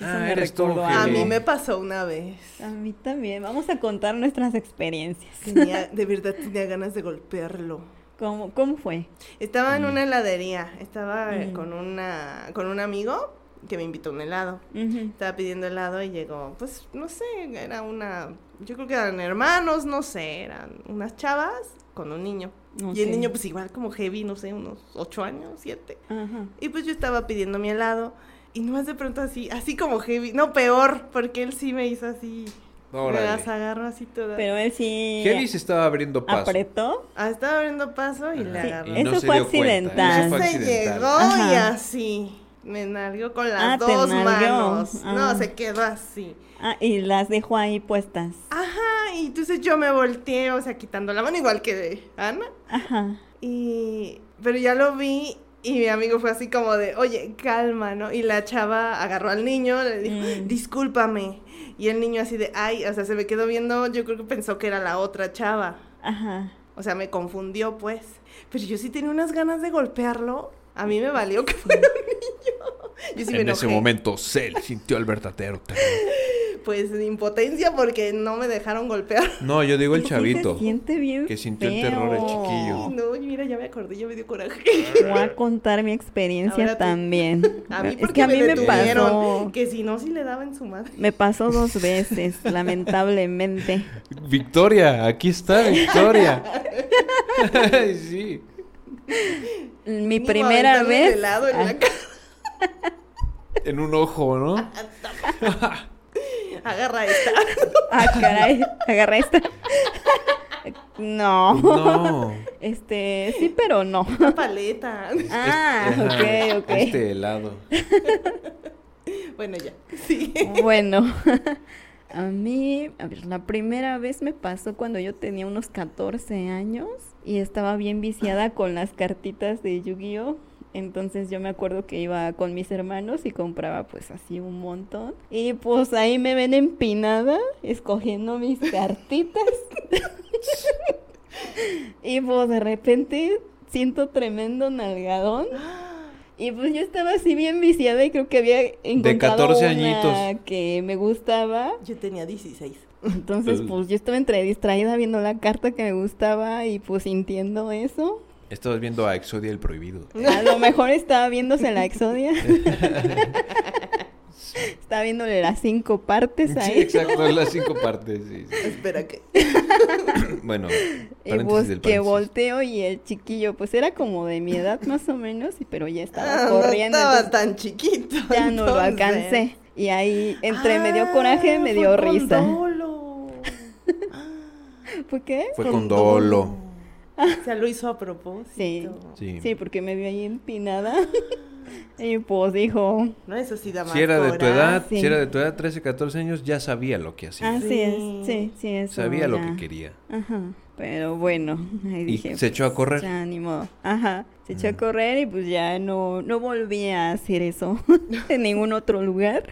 me
tú,
recordó
Heidi.
A
Ándale.
mí me pasó una vez.
A mí también. Vamos a contar nuestras experiencias.
Tenía, de verdad tenía ganas de golpearlo.
¿Cómo, cómo fue?
Estaba en
Mm.
una heladería. Estaba eh,
Mm.
con, una, con un amigo que me invitó un helado.
Ujú.
Estaba pidiendo helado y llegó, pues no sé, era una, yo creo que eran hermanos, no sé, eran unas chavas con un niño. Y el
Ok.
niño pues igual como heavy, no sé, unos ocho años, siete.
Ajá.
Y pues yo estaba pidiendo mi helado y nomás de pronto así, así como heavy, no peor, porque él sí me hizo así, me
Órale.
las agarró así todas.
Pero él sí
Kelly se estaba abriendo paso.
apretó.
Ah, estaba abriendo paso y le
Ajá.
agarró.
Ah, Y
Eso fue
dio cuenta.
accidental.
Eso fue
se
accidental.
llegó y
Ajá.
así, me nalgó con las
Ah, te
dos
nalgueó.
manos.
Ah.
No, se quedó así.
Ah, y las dejó ahí puestas.
Ajá, y entonces yo me volteé, o sea, quitando la mano igual que de Ana.
Ajá.
Y... Pero ya lo vi y mi amigo fue así como de, oye, calma, ¿no? Y la chava agarró al niño, le dijo,
Mm.
discúlpame. Y el niño así de, ay, o sea, se me quedó viendo, yo creo que pensó que era la otra chava.
Ajá.
O sea, me confundió, pues. Pero yo sí tenía unas ganas de golpearlo. A mí me valió que fuera un niño. Yo sí me
en ese
enojé.
momento, Cell sintió al verdadero terror.
pues impotencia porque no me dejaron golpear.
No, yo digo el
Sí se
chavito.
siente bien
que sintió el terror el chiquillo.
Y No, mira, ya me acordé, ya me dio coraje.
Voy a contar mi experiencia
Ahora tú.
también.
A mí porque
es que a mí me,
detuvieron,
pasó.
que si no, sí le daba en su madre.
Me pasó dos veces, lamentablemente.
Victoria, aquí está Victoria. Ay, sí.
Mi
Ni
primera
aventarme
vez.
de lado en la
ah,
cara.
En un ojo, ¿no?
Agarra esta.
ah, caray, agarra esta. No.
No.
Este, sí, pero no.
Una paleta.
Ah,
Este- ajá,
ok, ok.
Este helado.
Bueno, ya. Sí.
Bueno, a mí, a ver, la primera vez me pasó cuando yo tenía unos 14 años y estaba bien viciada con las cartitas de Yu-Gi-Oh! Entonces yo me acuerdo que iba con mis hermanos y compraba pues así un montón. Y pues ahí me ven empinada, escogiendo mis cartitas. y pues de repente siento tremendo nalgadón. Y pues yo estaba así bien viciada y creo que había encontrado
14
una
añitos.
que me gustaba.
Yo tenía 16.
Entonces,
Ujú.
pues yo estaba entre distraída viendo la carta que me gustaba y pues sintiendo eso.
Estabas viendo a Exodia el prohibido.
A lo mejor estaba viéndose la Exodia. estaba viéndole las cinco partes
Sí,
ahí.
exacto, las cinco partes. sí, sí.
Espera que.
Bueno,
Y
paréntesis
pues
del
que
paréntesis.
volteo y el chiquillo, pues era como de mi edad más o menos, y- pero ya estaba
Ah,
corriendo.
No estaba
entonces
tan chiquito.
ya no lo
entonces.
alcancé. Y ahí entre me dio
Ah,
coraje, me
fue
dio
con
risa.
dolo. Ah,
¿Por qué?
Fue con dolo.
dolo. O sea, lo hizo a propósito.
Sí.
Sí.
Sí, porque me vio ahí empinada. y pues dijo,
No, eso sí da más
Si era de tu
coraje.
edad,
sí.
si era de tu edad, 13, 14 años, ya sabía lo que hacía.
así
Sí.
es, Ah, sí, sí, eso
sabía lo
ya".
que quería.
Ajá, pero bueno, ahí
Y
dije, "Pues,
se echó a correr. Mm.
ya ni modo. Ajá, se echó a correr y pues ya no, no volví a hacer eso en ningún otro lugar.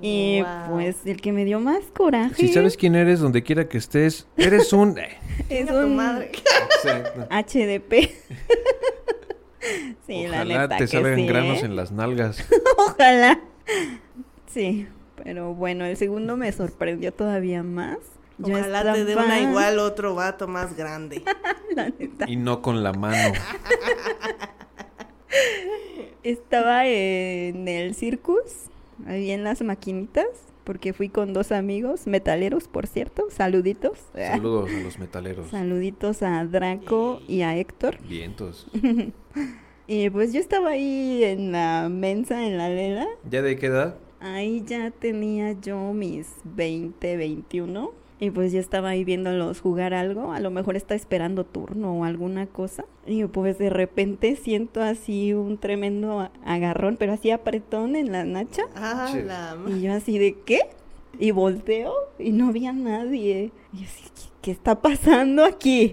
Y
Guau.
pues el que me dio más coraje
Si sabes quién eres, donde quiera que estés, eres un... Eh,
es
Chinga tu
un
madre.
Exacto.
HDP. sí, la
Ojalá
neta
te
que
salgan
sí,
granos
¿eh?
en las nalgas.
Ojalá. Sí, pero bueno, el segundo me sorprendió todavía más. Yo
Ojalá te dé
estaba-
una igual otro vato más grande.
La neta.
Y no con la mano.
Estaba en el circus, ahí en las maquinitas, porque fui con dos amigos, metaleros, por cierto. Saluditos.
Saludos a los metaleros.
Saluditos a Draco y a Héctor.
Vientos.
Ah, Y pues yo estaba ahí en la mensa, en la lela.
¿Ya de qué edad?
Ahí ya tenía yo mis 20, 21. Y pues yo estaba ahí viéndolos jugar algo. A lo mejor está esperando turno o alguna cosa. Y pues de repente siento así un tremendo a- agarrón, pero así apretón en la nacha.
Ah,
Sí.
la ma-
Y yo así de ¿qué? Y volteo y no había nadie. Y yo así, ¿qué, qué está pasando aquí?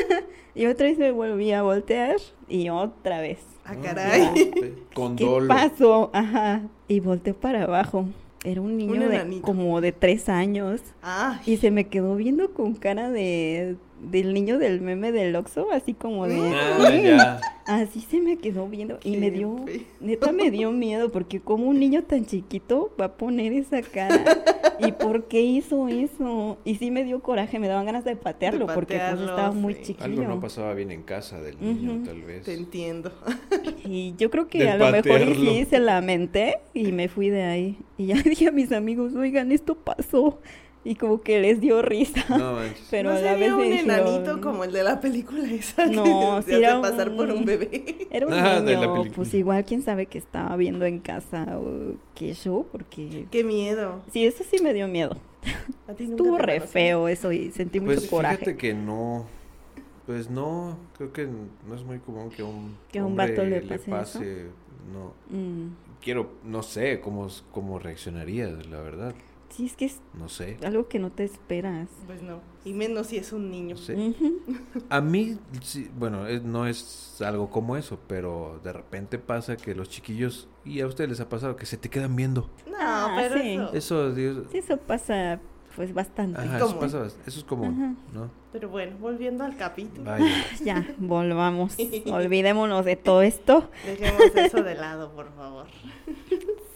y otra vez me volví a voltear y otra vez.
Ah, caray.
Con
¿Qué
dolo.
pasó? Ajá. Y volteé para abajo. Era un niño de
enanito.
como de tres años.
Ah,
Y se me quedó viendo con cara de del niño del meme del Oxxo, así como de
Ah, ya.
así se me quedó viendo y
Mm. Qué
me dio
feo.
neta me dio miedo porque como un niño tan chiquito va a poner esa cara y por qué hizo eso y sí me dio coraje, me daban ganas de patearlo porque pues,
patearlo,
estaba muy
sí.
Algo
chiquillo
no pasaba bien en casa del niño,
Ujú.
tal vez.
te entiendo.
y yo creo que
De
a lo mejor y
patearlo.
sí se lamenté y me fui de ahí y ya dije a mis amigos, "Oigan, esto pasó." Y como que les dio risa.
No manches.
Pero
¿No
a la
sería
vez
un
me
enanito
dijeron-
como el de la película esa
No,
que
sí
se hace
era
pasar por
un-
un bebé?
Era un
Ah, de la
niño,
película.
pues igual quién sabe que estaba viendo en casa o qué show, porque
Qué miedo.
sí, eso sí me dio miedo.
A ti nunca
Estuvo
te
re
pasó.
feo eso y sentí mucho
Pues fíjate
coraje.
que no. Pues no, creo que no es muy común que un,
Que a un
hombre
vato le pase
No.
Mm,
Quiero, no sé cómo, cómo reaccionarías, la verdad.
Sí, es que es
No sé.
algo que no te esperas.
Pues no. Y menos si es un niño.
No sé.
Mm. Ujú.
A mí, sí, bueno, es- no es algo como eso, pero de repente pasa que los chiquillos, y a ustedes les ha pasado, que se te quedan viendo.
No,
Ah,
pero
sí.
eso.
Eso, Dios.
Sí, eso pasa pues bastante.
Ajá,
es
eso,
común.
pasa bast- eso es común,
Ajá.
¿no?
Pero bueno, volviendo al capítulo.
Vaya.
Ya, volvamos. Olvidémonos de todo esto.
Dejemos eso de lado, por favor.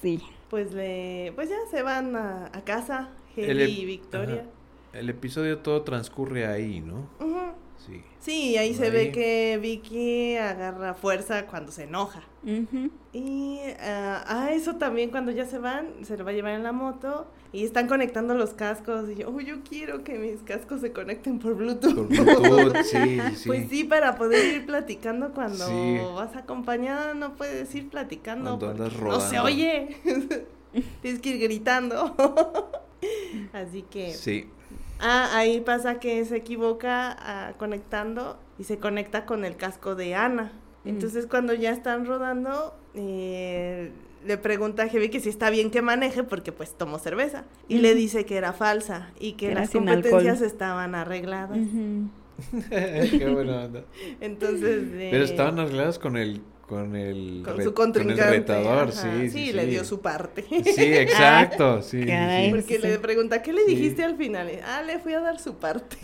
Sí.
Pues le, pues ya se van a, a casa,
El em
Heli
ep-
y Victoria.
Ajá. El episodio todo transcurre ahí, ¿no?
Ujú.
Sí.
Sí, ahí se
Ahí.
ve que Vicky agarra fuerza cuando se enoja.
Ujú.
Y ah, ah, eso también cuando ya se van, se lo va a llevar en la moto y están conectando los cascos. Y yo, "Oh, yo quiero que mis cascos se conecten por Bluetooth.
Por Bluetooth, sí, sí.
Pues sí, para poder ir platicando cuando
Sí.
vas acompañada, no puedes ir platicando.
Cuando andas
porque no se
rodando.
oye. Tienes que ir gritando. Así que.
Sí.
Ah, ahí pasa que se equivoca ah, conectando y se conecta con el casco de Ana.
Mm.
Entonces cuando ya están rodando, eh, le pregunta a Heavy que si está bien que maneje porque pues tomó cerveza. Y le
Ujú.
dice que era falsa y
Que
que
Mm. era
las
sin alcohol. Mm.
competencias estaban arregladas.
Ujú.
Qué buena onda.
Entonces... eh,
Pero estaban arregladas con el con el
con
re-
su
con
contrincante.
el retador,
ajá.
sí, sí,
le
sí.
dio su parte.
Sí, exacto, sí. sí,
caray.
Porque le pregunta, ¿qué le
Sí.
dijiste al final? Y, Ah, le fui a dar su parte.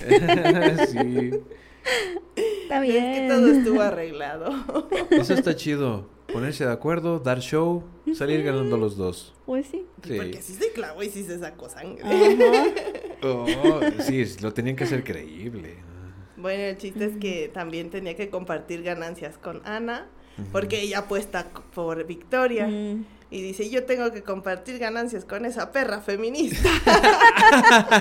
sí.
Está
Es
bien.
que todo estuvo arreglado.
Eso está chido. Ponerse de acuerdo, dar show, salir ganando los dos.
Pues sí.
Sí. Ah.
Porque sí se clavó y sí se sacó sangre.
Ajá.
Oh, sí, es- lo tenían que hacer creíble.
Bueno, el chiste es
Mm.
que también tenía que compartir ganancias con Ana,
Ujú.
porque ella apuesta c- por Victoria
Mm.
y dice, yo tengo que compartir ganancias con esa perra feminista.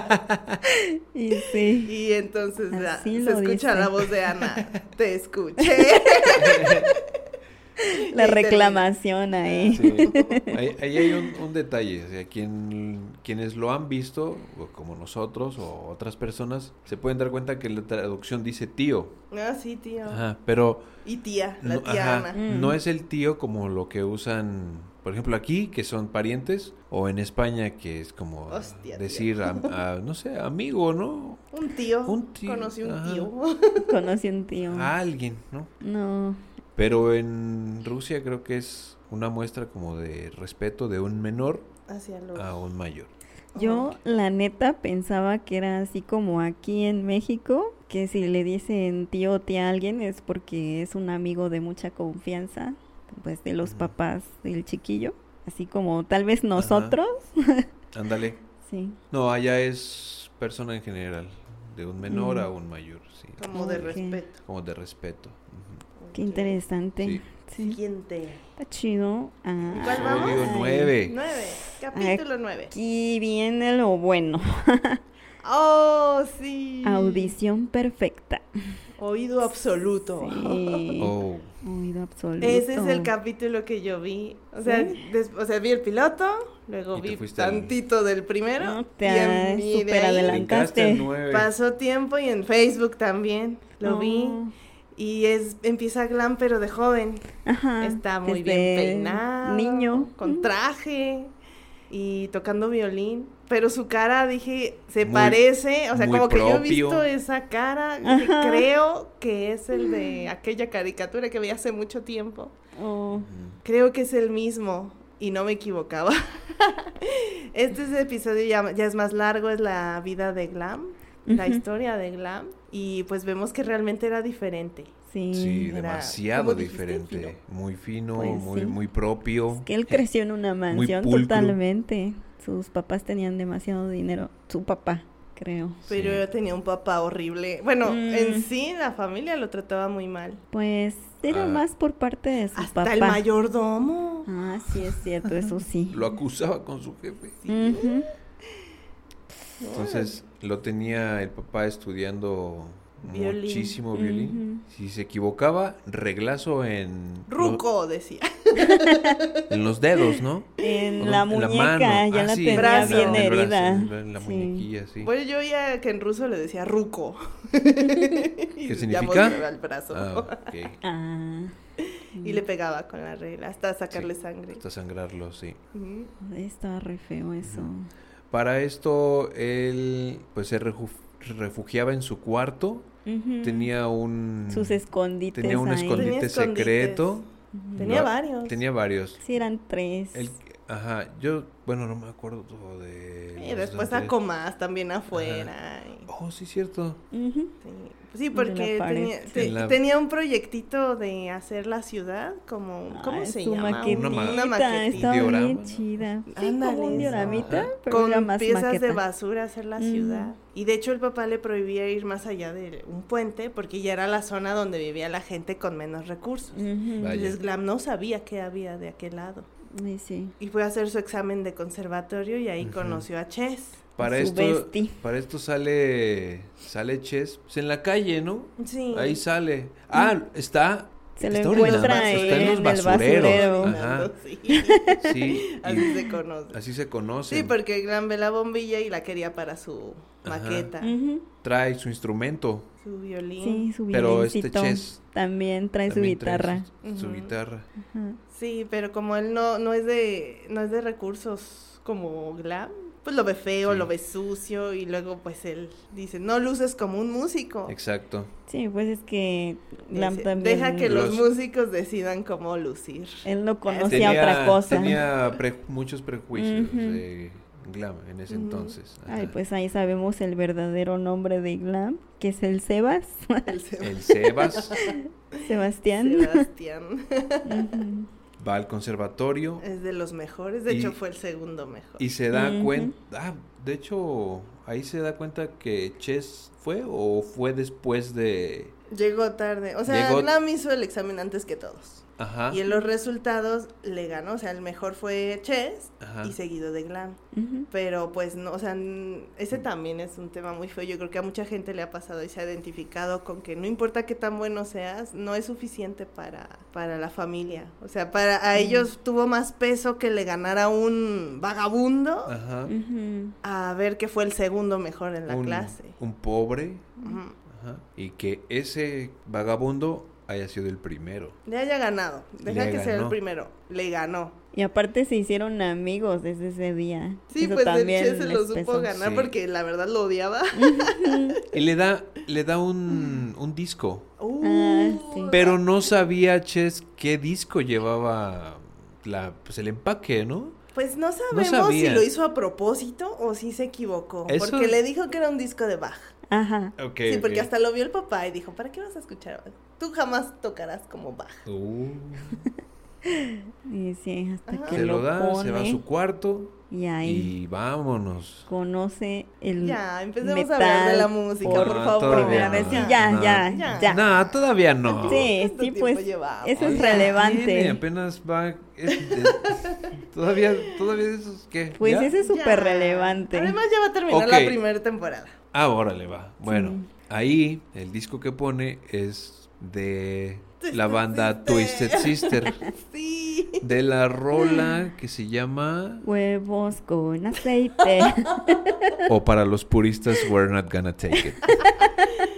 Y sí.
Y entonces la-
Así
se
lo
escucha
dice.
la voz de Ana, te escuché. Y
La
ahí termina.
reclamación ahí.
Sí. Ahí, ahí hay un, un detalle, o sea, quien, quienes lo han visto, o como nosotros o otras personas, se pueden dar cuenta que la traducción dice tío,
Ah, sí, tío.
Ajá, pero
Y tía, la
no,
tía
ajá,
Ana.
Mm.
no es el tío como lo que usan, por ejemplo, aquí, que son parientes, o en España, que es como
Hostia,
decir, a- a, no sé, amigo, ¿no?
Un tío.
Un tío,
Conocí un
ajá.
tío.
Conocí un tío.
A alguien, ¿no?
No.
Pero en Rusia creo que es una muestra como de respeto de un menor
Hacia los...
a un mayor.
Yo, la neta, pensaba que era así como aquí en México, que si le dicen tío o tía a alguien es porque es un amigo de mucha confianza, pues de los
Ujú.
papás del chiquillo. Así como tal vez nosotros.
Ándale.
Sí.
No, allá es persona en general, de un menor
Mm.
a un mayor, sí.
Como de
Ok.
respeto.
Como de respeto. ujú.
Qué
Ok.
interesante. Sí.
Siguiente.
Está chido. Ah,
¿Cuál vamos?
Episodio
ay.
nueve.
Nueve.
Ah,
Capítulo nueve.
Aquí viene lo bueno.
Oh, sí.
Audición perfecta.
Oído absoluto.
Sí.
Oh,
Oído absoluto.
Ese es el capítulo que yo vi. O sea,
¿Sí?
des- o sea vi el piloto, luego
Y te
vi
fuiste al-
tantito del primero.
No,
y
te
en- y de
super
brincaste
ahí
adelantaste.
el nueve.
Pasó tiempo y en Facebook también lo vi.
No.
Y es empieza glam, pero de joven.
Ajá,
Está muy bien
Ah, desde
peinado.
Niño.
Con traje. Y tocando violín. Pero su cara, dije, se
Muy-
parece. O sea,
muy
como que yo he
propio.
visto esa cara. dije,
Ajá.
creo que es el de aquella caricatura que vi hace mucho tiempo.
Oh,
Ujú.
Creo que es el mismo. Y no me equivocaba. este es el episodio ya, ya es más largo. Es la vida de Glam. La
Ujú.
historia de Glam. Y pues vemos que realmente era diferente.
sí.
Sí,
Era-
demasiado
¿cómo dijiste?
diferente. Muy fino,
Pues
muy,
sí.
muy propio.
Es que él creció en una mansión
pulcro.
totalmente. Sus papás tenían demasiado dinero. Su papá, creo.
Pero
Sí.
yo tenía un papá horrible. Bueno,
Mm.
en sí la familia lo trataba muy mal.
Pues era
Ah.
más por parte de su
Hasta
papá.
el mayordomo.
Ah, sí, es cierto, eso sí.
Lo acusaba con su jefe.
Ujú.
Entonces lo tenía el papá estudiando
Violín.
muchísimo violín. Si se equivocaba, reglazo en, lo-
Ruco, decía.
en los dedos, ¿no?
En
O
la
en
muñeca,
mano.
ya
Ah,
la
sí,
tenía
brazo.
bien
en el brazo,
herida.
en la- en la
Sí.
muñequilla, sí.
Bueno, yo oía que en ruso le decía ruco. y
¿Qué
ya
significa?
mostraba el brazo.
Ah, ok.
Ah,
Y le pegaba con la regla hasta sacarle
Sí.
sangre.
Hasta sangrarlo, sí.
Ujú.
estaba re feo eso.
Para esto, él pues se reju- refugiaba en su cuarto.
Ujú.
Tenía un...
Mm. sus escondites
Tenía un
ahí.
escondite
Tenía
secreto.
Ujú.
Tenía
Lo-
varios.
Tenía varios.
Sí, eran tres.
El- ajá, yo, bueno, no me acuerdo todo de...
Y
los
después
anteriores.
a Comas también afuera. y-
Oh, sí, cierto.
Ujú.
sí. Sí, porque tenía, te-
En la-
tenía un proyectito de hacer la ciudad, como, ¿cómo
Ah,
Ay,
se
Ah, su
llama?
Maquetita,
Una
Estaba
Un diorama,
bien
¿no?
chida. Sí,
Ándale,
como un
eso.
dioramita,
Ajá.
pero era
con
más
piezas
maqueta. Mm.
de basura hacer la
Ujú.
ciudad. Y de hecho el papá le prohibía ir más allá de un puente porque ya era la zona donde vivía la gente con menos recursos.
Ujú.
Vaya.
Entonces Glam no sabía qué había de aquel lado.
Ay, sí.
Y fue a hacer su examen de conservatorio y ahí
Ujú.
conoció a Chess.
Para
Su
esto,
bestie.
para esto sale, sale Chess pues, en la calle, ¿no?
Sí.
Ahí sale. Ah, está.
Se lo
está
encuentra
orinando,
él
está en los
en el
basureros.
basurero.
Ajá.
Sí.
Sí.
Así
y
se conoce.
así se conoce.
Sí, porque Glam ve la bombilla y la quería para su
Ajá.
maqueta,
Ujú.
Trae su instrumento.
su violín.
Mm. Sí, su
Pero este
violincito.
Chess
También trae
También
su guitarra.
su- su
Ujú.
guitarra.
Ajá.
Sí, pero como él no, no es de, no es de recursos como glam, pues lo ve feo,
Sí.
lo ve sucio y luego pues él dice, no luces como un músico.
Exacto.
Sí, pues es que Glam
Dice,
también. Eh,
Deja que
Los-
los músicos decidan cómo lucir.
Él no conocía
tenía
otra cosa.
tenía pre- muchos prejuicios
Ujú.
de glam en ese
Ujú.
entonces. Ajá.
Ay, pues ahí sabemos el verdadero nombre de Glam, que es el Sebas,
eh,
El Seb-
El Sebas
Sebastián.
Sebastián
Ujú.
va al conservatorio
es de los mejores, de
Y-
hecho fue el segundo mejor.
y se da
Ujú.
cuenta. Ah, de hecho, ahí se da cuenta que Chess fue o fue después de.
Llegó tarde, o sea,
Llegó- Ah.
Glam hizo el examen antes que todos.
Ajá.
Y en los resultados le ganó, o sea, el mejor fue Chess
Ajá.
y seguido de Glam.
Ujú.
Pero pues no, o sea, n-
Mm.
ese también es un tema muy feo. Yo creo que a mucha gente le ha pasado y se ha identificado con que no importa qué tan bueno seas, no es suficiente para, para la familia. O sea, para a
Mm.
ellos tuvo más peso que le ganara un vagabundo
Ajá.
Ujú.
a ver que fue el segundo mejor en la
Ah. un,
clase.
un pobre.
Ujú.
Ajá. Y que ese vagabundo haya sido el primero.
Le haya ganado, deja
Le
que sea el
ganó.
primero, le ganó.
Y aparte se hicieron amigos desde ese día.
Sí,
Eso
pues el
también
Che se lo
les
supo
pesó.
ganar
Sí.
porque la verdad lo odiaba. Ah,
Y le da, le da un,
Mm.
un disco.
Ah,
Uh,
sí.
Pero no sabía Chess qué disco llevaba la, pues el empaque, ¿no?
Pues no sabemos si
sabía.
lo hizo a propósito o si se equivocó.
Eso-
Porque le dijo que era un disco de Bach.
Ajá.
Ok.
sí, porque hasta lo vio el papá y dijo, ¿para qué vas a escuchar? Bach? Tú jamás tocarás como Bach.
Uh,
Y sí, hasta
Ajá.
que
se
Ah, lo,
lo da,
pone
se va a su cuarto
y ahí
y vámonos.
conoce el
Ya, empecemos
Mm, metal
a hablar de la música,
por-
por,
No,
favor.
todavía
A ver,
no.
sí, ya,
No.
ya,
Ya.
ya.
No, todavía no.
Sí,
¿Cuánto
sí,
Este tiempo
pues
llevamos?
eso es
Ya
Tiene,
relevante.
apenas va. es- es- todavía, todavía eso es que.
Pues
¿ya?
ese es
Ya.
súper relevante.
Además ya va a terminar
Ok.
la primera temporada.
Ah, órale, va. Bueno,
Sí.
ahí el disco que pone es de la
Twisted
banda
Sister.
Twisted Sister.
Sí.
De la rola que se llama.
Huevos con aceite.
O para los puristas, We're Not Gonna Take It.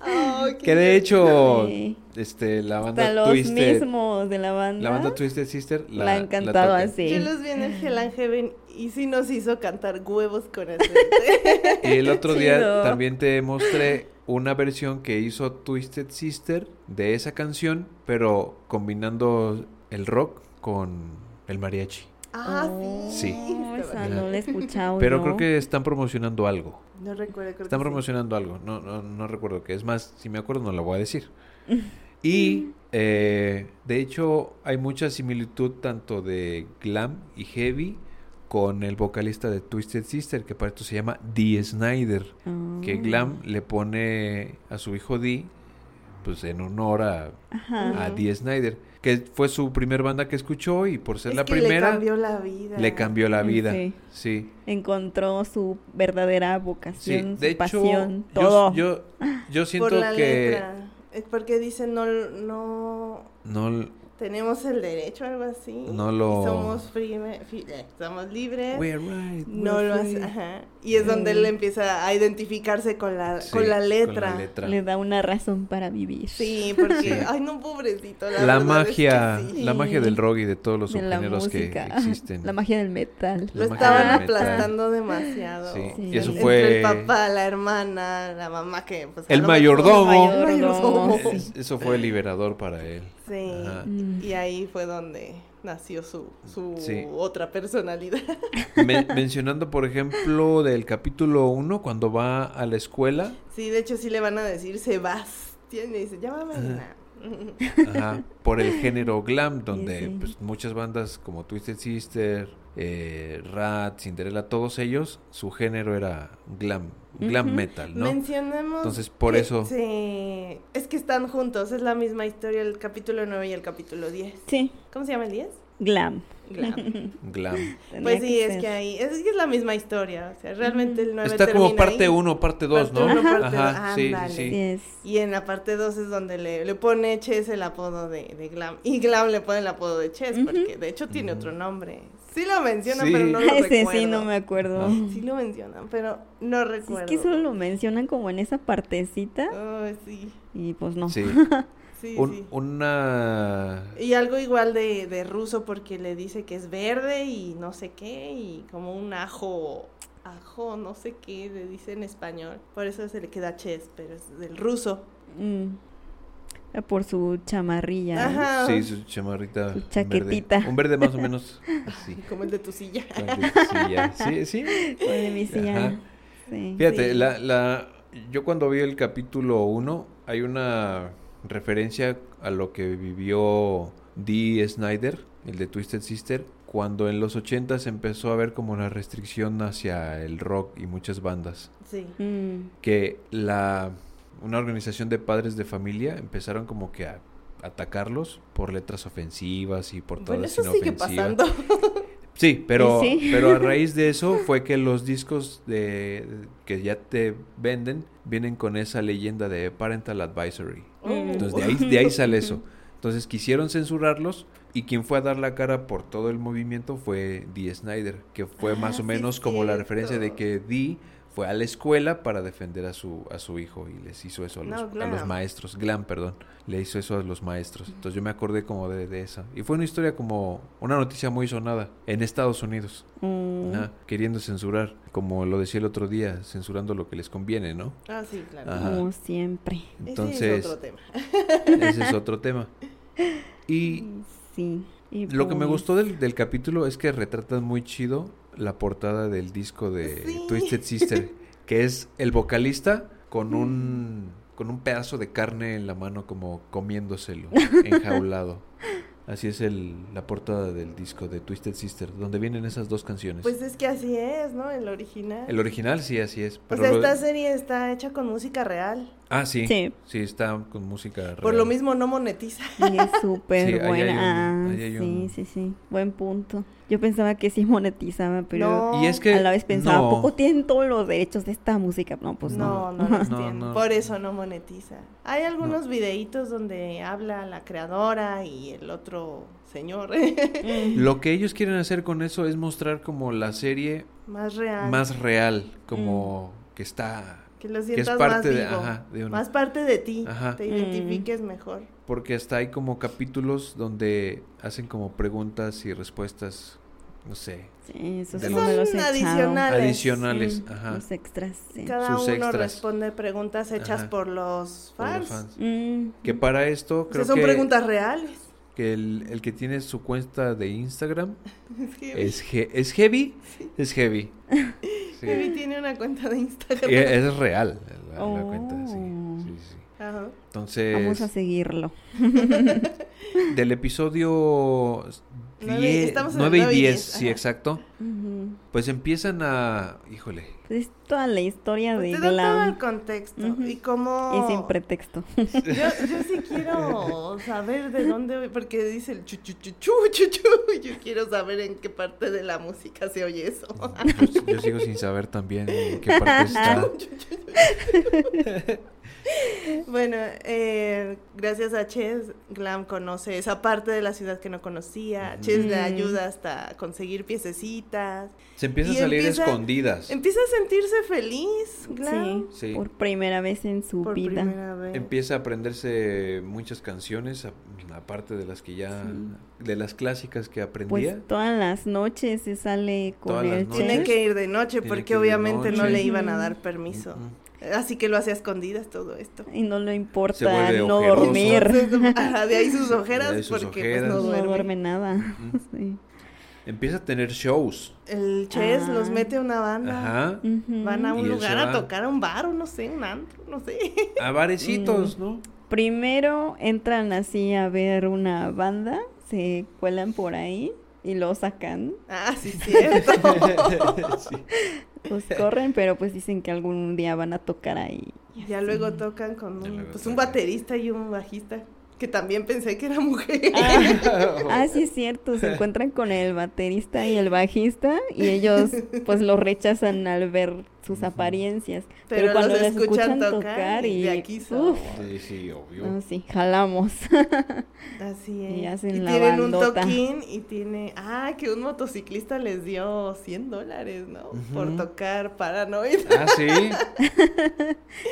Ah, ok.
Que de hecho,
Sí.
este, la
Hasta
banda
los
Twisted.
mismos de la banda.
La banda Twisted Sister
la,
la,
han cantado
toca.
así.
Yo los vi en el Hell and Heaven y sí nos hizo cantar huevos con aceite.
Y el otro día
Chido.
también te mostré una versión que hizo Twisted Sister de esa canción, pero combinando el rock con el mariachi.
ah, sí.
Sí.
No, esa
Mira.
no la he
Oh,
escuchado.
Pero
yo.
creo que están promocionando algo.
No recuerdo. Creo
Están
que sí.
promocionando algo. No, no, no recuerdo qué. Es más, si me acuerdo no lo voy a decir. Y eh, de hecho hay mucha similitud tanto de glam y heavy con el vocalista de Twisted Sister, que para esto se llama Dee Snyder.
Ah.
Oh.
que Glam le pone a su hijo Dee, pues en honor a,
Ajá.
a
Ujú.
Dee Snyder, que fue su primer banda que escuchó y por ser
Es
la
que
primera
Le cambió la vida.
la vida.
Sí.
Sí.
Encontró su verdadera
Sí,
vocación,
de
su
hecho,
pasión,
yo-
todo.
yo, yo siento
por la
que
letra. Es porque dice no, no
no l-
tenemos el derecho algo así.
No lo-
Y somos, frime- fi- eh, somos libres.
We're right,
no
we're
lo
free.
hace. Ajá. Y es donde él empieza a identificarse con la,
Mm. Sí,
con la
con
letra.
la letra.
Le da una razón para vivir.
Sí, porque,
Sí.
ay no, pobrecito. La,
La
verdad es que
magia,
sí.
la magia del rock y de todos los
de la
subgéneros que
música.
existen.
La magia del metal.
La
Lo
magia
estaban
del metal.
aplastando demasiado.
Sí,
Sí.
y eso
Entre
fue
el papá, la hermana, la mamá que... pues, a
El
lo mejor-
mayordomo.
mayordomo,
mayordomo.
sí.
es- eso fue liberador para él.
Sí.
Ajá.
Mm.
Y ahí fue donde nació su, su
Sí.
otra personalidad.
Men- mencionando, por ejemplo, del capítulo 1, cuando va a la escuela.
Sí, de hecho sí le van a decir Sebastián. Y dice, llámame.
Ajá.
Ana".
Ajá, por el género glam, donde
sí.
pues, muchas bandas como Twisted Sister, eh, Rat, Cinderella, todos ellos, su género era glam, glam
Ujú.
metal, ¿no?
Mencionamos.
Entonces, por
que
eso-
se- Es que están juntos, es la misma historia el capítulo 9 y el capítulo 10.
Sí,
¿Cómo se llama el 10?
glam.
Glam.
Glam.
Tendría
Pues sí, es
ser.
que ahí. Es que es la misma historia. O sea, realmente el 9
Está como parte
uno
1, parte 2,
Parte
¿no?
uno, parte
Ajá,
dos,
sí,
ándale.
sí,
Así
sí.
es.
Y en la parte 2 es donde le, le pone Chess el apodo de, de Glam. Y Glam le pone el apodo de Chess,
Ujú.
porque de hecho tiene
Ujú.
otro nombre. Sí lo mencionan,
Sí.
pero no lo
Ese
recuerdo.
sí, no me acuerdo.
Ajá.
Sí lo mencionan, pero no
Sí,
recuerdo.
es que solo lo mencionan como en esa partecita
Ay, sí,
y pues no.
sí.
sí,
Un-
sí.
Una...
Y algo igual de, de ruso, porque le dice que es verde y no sé qué, y como un ajo, ajo, no sé qué, le dice en español. Por eso se le queda Chess, pero es del ruso.
Mm. Por su chamarrilla.
Ajá.
Sí, su chamarrita.
Su
verde.
chaquetita.
Un verde más o menos así.
Como el de tu silla.
blanquecilla. Sí, sí.
O de mi silla.
Ajá.
Sí.
Fíjate,
Sí.
la, la, yo cuando vi el capítulo 1, hay una referencia a lo que vivió Dee Snyder, el de Twisted Sister, cuando en los 80 se empezó a ver como la restricción hacia el rock y muchas bandas.
Sí.
Mm.
Que la, una organización de padres de familia empezaron como que a atacarlos por letras ofensivas y por
Bueno, eso sigue
inofensivas.
pasando.
Sí, pero,
Y sí.
pero a raíz de eso fue que los discos de, que ya te venden vienen con esa leyenda de Parental Advisory.
Oh.
Entonces de ahí, de ahí sale eso. Entonces quisieron censurarlos y quien fue a dar la cara por todo el movimiento fue Dee Snyder, que fue
Ah,
más o
sí,
menos como la
cierto.
referencia de que Dee fue a la escuela para defender a su, a su hijo y les hizo eso a
No,
los, a los
glam.
maestros. Glam, perdón. Le hizo eso a los maestros. Entonces yo me acordé como de, de esa. Y fue una historia como una noticia muy sonada en Estados Unidos.
Mm.
Ajá, queriendo censurar, como lo decía el otro día, censurando lo que les conviene, ¿no?
Ah, sí, claro.
Ajá.
Como siempre.
Ese es
Entonces,
otro tema.
ese es otro tema. Y
Sí. y
Lo que me
pues,
gustó del, del capítulo es que retratan muy chido la portada del disco de
Sí.
Twisted Sister, que es el vocalista con un con un pedazo de carne en la mano como comiéndoselo, enjaulado. Así es el, la portada del disco de Twisted Sister, donde vienen esas dos canciones.
Pues es que así es, ¿no? El original.
el original sí, así es.
o
pero
sea,
lo-
esta serie está hecha con música real.
Ah, sí, sí.
Sí.
está con música real.
Por lo mismo no monetiza.
y es
Sí,
súper
ahí hay
buena.
un-
Ah,
ahí hay
sí,
un-
sí, sí. Buen punto. Yo pensaba que sí monetizaba, pero
No.
Y es que
a la vez pensaba,
no.
¿a poco tienen todos los derechos de esta música? No, pues no.
no, no, los
No,
tiene.
no.
Por eso no monetiza. Hay algunos videitos donde habla la creadora y el otro señor.
Mm,
Lo que ellos quieren hacer con eso es mostrar como la serie
más real.
más real, como
Mm.
que está,
que lo
que es
sientas más
parte
vivo.
de, ajá, de una-
Más parte de ti.
Ajá.
Te
Mm.
identifiques mejor.
porque hasta hay como capítulos donde hacen como preguntas y respuestas, no sé,
Sí, eso
De
sí no
los-
me los
Son
he echado.
adicionales.
adicionales,
Mm,
ajá,
Los extras, sí.
Cada
Sus
uno
extras.
responde preguntas hechas
Ajá.
por los
por
fans.
los fans.
Mm,
Que para esto
O sea,
creo
Pues son
que,
preguntas reales.
que el, el que tiene su cuenta de Instagram
Sí,
es, he- es heavy, es heavy. Sí.
Baby tiene una cuenta de Instagram.
Eh,
Y e- Es real la, la
Oh.
cuenta, sí, sí, sí.
Ajá.
Entonces,
Vamos a seguirlo.
del episodio
Nueve-
10,
estamos en el
9 y 10,
nueve y diez,
sí,
ajá.
exacto.
Ujú.
Pues empiezan a. Híjole.
Pues es toda la historia
Pues Te
de
da todo el
Glam
contexto
Ujú.
y cómo...
y sin pretexto.
Yo, yo sí quiero saber de dónde, porque dice el chu, chu, chu, chu, chu, chu, y Yo quiero saber en qué parte de la música se oye eso.
Ah.
pues, Yo, yo sigo sin saber también en qué parte está.
Bueno, eh, gracias a Chess, Glam conoce esa parte de la ciudad que no conocía.
Ujú.
Chess le
Mm.
ayuda hasta conseguir piececitas.
Se empieza a
Y
salir
empieza-
escondidas.
Empieza a sentirse feliz, Glam.
Sí,
Sí.
por primera vez en su
Por
vida.
primera vez.
Empieza a aprenderse muchas canciones, a- aparte de las que ya. de las clásicas que aprendía.
Pues todas las noches se sale con
Todas las
el
noches.
Tiene
chef.
que ir de noche
Tiene que
porque
ir de
obviamente no
noche.
le iban a
Ujú.
dar permiso.
Mm, mm.
Así que lo hace a escondidas todo esto.
Y no le importa
Se vuelve
no
ojeroso.
dormir.
Ajá, de ahí sus ojeras,
De ahí sus
porque
ojeras.
pues no
No
duerme.
duerme nada.
Ujú.
Sí.
mm, Empieza a tener shows.
El Chess
Ah.
los mete a una banda.
Ajá.
Ujú.
Van a
Y
un
él se
lugar a
va.
tocar a un bar o no sé, un antro, no sé.
A
Mm.
barecitos, ¿no?
Primero entran así a ver una banda, se cuelan por ahí y lo sacan.
Ah, sí, cierto.
Sí.
Pues corren, pero pues dicen que algún día van a tocar ahí.
ya luego tocan con
Ya
un,
luego
pues, un
tocan.
baterista y un bajista, que también pensé que era mujer.
Ah, ah, sí es cierto, se encuentran con el baterista y el bajista y ellos pues lo rechazan al ver sus
Ujú.
apariencias.
Pero
cuando
los
les
escuchan
escuchan
tocar
tocar, y,
y de aquí son.
uf,
Sí, sí, obvio.
no, sí, jalamos.
Así es.
Y hacen la
tienen un
bandota.
toquín y tiene. Ah, que un motociclista les dio 100 dólares, ¿no? Por
Ujú.
tocar Paranoid.
Ah, sí.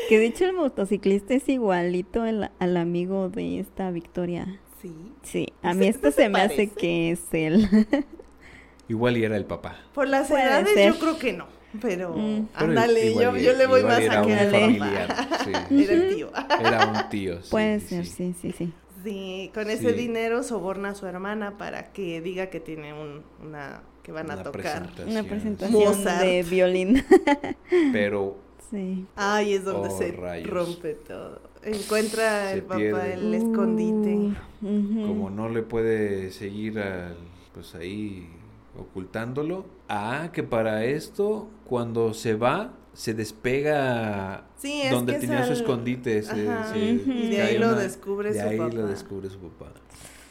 que de hecho el motociclista es igualito al, al amigo de esta Victoria.
Sí.
Sí, a
¿Se-
mí
se-
esto
se
se me hace
parece?
que es él.
Igual y era el papá.
Por las
Puede
edades
ser.
yo creo que no. Pero
Mm.
Pero
ándale,
igual
yo,
y-
yo le voy
igual
más
era
a que
un
al
familiar,
papá.
sí.
Era el tío.
Era un tío. sí,
Puede
sí,
ser,
sí.
sí, sí, sí.
Sí, con ese
Sí.
dinero soborna a su hermana para que diga que tiene un, una. que van a
Una
tocar.
presentación.
Una presentación
Mozart.
de violín.
Pero
sí.
Ay, es donde
Oh,
se
rayos.
rompe todo. Encuentra
Se
el papá
pierde.
el escondite.
Uh, ujú.
como no le puede seguir al, pues ahí ocultándolo. Ah, que para esto, cuando se va, se despega
Sí, es
donde eh,
que es
tenía su
al-
escondite. se-
Ajá.
se
Y de
cae
ahí
lo
una-
descubre
de
su
ahí
papá.
lo descubre su papá.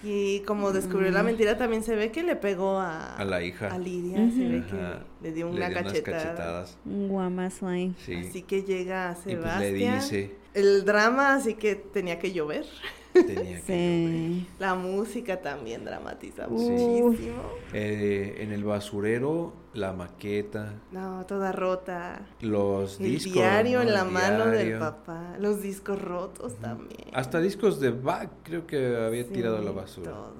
Y como descubrió la
Mm.
mentira, también se ve que le pegó a,
A la hija.
a Lidia. Se
Ujú.
ve
Ajá.
que le dio
Le
una
dio unas
cachetada.
cachetadas.
Un guamazo ahí.
Sí.
Así que llega a
y pues
Sebastián.
le dice,
El drama, así que tenía que llover.
tenía que...
Sí.
La música también dramatiza
Uf.
muchísimo.
Eh, en el basurero, la maqueta,
No, toda rota.
los
El
discos.
diario
¿no?
en
El
la mano del
diario.
papá. Los discos rotos también.
Hasta discos de Bach creo que había
Sí,
tirado a la basura.
Todo.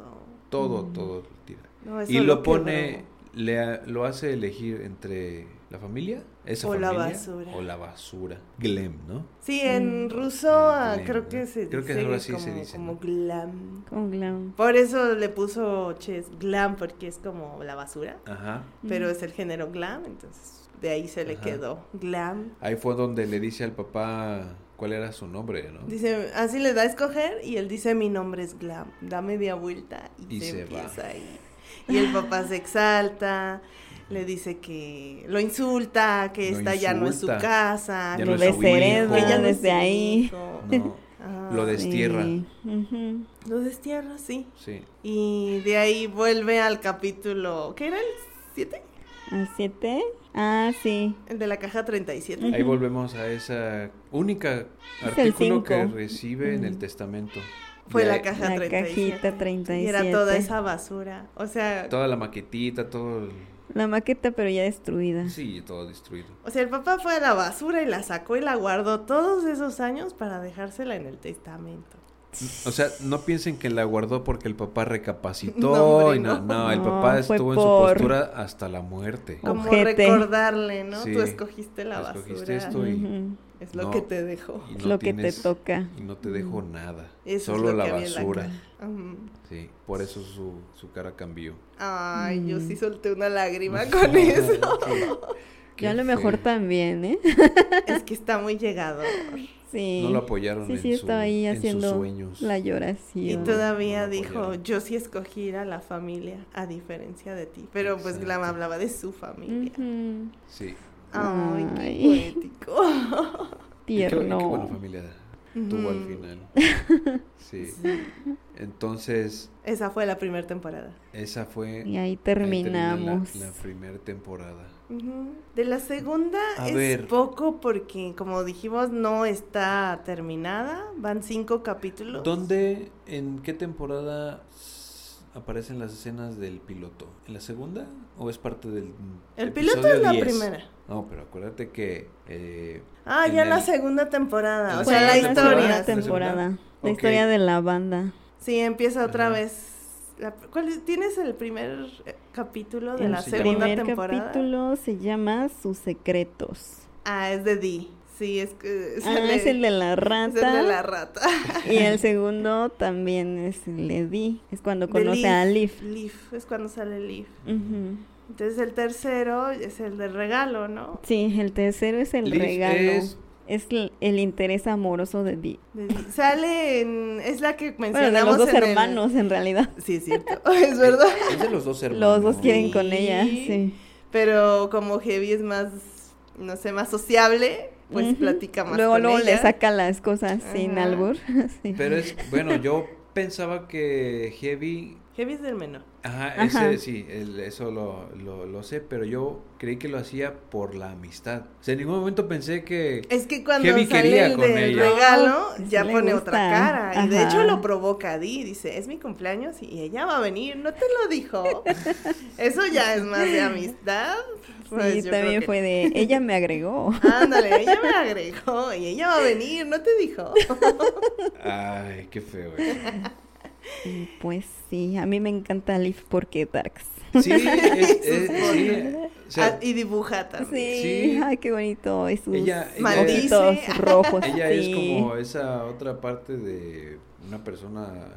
Todo,
Mm.
todo lo tira.
No, eso
Y lo
quebró.
pone, le, ha- lo hace elegir entre la familia, esa
O la
familia,
basura.
o la basura. Glem, ¿no?
Sí, en
Mm.
ruso ah,
Glam,
creo
¿no?
que se
Creo que
dice
algo así se
como,
dice,
como
¿no?
glam.
Con glam.
Por eso le puso Chess glam, porque es como la basura,
Ajá.
pero
Mm.
es el género glam, entonces de ahí se le
Ajá.
quedó glam.
Ahí fue donde le dice al papá cuál era su nombre, ¿no?
Dice, así le da a escoger y él dice, mi nombre es glam, da media vuelta y,
Y
se,
se va.
empieza ahí. Y el papá se exalta, le dice que lo insulta, que
Lo
esta ya no es su
insulta.
casa,
Ya
que
Lo
no es su
deshereda
hijo.
ella no es su
desde ahí.
hijo.
No,
Ajá.
lo de- Destierra.
Sí. Ujú.
Ah, Lo destierra, sí.
sí.
Y de ahí vuelve al capítulo, ¿qué era el 7?
¿A siete? Ah, sí.
El de la caja 37.
Ahí
Ujú.
volvemos a esa única
el
artículo
cinco.
que recibe en el
Mm.
testamento.
Fue
De
la
ahí-
caja
La
37.
cajita 37.
Y era toda esa basura. O sea,
Toda la maquetita, todo... el-
La maqueta, pero ya destruida.
Sí, todo destruido.
o sea, el papá fue a la basura y la sacó y la guardó todos esos años para dejársela en el testamento.
O sea, no piensen que la guardó porque el papá recapacitó.
No, hombre,
y no,
no.
no, el
No,
papá
fue
estuvo en su
por-
postura hasta la muerte.
Como
Ojete.
recordarle, ¿no?
Sí.
Tú escogiste la
Escogiste
basura.
esto y-
Ujú.
Es lo
No.
que te dejó.
Y
Es
no
lo que te
tienes-
toca.
Y no te dejo nada.
Eso es
solo
lo
la
que había en la
basura.
caja. Ujú.
sí, por eso su, su cara cambió.
Ay, yo
Mm.
sí solté una lágrima con eso.
Qué
Yo a lo mejor
feo.
también, ¿eh?
es que está muy llegador.
Sí.
No lo apoyaron
Sí,
en,
sí,
su-
estaba ahí
en sus
haciendo
sueños.
La
Y
lloración.
todavía
no lo
dijo,
apoyaron.
yo sí escogí a la familia, a diferencia de ti. Pero pues
Exacto.
Glam hablaba de su familia.
Ujú.
Sí.
Ay, qué
Ay.
poético.
Y qué-
Tierno.
Qué, buena familia tuvo al
Mm.
Ujú.
final. Sí. Entonces,
Esa fue la primera temporada.
esa fue
Y ahí
ahí termina la-
terminamos.
la primera temporada.
Ujú. De la segunda
A
es
ver.
poco porque, como dijimos, no está terminada. Van cinco capítulos.
¿Dónde, en qué temporada s- aparecen las escenas del piloto? ¿En la segunda o es parte del
El
episodio
piloto es la
10?
primera.
No, pero acuérdate que... eh,
Ah,
En
ya la
el-
segunda temporada.
en
O
la
sea, la
segunda
historia.
segunda temporada.
¿La
La,
segunda? Ok.
historia de la banda.
Sí, empieza otra
Ajá.
vez. La- ¿cuál es- ¿Tienes el primer eh, capítulo de
¿Cómo
la
se
el
llama?
segunda
primer
temporada?
capítulo se llama Sus secretos.
Ah, es de Dee. Sí, es que
Ah,
sale-
es el de la
es el de
rata.
la rata.
Y el segundo también es el de Dee. Es cuando
De
conoce a Leaf.
Leaf, es cuando sale Leaf.
Ujú.
Entonces el tercero es el del regalo, ¿no?
Sí, el tercero es el
Liz
regalo.
es-
Es... el, el interés amoroso de Dee.
De Leaf. Sale en... Es la que mencionamos
Bueno, de los dos
en el-
hermanos, en realidad.
Sí, es cierto. es verdad.
eh, Es de los dos hermanos.
Los dos quieren con ella,
Sí.
sí.
Pero como Heavy es más, no sé, más sociable, pues
Ujú.
platica más
Luego,
con
luego le
ella.
saca las cosas sin
Ajá.
albur. sí.
Pero es, bueno, yo pensaba que Heavy
Heavy es del menor.
Ajá,
Ajá.
ese sí, el- eso lo, lo, lo sé, pero yo creí que lo hacía por la amistad. O sea, en ningún momento pensé que...
Es que cuando
Heavy
sale
quería
el
con
del
ella.
regalo,
No,
ya
Ah, pues le
pone
gusta.
otra cara. Y de
Ajá.
hecho lo provoca a Dee. Dice, es mi cumpleaños y ella va a venir. ¿No te lo dijo? Eso ya es más de amistad. Pues
Sí,
yo creo
también
que-
fue de. Ella me agregó.
Ándale, ella me agregó y ella va a venir. ¿No te dijo?
Ay, qué feo. eh.
Y pues sí, a mí me encanta Leaf porque Dax.
Sí, es- es- sí, o sea,
Ah, y dibuja también.
Sí,
Sí.
ay, qué bonito. Y sus
Ella- ella-
ojitos
Maldice.
rojos.
ella
pues, sí.
es como esa otra parte de una persona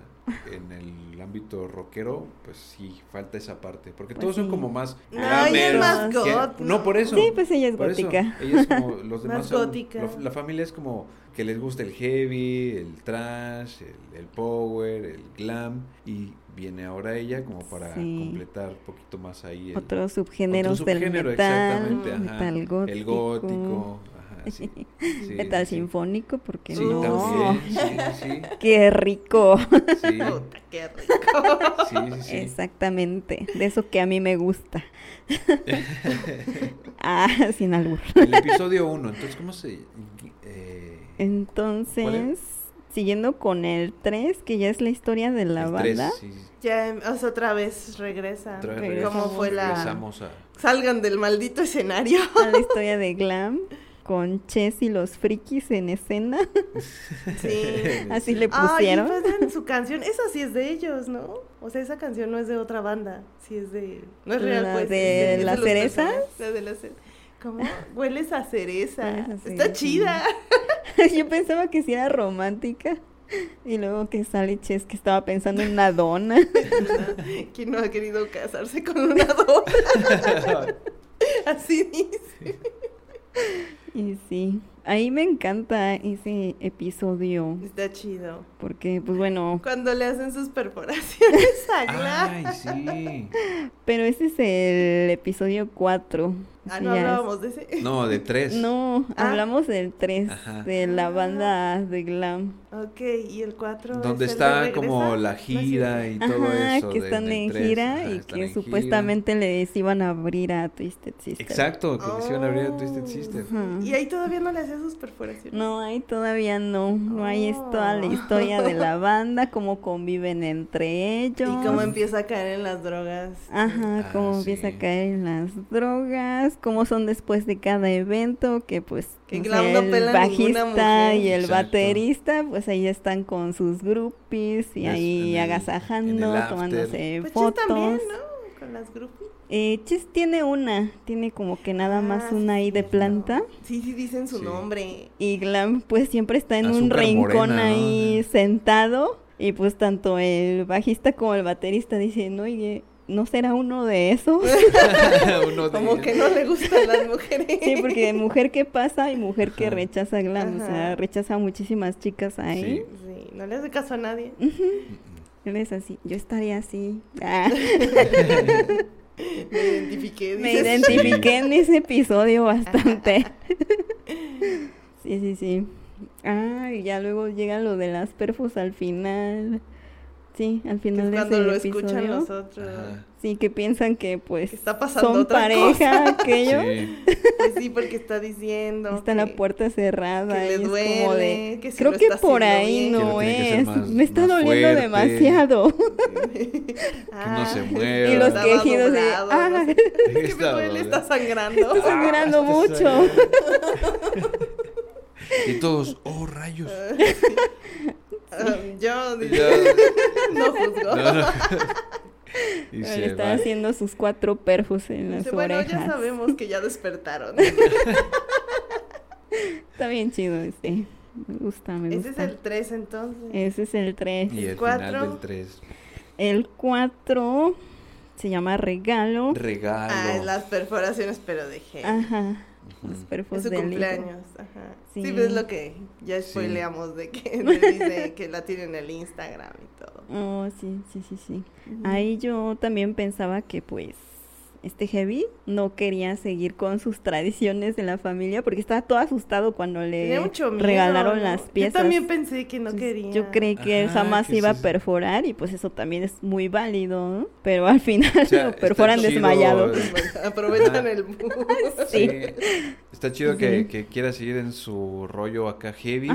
en el ámbito rockero, pues sí, falta esa parte. Porque
Pues
todos son
sí.
como más...
No,
ella es
glameros,
más
que-
got,
No,
no.
por eso.
Sí, pues ella es
Por eso,
gótica.
ella es como los demás.
Más
son-
gótica.
lo- la familia es como que les gusta el heavy, el trash, el, el power, el glam. Y viene ahora ella como para
Sí.
completar un poquito más ahí el
Otros subgéneros
otro subgénero,
del metal.
exactamente, ajá.
Metal gótico.
El gótico. Ajá, sí, sí,
metal
sí.
sinfónico, porque
Sí,
no.
también. Sí,
Qué rico.
sí, sí,
Puta, qué rico.
sí, sí, sí.
Exactamente. De eso que a mí me gusta. ah, sin albur.
El episodio 1, entonces, ¿cómo se...? eh,
Entonces, siguiendo con el 3, que ya es la historia de la
el tres,
banda.
sí, sí.
Ya, em, o sea, otra vez regresa.
Otra vez
Regresamos.
¿Cómo fue la...?
Regresamos a...
Salgan del maldito escenario.
a la historia de Glam con Chess y los frikis en escena.
Sí.
Así le-
Ay,
pusieron?
pues en su canción, esa sí es de ellos, ¿no? O sea, esa canción no es de otra banda, sí es de... No es real,
¿La
pues.
de
es
las
los
cerezas?
personajes, La de las cerezas. ¿Cómo? Hueles a cereza.
Hueles a
Está
cereza.
chida.
Yo pensaba que sí era romántica. Y luego que sale Chess que estaba pensando en una dona.
¿Quién no ha querido casarse con una dona? Ah, Así dice.
Y sí, ahí me encanta ese episodio.
Está chido.
Porque, pues bueno,
Cuando le hacen sus perforaciones a
Ay,
Glam.
sí.
pero ese es el episodio 4.
Ah, no
Ya es-
hablábamos de ese.
No, de tres.
No,
Ah.
hablamos del 3,
Ajá.
de la
Ah.
banda de Glam.
Ok, y el 4.
Donde está como la gira y todo
Ajá,
eso.
que
de-
están
del
en
tres,
gira
ajá, están
y
en
que
gira.
supuestamente les iban a abrir a Twisted Sister.
Exacto, que quisieron abrir a Twisted
Oh.
Sister.
Ajá.
Y ahí todavía no le hacía sus perforaciones.
No, ahí todavía no, no hay es toda la
Oh.
historia de la banda, cómo conviven entre ellos.
Y cómo empieza a caer en las drogas.
Ajá,
Ah,
cómo empieza
sí.
a caer en las drogas, cómo son después de cada evento, que pues
Que
no
Glam no
el
pela a ninguna
bajista y
mujer.
el
Exacto.
baterista, pues ahí están con sus groupies y
Es- en
ahí
el-
agasajando,
en el after.
tomándose
Pues Chess
fotos.
también, ¿no? Con las grupos.
Eh, Chis tiene una, tiene como que nada
Ah,
más
sí,
una ahí de
cierto.
planta.
Sí, sí, dicen su
Sí.
nombre.
Y Glam pues siempre está en un
Azúcar
rincón
Ah, morena, ¿no?
ahí
Sí.
sentado. Y pues tanto el bajista como el baterista dicen, oye, ¿no será uno de esos?
Uno de
Como
ellos.
que no le gustan las mujeres.
sí, porque mujer que pasa y mujer que
Ajá.
rechaza a Glam. O sea,
Ajá.
rechaza a muchísimas chicas ahí.
Sí, no le hace caso a nadie.
Mm,
Él es así, yo estaría así. Ah,
Me identifiqué.
me
dices.
identifiqué en ese episodio bastante. sí, sí, sí. Ah, y ya luego llega lo de las perfus al final. Sí, al
Que
final de
es pues, cuando
ese
lo
episodio.
escuchan los otros.
mm, Ajá.
Sí, que piensan que pues
Que está pasando
son
otra
pareja aquello.
Sí.
Pues sí, porque está diciendo.
Está la
que-
puerta cerrada
que le
y es como de
duele, que si
creo
lo
que
está
por
haciendo
ahí
bien".
no
Que lo tiene que hacer
es.
más-
Me está
más
doliendo
fuerte.
demasiado.
Ah,
se mueva.
y los
Estaba
quejidos de
doblado,
ah,
no sé. Es que me
Está
duele,
doblada.
está sangrando.
está sangrando
Ah,
mucho.
Y todos, oh, rayos.
Um, yo
Y
digo,
ya-
no juzgo.
no, no. Y
le
se
está
va.
haciendo sus cuatro perfus en las
Dice, bueno,
orejas.
ya sabemos que ya despertaron.
Está bien chido este. Me gusta, me
Ese es
gusta. Eh,
el 3 entonces.
Ese es el 3.
Y
El
el
cuatro.
final del 3.
El 4 se llama regalo.
Regalo.
Ah, es las perforaciones, pero dejé.
Ajá.
Ujú.
Los perfos
Es su
del higo.
cumpleaños. Ajá. Sí,
pues Sí.
pues es lo que ya
Sí.
spoileamos de que le dice que la tiene en el Instagram y todo.
Oh, sí, sí, sí, sí. Ahí yo también pensaba que pues este Heavy no quería seguir con sus tradiciones de la familia porque estaba todo asustado cuando le
Tenía mucho miedo,
eh, regalaron
¿no?
las piezas.
Yo también pensé que no
Entonces,
quería.
Yo creí que él
Ajá,
jamás
que
iba
sí,
a
sí.
perforar y pues eso también es muy válido, ¿no? Pero al final
O sea,
lo
está
perforan
chido,
desmayado.
eh,
Pues, Aprovechan
Ajá.
el boom. Pues
Sí. Está chido
Sí.
que, que quiera seguir en su rollo acá heavy,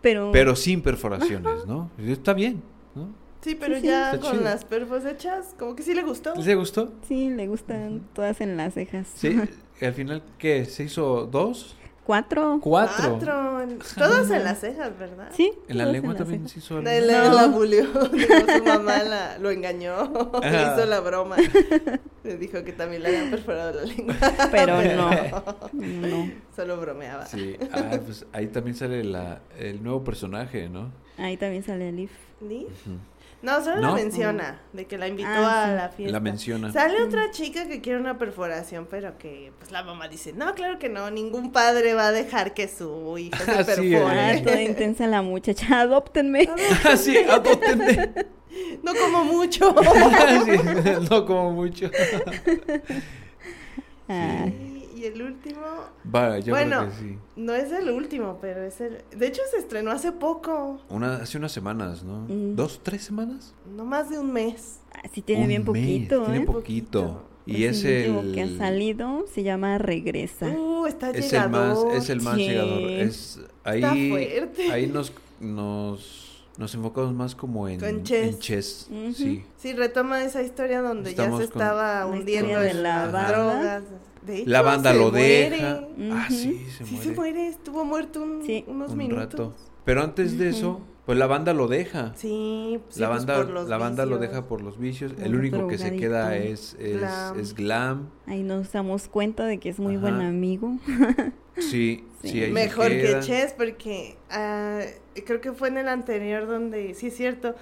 Pero,
pero sin perforaciones, ¿no? Está bien, ¿no?
Sí, pero
Sí, sí.
ya
Está
con
chido.
las perfos hechas, como que sí le gustó.
¿Les gustó?
sí, le gustan todas en las cejas.
Sí. Al final, ¿qué? ¿Se hizo dos?
Cuatro.
Cuatro.
en- Todas en las cejas, ¿verdad?
Sí.
En la
todas
lengua
las
también
cejas.
se hizo
La,
algo.
la,
No.
la bulió, digo, su mamá la- lo engañó, le
Ah.
hizo la broma. Le dijo que también le habían perforado la lengua.
Pero no. No.
Solo bromeaba.
Sí, ah, pues ahí también sale la, el nuevo personaje, ¿no?
Ahí también sale Elif.
¿Ni?
Ujú.
No, solo la
¿No?
menciona, de que la invitó
Ah,
a
sí.
la fiesta.
La menciona.
Sale otra chica que quiere una perforación, pero que pues la mamá dice, no, claro que no, ningún padre va a dejar que su hija se
Así es.
Ah,
perfore.
toda intensa la muchacha. Adóptenme.
Ah, sí, adóptenme.
No como mucho.
Sí, no como mucho.
Ah,
Y- y el último,
Va, yo
Bueno.
creo que sí.
No es el último, pero es el... De hecho, se estrenó hace poco,
Una, hace unas semanas, ¿no?
Mm.
¿Dos, tres semanas?
no más de un mes.
sí, tiene
Un
bien
mes,
poquito,
Tiene
¿eh?
poquito.
Poquito.
Y
Pues
es
el último
el...
que ha salido se llama Regresa.
Uh, está
Es el más,
llegador.
es el más
Sí.
llegador. Es, ahí,
Está fuerte.
ahí nos, nos, nos enfocamos más como en,
Con chess.
en chess,
Ujú.
sí.
Sí, retoma esa historia donde
Estamos
ya se
con-
estaba
La
hundiendo
historia de
en
la
las
banda.
drogas. De hecho,
La banda
se
lo
muere.
deja. Ah, sí, se
sí,
muere.
se muere. Estuvo muerto un-
Sí.
unos
un
minutos.
rato. Pero antes de eso, pues la banda lo deja.
Sí, sí,
la
pues,
banda,
por los
la banda lo
vicios.
deja por los vicios.
Por
El único que se
drogadicto.
queda es, es,
Glam.
es Glam.
Ahí nos damos cuenta de que es muy buen
Ajá.
amigo.
Sí, sí,
Sí.
ahí se
Mejor que
queda.
Chess, porque ah, creo que fue en el anterior donde, sí es cierto,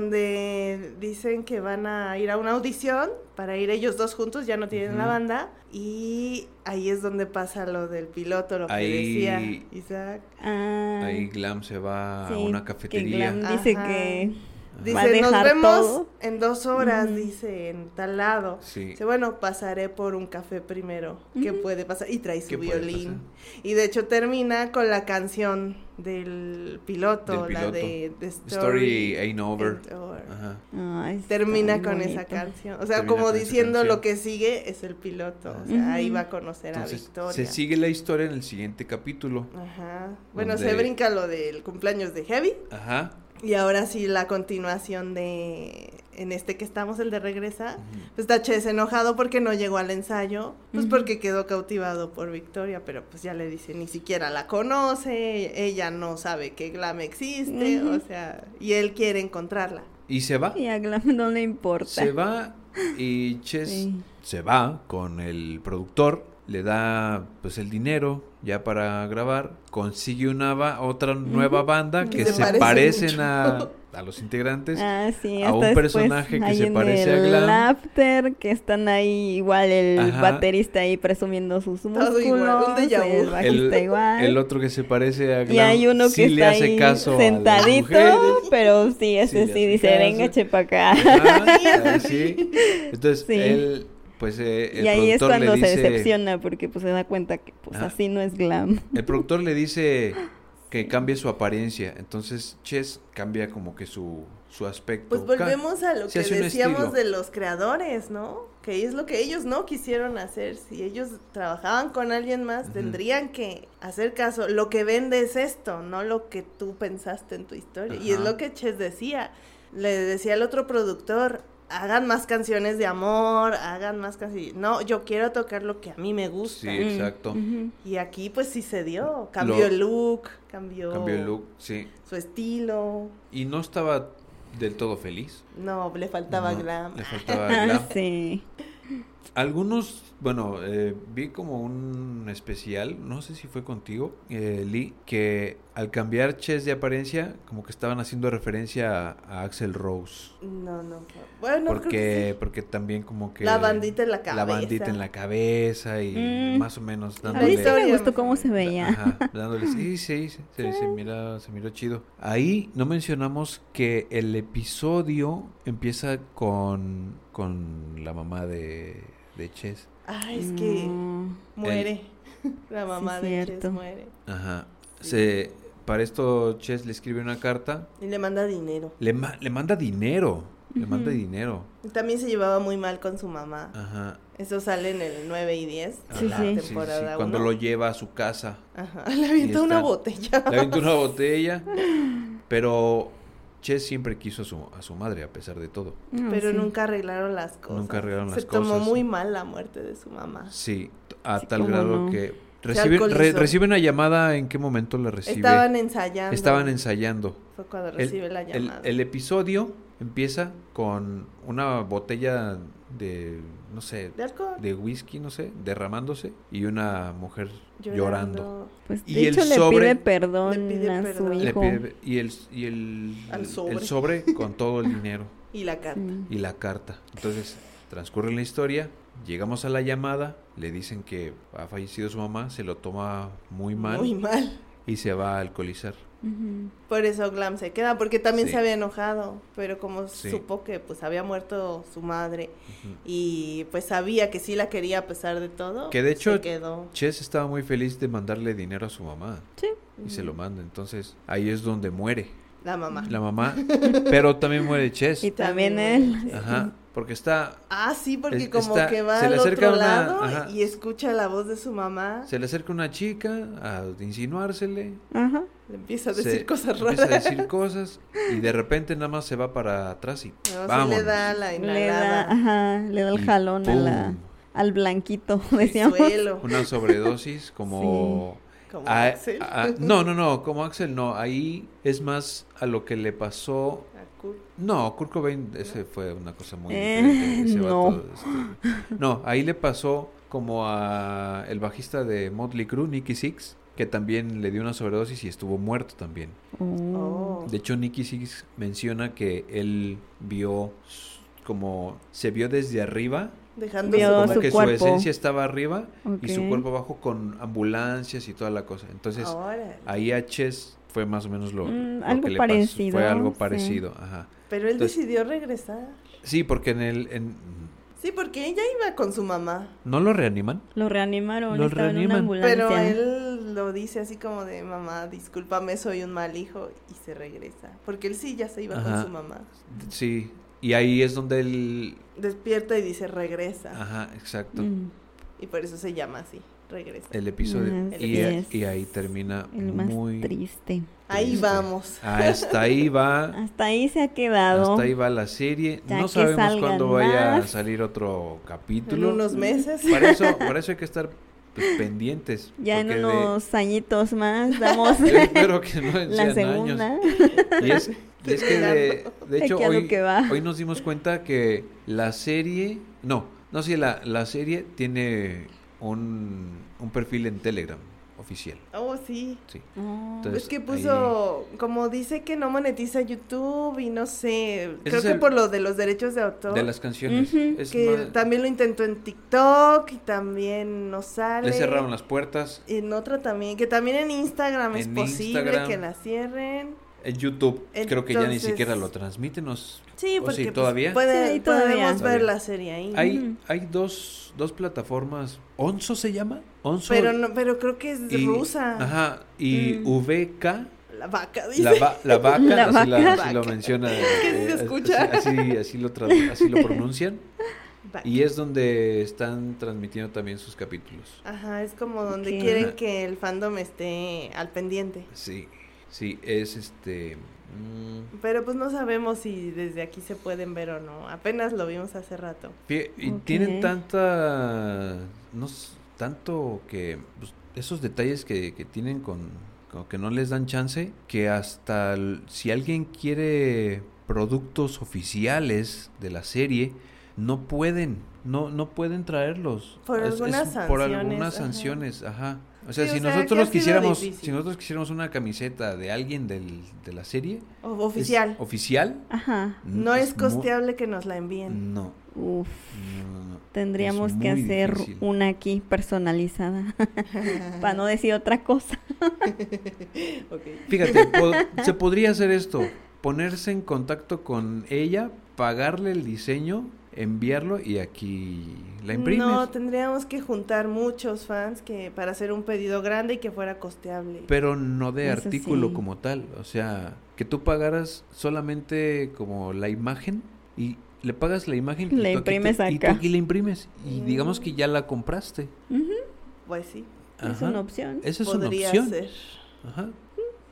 donde dicen que van a ir a una audición para ir ellos dos juntos, ya no tienen la
Ujú.
banda, y ahí es donde pasa lo del piloto, lo que
Ahí-
decía Isaac.
Ah,
Ahí Glam se va
sí,
a una
Que Glam
cafetería.
dice
Ajá.
que
Ajá.
Va a
Dice, nos
dejar
vemos
todo".
en dos horas,
Ujú.
dice, en tal lado.
Sí.
Dice, bueno, pasaré por un café primero, ¿qué puede pasar? Y trae
¿Qué
su
puede
violín. Y de hecho termina con la canción del piloto,
Del
la
piloto.
de, de
pasar? Story
Story.
Ain't Over.
Ain't Over.
Ajá.
Ay, está
Termina
bien
con
bonito.
esa canción. O sea,
Termina
como
con esa
diciendo lo
canción.
que sigue es el piloto. O sea,
Ajá.
ahí va a conocer a
Entonces,
Victoria.
se sigue la historia en el siguiente capítulo.
Ajá. Bueno, se
Donde-
brinca lo del cumpleaños de Heavy.
Ajá.
Y ahora sí la continuación de en este que estamos, el de regresa.
Ujú.
Pues está Chess enojado porque no llegó al ensayo, pues
Ujú.
porque quedó cautivado por Victoria, pero pues ya le dice, ni siquiera la conoce, ella no sabe que Glam existe,
Ujú.
o sea, y él quiere encontrarla.
Y se va.
Y a Glam no le importa.
Se va y Chess
Sí.
se va con el productor, le da pues el dinero ya para grabar, consigue una ba- otra nueva banda
que
que
se
se,
parece
parecen
mucho.
a, a los integrantes.
Ah, sí,
a
hasta
un
después
personaje que
hay
se
en
parece a
el
Glam.
after, que están ahí igual el
Ajá.
baterista ahí presumiendo sus músculos.
Todo igual, un déjà vu.
el
el,
bajista igual.
el otro que se parece a
y
Glam,
hay uno que
sí le
está
hace
ahí
caso a las
sentadito,
mujeres.
pero sí, ese
le
sí,
hace
dice,
caso.
venga, chepa acá.
Ah, ahí sí. Entonces
Sí.
él pues eh, el
Y ahí es
productor le
cuando se
dice-
decepciona porque pues se da cuenta que pues
Ajá.
así no es glam.
El productor le dice que cambie su apariencia. Entonces Chess cambia como que su, su aspecto.
Pues volvemos a lo
se
que
hace un
decíamos
estilo.
de los creadores, ¿no? Que es lo que ellos no quisieron hacer. Si ellos trabajaban con alguien más,
Ujú.
tendrían que hacer caso. Lo que vende es esto, no lo que tú pensaste en tu historia. Y es
Ajá.
lo que Ches decía. Le decía al otro productor, hagan más canciones de amor, hagan más canciones. No, yo quiero tocar lo que a mí me gusta.
Sí, exacto.
Ujú.
Y aquí pues sí se dio. Cambió
Lo-
el look, cambió,
Cambió el look, sí.
su estilo.
Y no estaba del todo feliz.
No, le faltaba
No,
glam.
Le faltaba
Ah,
glam.
sí.
Algunos, bueno, eh, vi como un especial, no sé si fue contigo, eh, Lee, que al cambiar Chess de apariencia, como que estaban haciendo referencia a, a Axel Rose.
No, no. no. Bueno, creo
Porque,
que sí.
porque también como que...
La bandita en la cabeza.
La bandita en la cabeza y
Mm.
más o menos
A
dándole...
mí sí me
Dándole-
gustó cómo se veía.
Ajá, dándole- sí, sí, sí, se, se mira, se miró chido. Ahí no mencionamos que el episodio empieza con, con la mamá de, de Chess.
Ay, es
Mm,
que
No.
muere. La mamá
Sí,
de Chess
cierto.
muere.
Ajá.
Sí.
Se, para esto Chess le escribe una carta,
Y le manda dinero.
le, ma- le manda dinero, le manda
Ujú.
dinero.
Y También se llevaba muy mal con su mamá.
Ajá.
Eso sale en el 9 y 10.
A
Sí,
la-
sí.
Temporada
Cuando
uno.
lo lleva a su casa.
Ajá. Le avienta una
está-
botella.
Le aventó una botella, pero Chess siempre quiso a su, a su madre a pesar de todo.
No,
Pero
sí.
nunca arreglaron las cosas.
Nunca arreglaron las
Se tomó
cosas.
muy mal la muerte de su mamá.
Sí, t- a
Sí,
tal
cómo
grado
no.
que
Se
reciben, re-
alcoholizó.
reciben una llamada, ¿en qué momento la recibe?
Estaban ensayando.
Estaban ensayando.
Fue cuando
El-
recibe la
el,
llamada.
el episodio empieza con una botella de, no sé,
de alcohol.
de whisky, no sé, derramándose y una mujer llorando.
Llorando.
Pues, de
Y el
hecho, le
sobre-
pide perdón
Le pide
a su
perdón.
Le
hijo.
pide- y el, y el,
Al sobre.
el sobre con todo el dinero
Y la carta.
Sí.
y la carta. Entonces, transcurre la historia, llegamos a la llamada, le dicen que ha fallecido su mamá, se lo toma muy mal.
Muy mal.
y se va a alcoholizar.
Ujú.
Por eso Glam se queda, porque también
Sí.
se había enojado, pero como
Sí.
supo que pues había muerto su madre y pues sabía que sí la quería a pesar de todo,
Que de hecho-
se quedó.
Chess estaba muy feliz de mandarle dinero a su mamá
Sí.
y se lo manda. Entonces ahí es donde muere
La mamá.
la mamá, pero también muere Chess.
Y también él.
Ajá, porque está.
Ah, sí, porque
Es-
como
está-
que va
se le
al
acerca
otro
una-
lado
ajá.
y escucha la voz de su mamá,
Se le acerca una chica a insinuársele.
Ajá.
le empieza a
se-
decir cosas raras.
empieza a decir cosas y de repente nada más se va para atrás y
No, sí
vamos.
le da la
Le da,
inhalada.
ajá, le da el jalón a la, al blanquito, decíamos.
Suelo,
Una sobredosis como
como
Ah,
Axel.
ah, no, no, no, como Axel no, ahí es más a lo que le pasó.
Ah, cool.
No, Kurt Cobain, ese fue una cosa muy
Eh,
diferente, ese
no.
vato, este, no, ahí le pasó como a el bajista de Motley Crue, Nicky Six, que también le dio una sobredosis y estuvo muerto también.
Oh.
De hecho, Nicky Six menciona que él vio s- como se vio desde arriba,
Dejando
Vio
como
su
que
cuerpo.
su esencia estaba arriba y su
Ok. Ah,
cuerpo abajo con ambulancias y toda la cosa. Entonces,
Ahora.
Ahí a Chess fue más o menos lo,
Mm,
lo
algo
que le pasó.
parecido,
Fue algo
sí.
parecido, ajá.
Pero él
Entonces-
decidió regresar.
Sí, porque en el... en-
Sí, porque ella iba con su mamá.
¿No lo reaniman?
Lo reanimaron,
Lo
estaba
reaniman.
en una ambulancia.
Pero él lo dice así como de mamá, discúlpame, soy un mal hijo y se regresa. Porque él sí ya se iba
Ajá.
con su mamá.
Sí. Y ahí es donde él...
Despierta y dice regresa.
Ajá, exacto.
Mm,
Y por eso se llama así, regresa.
El episodio.
Así
Y,
Mm, es.
y ahí termina
el más
muy...
triste.
Ahí
triste. Ah,
vamos.
Hasta ahí va.
Hasta ahí se ha quedado.
Hasta ahí va la serie.
Ya
no
que
sabemos
salgan
cuándo vaya a
más.
salir otro
En
capítulo.
unos meses.
Para eso, para eso hay que estar pues, pendientes.
Ya en
porque de-
unos añitos más damos
Yo espero que no
la
sean años.
segunda.
Y es, y es que de, de hecho
Aquí a lo
hoy,
que va.
hoy nos dimos cuenta que la serie, no, no sé, la, la serie tiene un, un perfil en Telegram oficial,
Oh, sí.
sí.
Oh,
Entonces,
es que puso, como dice que no monetiza YouTube y no sé, creo
es
que
el-
por lo de los derechos de autor.
De las canciones.
Ujú.
es
que
más-
también lo intentó en TikTok y también no sale.
le cerraron las puertas
En otra también, que también en Instagram es
En
posible
Instagram.
que la cierren.
en YouTube. creo que ya ni
Entonces-
siquiera lo transmiten. nos-
Sí,
¿O
porque
sí,
pues,
todavía?
puede-
Sí, todavía.
podemos ver
Todavía.
la serie ahí.
Hay, hay dos, dos plataformas. ¿Onzo se llama? Onzo.
Pero no, pero creo que es
y-
rusa.
Ajá. Y
Mm.
VK.
La vaca dice.
La, va- la vaca,
La
así, la-
vaca.
así lo
Vaca.
menciona.
que sí se
eh, así-
escucha.
Así, así lo tradu- así lo pronuncian.
Vaca.
Y es donde están transmitiendo también sus capítulos.
Ajá, es como donde
Ok.
quieren
Ajá.
que el fandom esté al pendiente.
Sí, sí, es este... mm,
Pero pues no sabemos si desde aquí se pueden ver o no. Apenas lo vimos hace rato.
fie- y
Ok.
tienen tanta... No, s- tanto que... pues, esos detalles que, que tienen con, con que no les dan chance, que hasta el- si alguien quiere productos oficiales de la serie, no pueden, no, no pueden traerlos.
Por algunas
Por
sanciones,
algunas
ajá.
sanciones, ajá. O sea,
Sí, o
si
sea, que ha
nosotros
sido
quisiéramos,
difícil.
si nosotros quisiéramos una camiseta de alguien del- de la serie,
O-
es
Oficial.
oficial,
Ajá.
No es
mu-
costeable que nos la envíen.
No,
Uf.
no, no, no.
Tendríamos
Es
que
muy
hacer
difícil.
una aquí personalizada. para no decir otra cosa.
Mm.
Ok.
Fíjate, po- se podría hacer esto, ponerse en contacto con ella, pagarle el diseño, enviarlo y aquí la imprimes.
No, tendríamos que juntar muchos fans que para hacer un pedido grande y que fuera costeable.
pero no de
Eso
artículo
sí.
como tal, o sea, que tú pagaras solamente como la imagen y le pagas la imagen y
La
tú aquí te-
imprimes
y tú
acá.
aquí la imprimes y digamos que ya la compraste.
Ujú,
Pues sí,
Es
Ajá.
una opción.
Esa es una
podría
opción.
ser.
Ajá.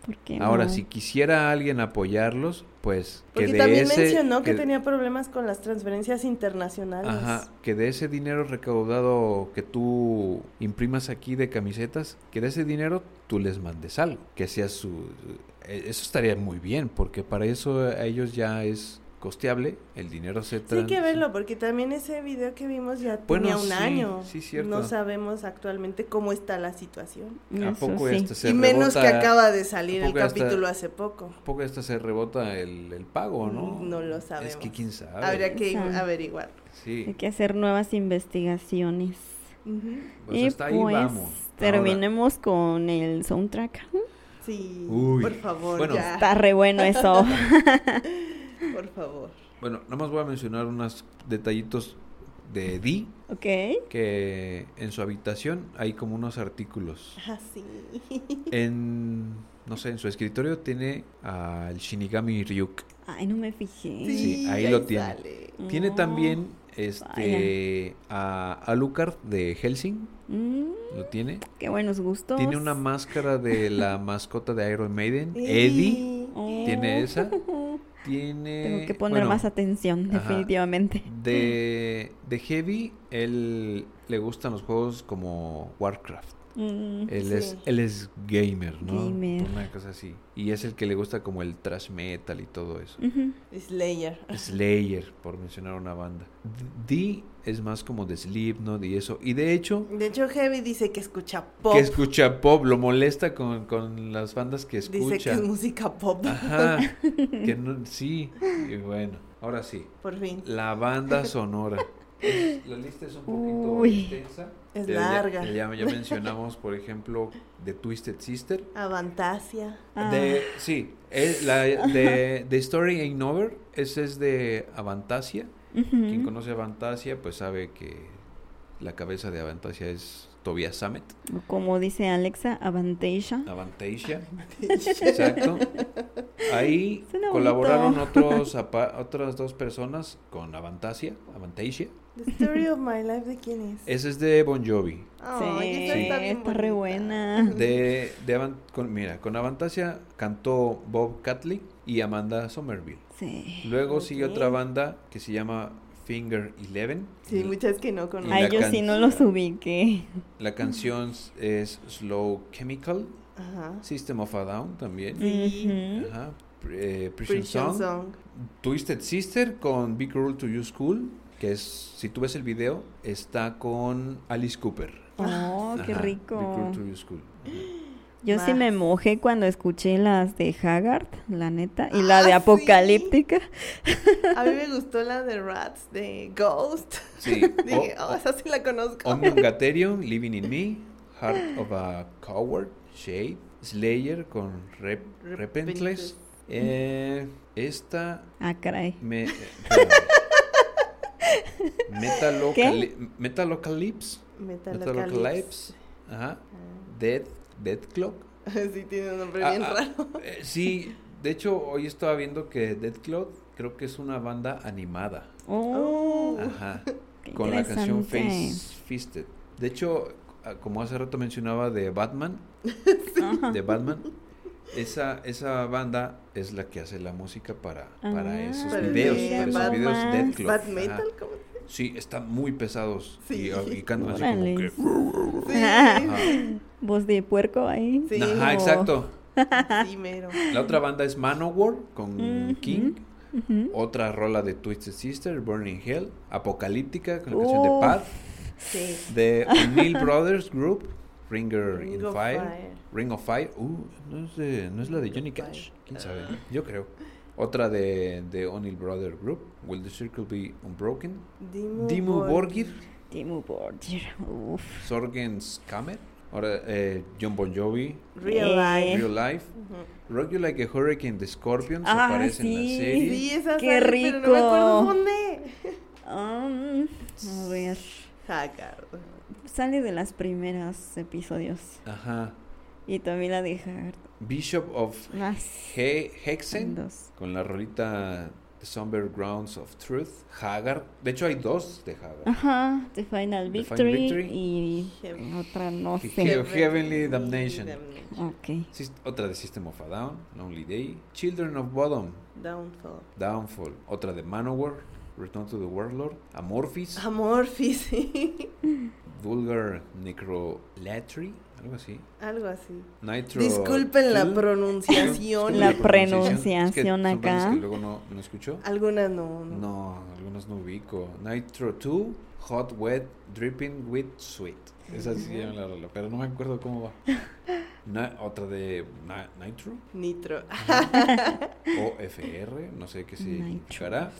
¿Por qué
Ahora,
no?
si quisiera alguien apoyarlos, pues que
Porque
de
también
ese
mencionó que...
que-
tenía problemas con las transferencias internacionales.
Ajá, que de ese dinero recaudado que tú imprimas aquí de camisetas, que de ese dinero tú les mandes algo, que sea su... eh, Eso estaría muy bien, porque para eso a ellos ya es costeable, el dinero se
Sí, hay
trans-
que verlo, porque también ese video que vimos ya
Bueno,
tenía un
sí,
año.
sí, cierto.
No sabemos actualmente cómo está la situación.
¿A
Eso
poco
sí.
hasta se
y menos
rebota-
que acaba de salir el
poco hasta-
capítulo hace poco.
¿A poco hasta se rebota el, el pago, no?
Mm, No lo
Es que
sabemos.
quién sabe.
Habría que
Sabe.
averiguar.
Sí,
Hay que hacer nuevas investigaciones.
pues
y
hasta ahí
pues
vamos. Ahora-
terminemos con el soundtrack.
Sí,
Uy.
por favor,
Bueno.
ya.
Está re bueno eso.
Por favor.
Bueno, nada más voy a mencionar unos detallitos de Di,
ok.
que en su habitación hay como unos artículos.
Ah, sí.
En, no sé, en su escritorio tiene al Shinigami Ryuk.
Ay, no me fijé.
Sí, ahí lo tiene.
sale.
Tiene
No.
también este a Alucard de Helsing,
Mm,
lo tiene.
qué buenos gustos.
Tiene una máscara de la mascota de Iron Maiden,
Sí.
Eddie.
Oh.
tiene esa.
Tengo
Tiene
que poner
bueno,
más atención,
ajá.
definitivamente.
de de Heavy, él le gustan los juegos como Warcraft.
Mm,
Él, es,
Sí.
él es gamer, ¿no?
Gamer.
Una cosa así. Y es el que le gusta como el thrash metal y todo eso.
ujú.
Slayer.
Slayer, por mencionar una banda. D es más como de Slipknot y eso. Y de hecho,
De hecho, Heavy dice que escucha pop.
que escucha pop, lo molesta con, con las bandas que
Dice que
escucha.
es música pop.
Ajá. Que no- sí. Y bueno, ahora sí.
Por fin.
La banda sonora. Es- La lista es un poquito
Uy.
extensa.
Es
Ya- ya-
larga.
Ya, ya mencionamos, por ejemplo, de Twisted Sister.
Avantasia.
Ah,
De, sí, eh, la de, de Story Ain't Over, ese es de Avantasia.
ujú.
Quien conoce Avantasia, pues sabe que la cabeza de Avantasia es Tobias Sammet.
Como dice Alexa, Avantasia.
Ah. Avantasia, exacto. Ahí
Suena
colaboraron
bonito.
otros apa- otras dos personas con Avantasia. Avantasia.
The Story of My Life, ¿de quién es?
Ese es de Bon Jovi.
Ay,
Sí,
esa está bien
está re
bonita.
buena.
De, de Avan- con- mira, con Avantasia cantó Bob Catley y Amanda Somerville.
Sí.
Luego sigue
Ok.
otra banda que se llama Finger Eleven.
Sí, muchas que no
Y
conozco.
Ay,
la
yo sí
can-
no los ubiqué.
La canción es Slow Chemical,
Ajá.
System of a Down también.
Sí.
Ujú.
Ajá. Pr- eh, Prison,
Prison
Song.
Song.
Twisted Sister con Big Rule to You School, que es, si tú ves el video, está con Alice Cooper.
Oh, qué
Ajá, Big
rico.
Rule to You School. Ajá.
Yo sí me
Vas.
mojé cuando escuché las de Haggard, la neta, y la de
Ah, sí.
Apocalíptica.
A mí me gustó la de Rats de Ghost.
Sí.
Dije,
O-
oh, esa sí la conozco.
Omnium Gatherium, Living in Me, Heart of a Coward, Shade, Slayer con Rep Repentless.
Repentless.
Eh, esta
Ah, caray.
me. eh, Metalocali- Metalocalypse.
Metalocalypse.
Metalocalypse. Ajá. Dead, Dead Clock.
Ah, sí, tiene un nombre
Ah,
bien
ah,
raro.
eh, sí, de hecho hoy estaba viendo que Dead Clock creo que es una banda animada.
Oh,
Ajá.
qué
Con la canción
interesante.
Face Fisted. De hecho, a- como hace rato mencionaba de Batman,
Ajá.
de Batman, esa, esa banda es la que hace la música para, para
Ah,
esos
Para el
videos,
de
para esos
Batman.
videos Dead Clock.
Bad
Ajá.
metal, ¿cómo se
Sí, están muy pesados.
Sí.
Y, y cantan así como
Órale.
que.
Sí,
Ajá.
Voz de puerco ahí.
Sí.
Ajá, exacto.
sí, mero.
La otra banda es Manowar con
Ujú.
King.
Ujú.
Otra rola de Twisted Sister, Burning Hell, Apocalíptica, con la canción de
Uf.
Path.
Sí.
De O'Neill Brothers Group, Ringer
Ring
in
of
Fire,
Fire.
Ring of Fire. Uh, no es, de- no es la de
Ring
Johnny
of Fire. Ah.
Cash, quién sabe, yo creo. Otra de, de O'Neill Brothers Group, Will the Circle Be Unbroken,
Dimmu,
Dimmu Borgir,
Dimmu Borgir. Uf.
Sorgen Skamer, ahora eh, John Bon Jovi,
Real
Eh,
Life.
Real Life,
Ujú.
Rock You Like a Hurricane de Scorpions
Ah,
aparece en la
sí.
serie.
Sí, esa
Qué
sale, Pero no me acuerdo
rico.
dónde.
Um, a ver.
Hagar.
Sale de las primeras episodios.
Ajá.
Y también la de Haggard.
Bishop of
Más.
He- Hexen.
Dos.
con la rolita The Somber Grounds of Truth, Hagar. De hecho, hay dos de
Ah.
Hagar.
Ajá. The
The Final
Final Victory.
Victory.
Y
Heaven.
otra no
Que-
sé.
Heo- Heavenly Damnation.
Ok.
Sis- Otra de System of a Down, Lonely Day, Children of Bottom,
Downfall.
Downfall. Otra de Manowar, Return to the Warlord, Amorphis,
Ah. Amorphis, sí.
Vulgar Necrolatry, algo así.
Algo así.
Nitro.
Disculpen la
Kill.
pronunciación.
La
Disculpen pronunciación. son
pronunciación
bandas
acá.
que luego no, no escucho.
Algunas no. no.
No, algunos no ubico. Nitro 2, Hot Wet, Dripping with Sweet. Esa sí se llama la rola, pero no me acuerdo cómo va. Na- otra de Na- Nitro,
Nitro. Ah,
o FR, no sé qué
Nitro.
significará.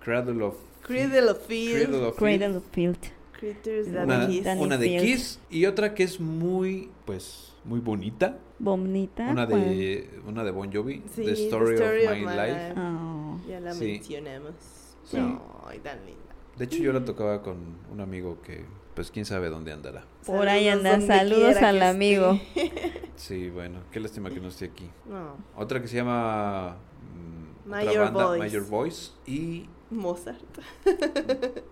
Cradle of
Cradle of Field.
Cradle of
Cradle
Filth,
of Field.
Creatures that
Una,
Kiss.
Danny
una de
Field.
Kiss y otra que es muy, pues, muy bonita.
Bomnita.
Una
Ah, ¿cuál?
de, una de Bon Jovi,
Sí,
The Story, of, My Life.
Oh.
Ya la
Sí.
mencionamos.
Sí.
Ay, tan linda.
De hecho, yo la tocaba con un amigo que, pues, quién sabe dónde andará.
Por ahí
Saludos
anda,
donde
saludos
quiera
al
que
amigo.
esté.
Sí, bueno, qué lástima que no esté aquí.
No,
Otra que se llama mm, otra
Mayor
banda,
Voice.
Major Voice. Y
Mozart.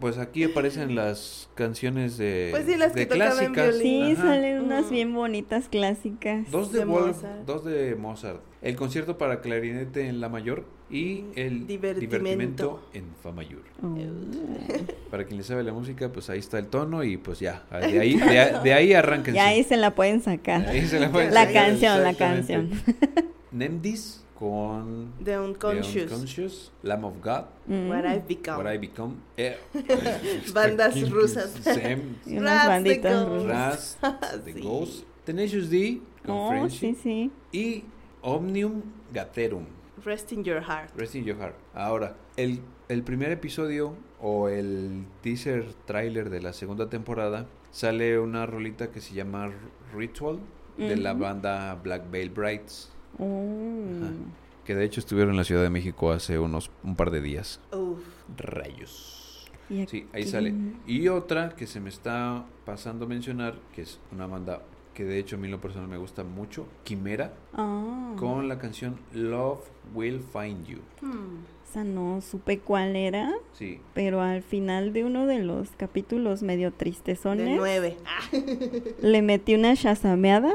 pues aquí aparecen las canciones de,
Pues sí, las
de
que tocaban
Sí,
violín.
Ajá.
salen unas
Mm.
bien bonitas clásicas.
Dos de,
De
Wolf,
Mozart.
dos de Mozart. El concierto para clarinete en La Mayor y el
Divertimento.
divertimento en Fa Mayor.
Oh.
Para quien le sabe la música, pues ahí está el tono y pues ya. De ahí, de, a- de ahí arranquen.
Y ahí se la pueden sacar.
se la, pueden
La
sacar,
canción, la
exactamente.
canción.
Nemdis con The
The Unconscious.
Unconscious, Lamb of God.
Mm.
What I've Become.
What I Become. Eh,
Bandas
Kim-
rusas.
Sam,
Y unas
Rats
banditas
de
rusas.
Ras, The
Sí.
Ghost, Tenacious D, con
Oh,
Friendship,
sí, sí.
y Omnium Gaterum,
Rest in Your Heart.
Rest in Your Heart. Ahora, el, el primer episodio o el teaser trailer de la segunda temporada sale una rolita que se llama Ritual de la
Ujú.
banda Black Veil Brides,
Oh.
Ajá. que de hecho estuvieron en la Ciudad de México hace unos un par de días.
Uf.
Rayos.
Y
Sí, ahí
aquí-
sale. Y otra que se me está pasando a mencionar, que es una banda que de hecho a mí en lo personal me gusta mucho, Quimera,
Ah,
con la canción Love Will Find You.
Hmm.
Esa no supe cuál era,
Sí.
pero al final de uno de los capítulos medio
De
tristezones,
nueve.
le metí una chasameada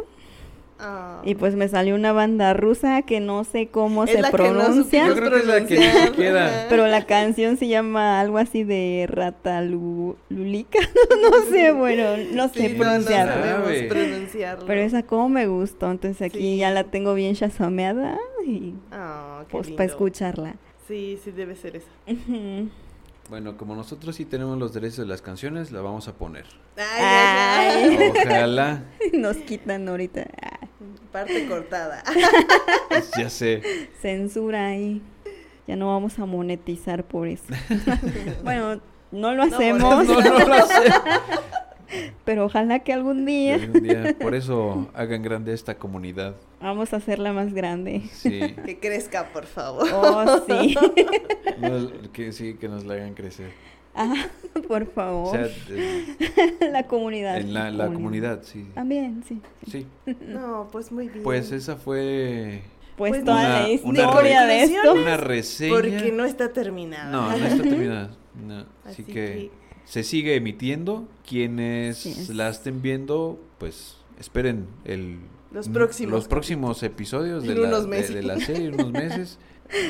Ah.
y pues me salió una banda rusa que no sé cómo
Es
se
la que no
pronuncia.
Yo creo que es la que ni siquiera.
Pero la canción se llama algo así de Ratalulica. no sé, bueno, no sé
Sí, no, no
pronunciarlo.
sabe.
sabemos
Sabe.
pronunciarlo.
Pero esa como me gustó, entonces aquí
Sí.
ya la tengo bien chasameada y
Ah, qué
pues
lindo.
para escucharla.
Sí, sí debe ser esa.
Ujú.
Bueno, como nosotros sí tenemos los derechos de las canciones, la vamos a poner.
Ay, ay,
Ojalá.
Nos quitan ahorita ah,
ay. Parte cortada.
Pues ya sé.
censura ahí. Ya no vamos a monetizar por eso. bueno, no lo
No,
hacemos,
No, no lo sé.
pero ojalá que algún día
Algún día. Por eso hagan grande esta comunidad.
vamos a hacerla más grande.
Sí.
Que crezca, por favor.
Oh, sí.
No, que sí, que nos la hagan crecer.
Ah, por
O
favor.
sea, de-
la comunidad.
en la, la comunidad, sí.
También, sí.
Sí.
No, pues muy bien.
Pues esa fue
Pues,
Pues
toda
una-
la
una
historia de esto.
conclusión.
una reseña.
Porque no está terminada.
No, no está terminada. No, Así,
Así
que,
que-
se sigue emitiendo. Quienes
Así es.
la estén viendo, pues esperen el
Los
mm,
próximos
los próximos episodios de
En
la,
unos
de-
meses.
de la serie, en unos meses.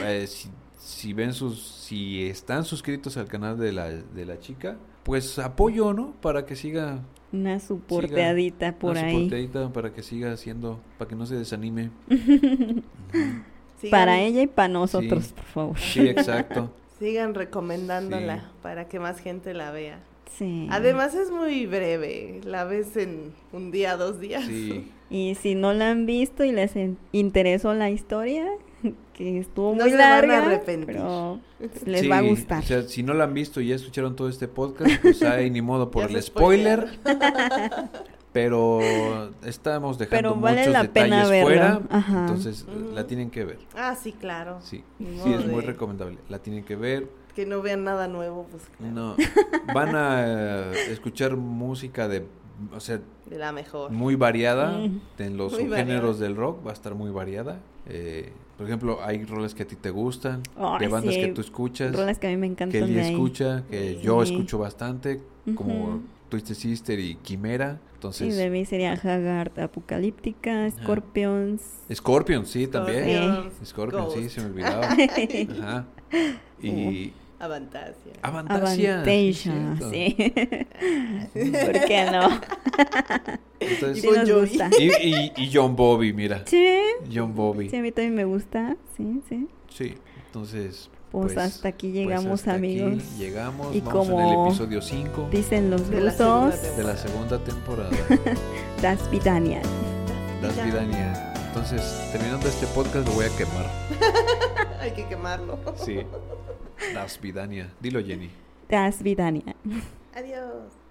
Eh, si, si ven sus, si están suscritos al canal de la, de la chica, pues apoyo, ¿no? Para que siga
Una suporteadita por
una
ahí.
soporteadita, para que siga haciendo, para que no se desanime.
Sigan-
Para ella y para nosotros, por favor.
Sí, exacto.
Sigan recomendándola
Sí.
para que más gente la vea.
Sí.
Además es muy breve, la ves en un día, dos días.
Sí.
Y si no la han visto y les en- interesó la historia, que estuvo
No
muy
se van a
larga,
arrepentir.
pero les
Sí,
va a gustar.
O sea, si no la han visto y ya escucharon todo este podcast, pues hay ni modo por
Ya se
el spoiler. Pero estamos dejando
Pero vale
muchos
la pena
detalles
verlo.
fuera,
Ajá.
entonces
Ujú.
la tienen que ver.
Ah, sí, claro.
Sí,
Ni
sí es
modo
muy
de-
recomendable. La tienen que ver.
Que no vean nada nuevo, pues claro,
No, van a eh, escuchar música de, o sea,
de la mejor.
muy variada
Mm.
en los
Muy
subgéneros del rock va a estar muy variada eh, por ejemplo hay roles que a ti te gustan
Ay,
de bandas
sí,
que tú escuchas
Rolas que a mí me encantan
que él
de ahí.
escucha que yo
Sí.
escucho bastante como
Ujú.
Twisted Sister y Quimera
Sí,
entonces
de mí sería Haggard, Apocalíptica, Scorpions.
Scorpion sí también
Scorpions,
Scorpion sí
Ghost,
se me olvidaba Ajá. y
Avantasia.
Ah. Avantasia sí,
Avantasia,
cierto.
sí. ¿Por qué no?
Entonces,
Sí
Bon
nos
Jovi.
gusta.
y, y- y John Bobby mira
Sí,
John Bobby
sí, a mí también me gusta, sí, sí.
Sí, entonces.
Pues, hasta aquí
pues
llegamos,
hasta aquí
amigos.
llegamos,
Y
vamos en el
como
episodio 5
Dicen los
De la segunda
rusos,
de la segunda temporada.
Das Vidania.
Las
Ya.
Vidania. Entonces, terminando este podcast, lo voy a quemar.
Hay que quemarlo.
Sí. Las Vidania. Dilo, Jenny.
Das Vidania.
Adiós.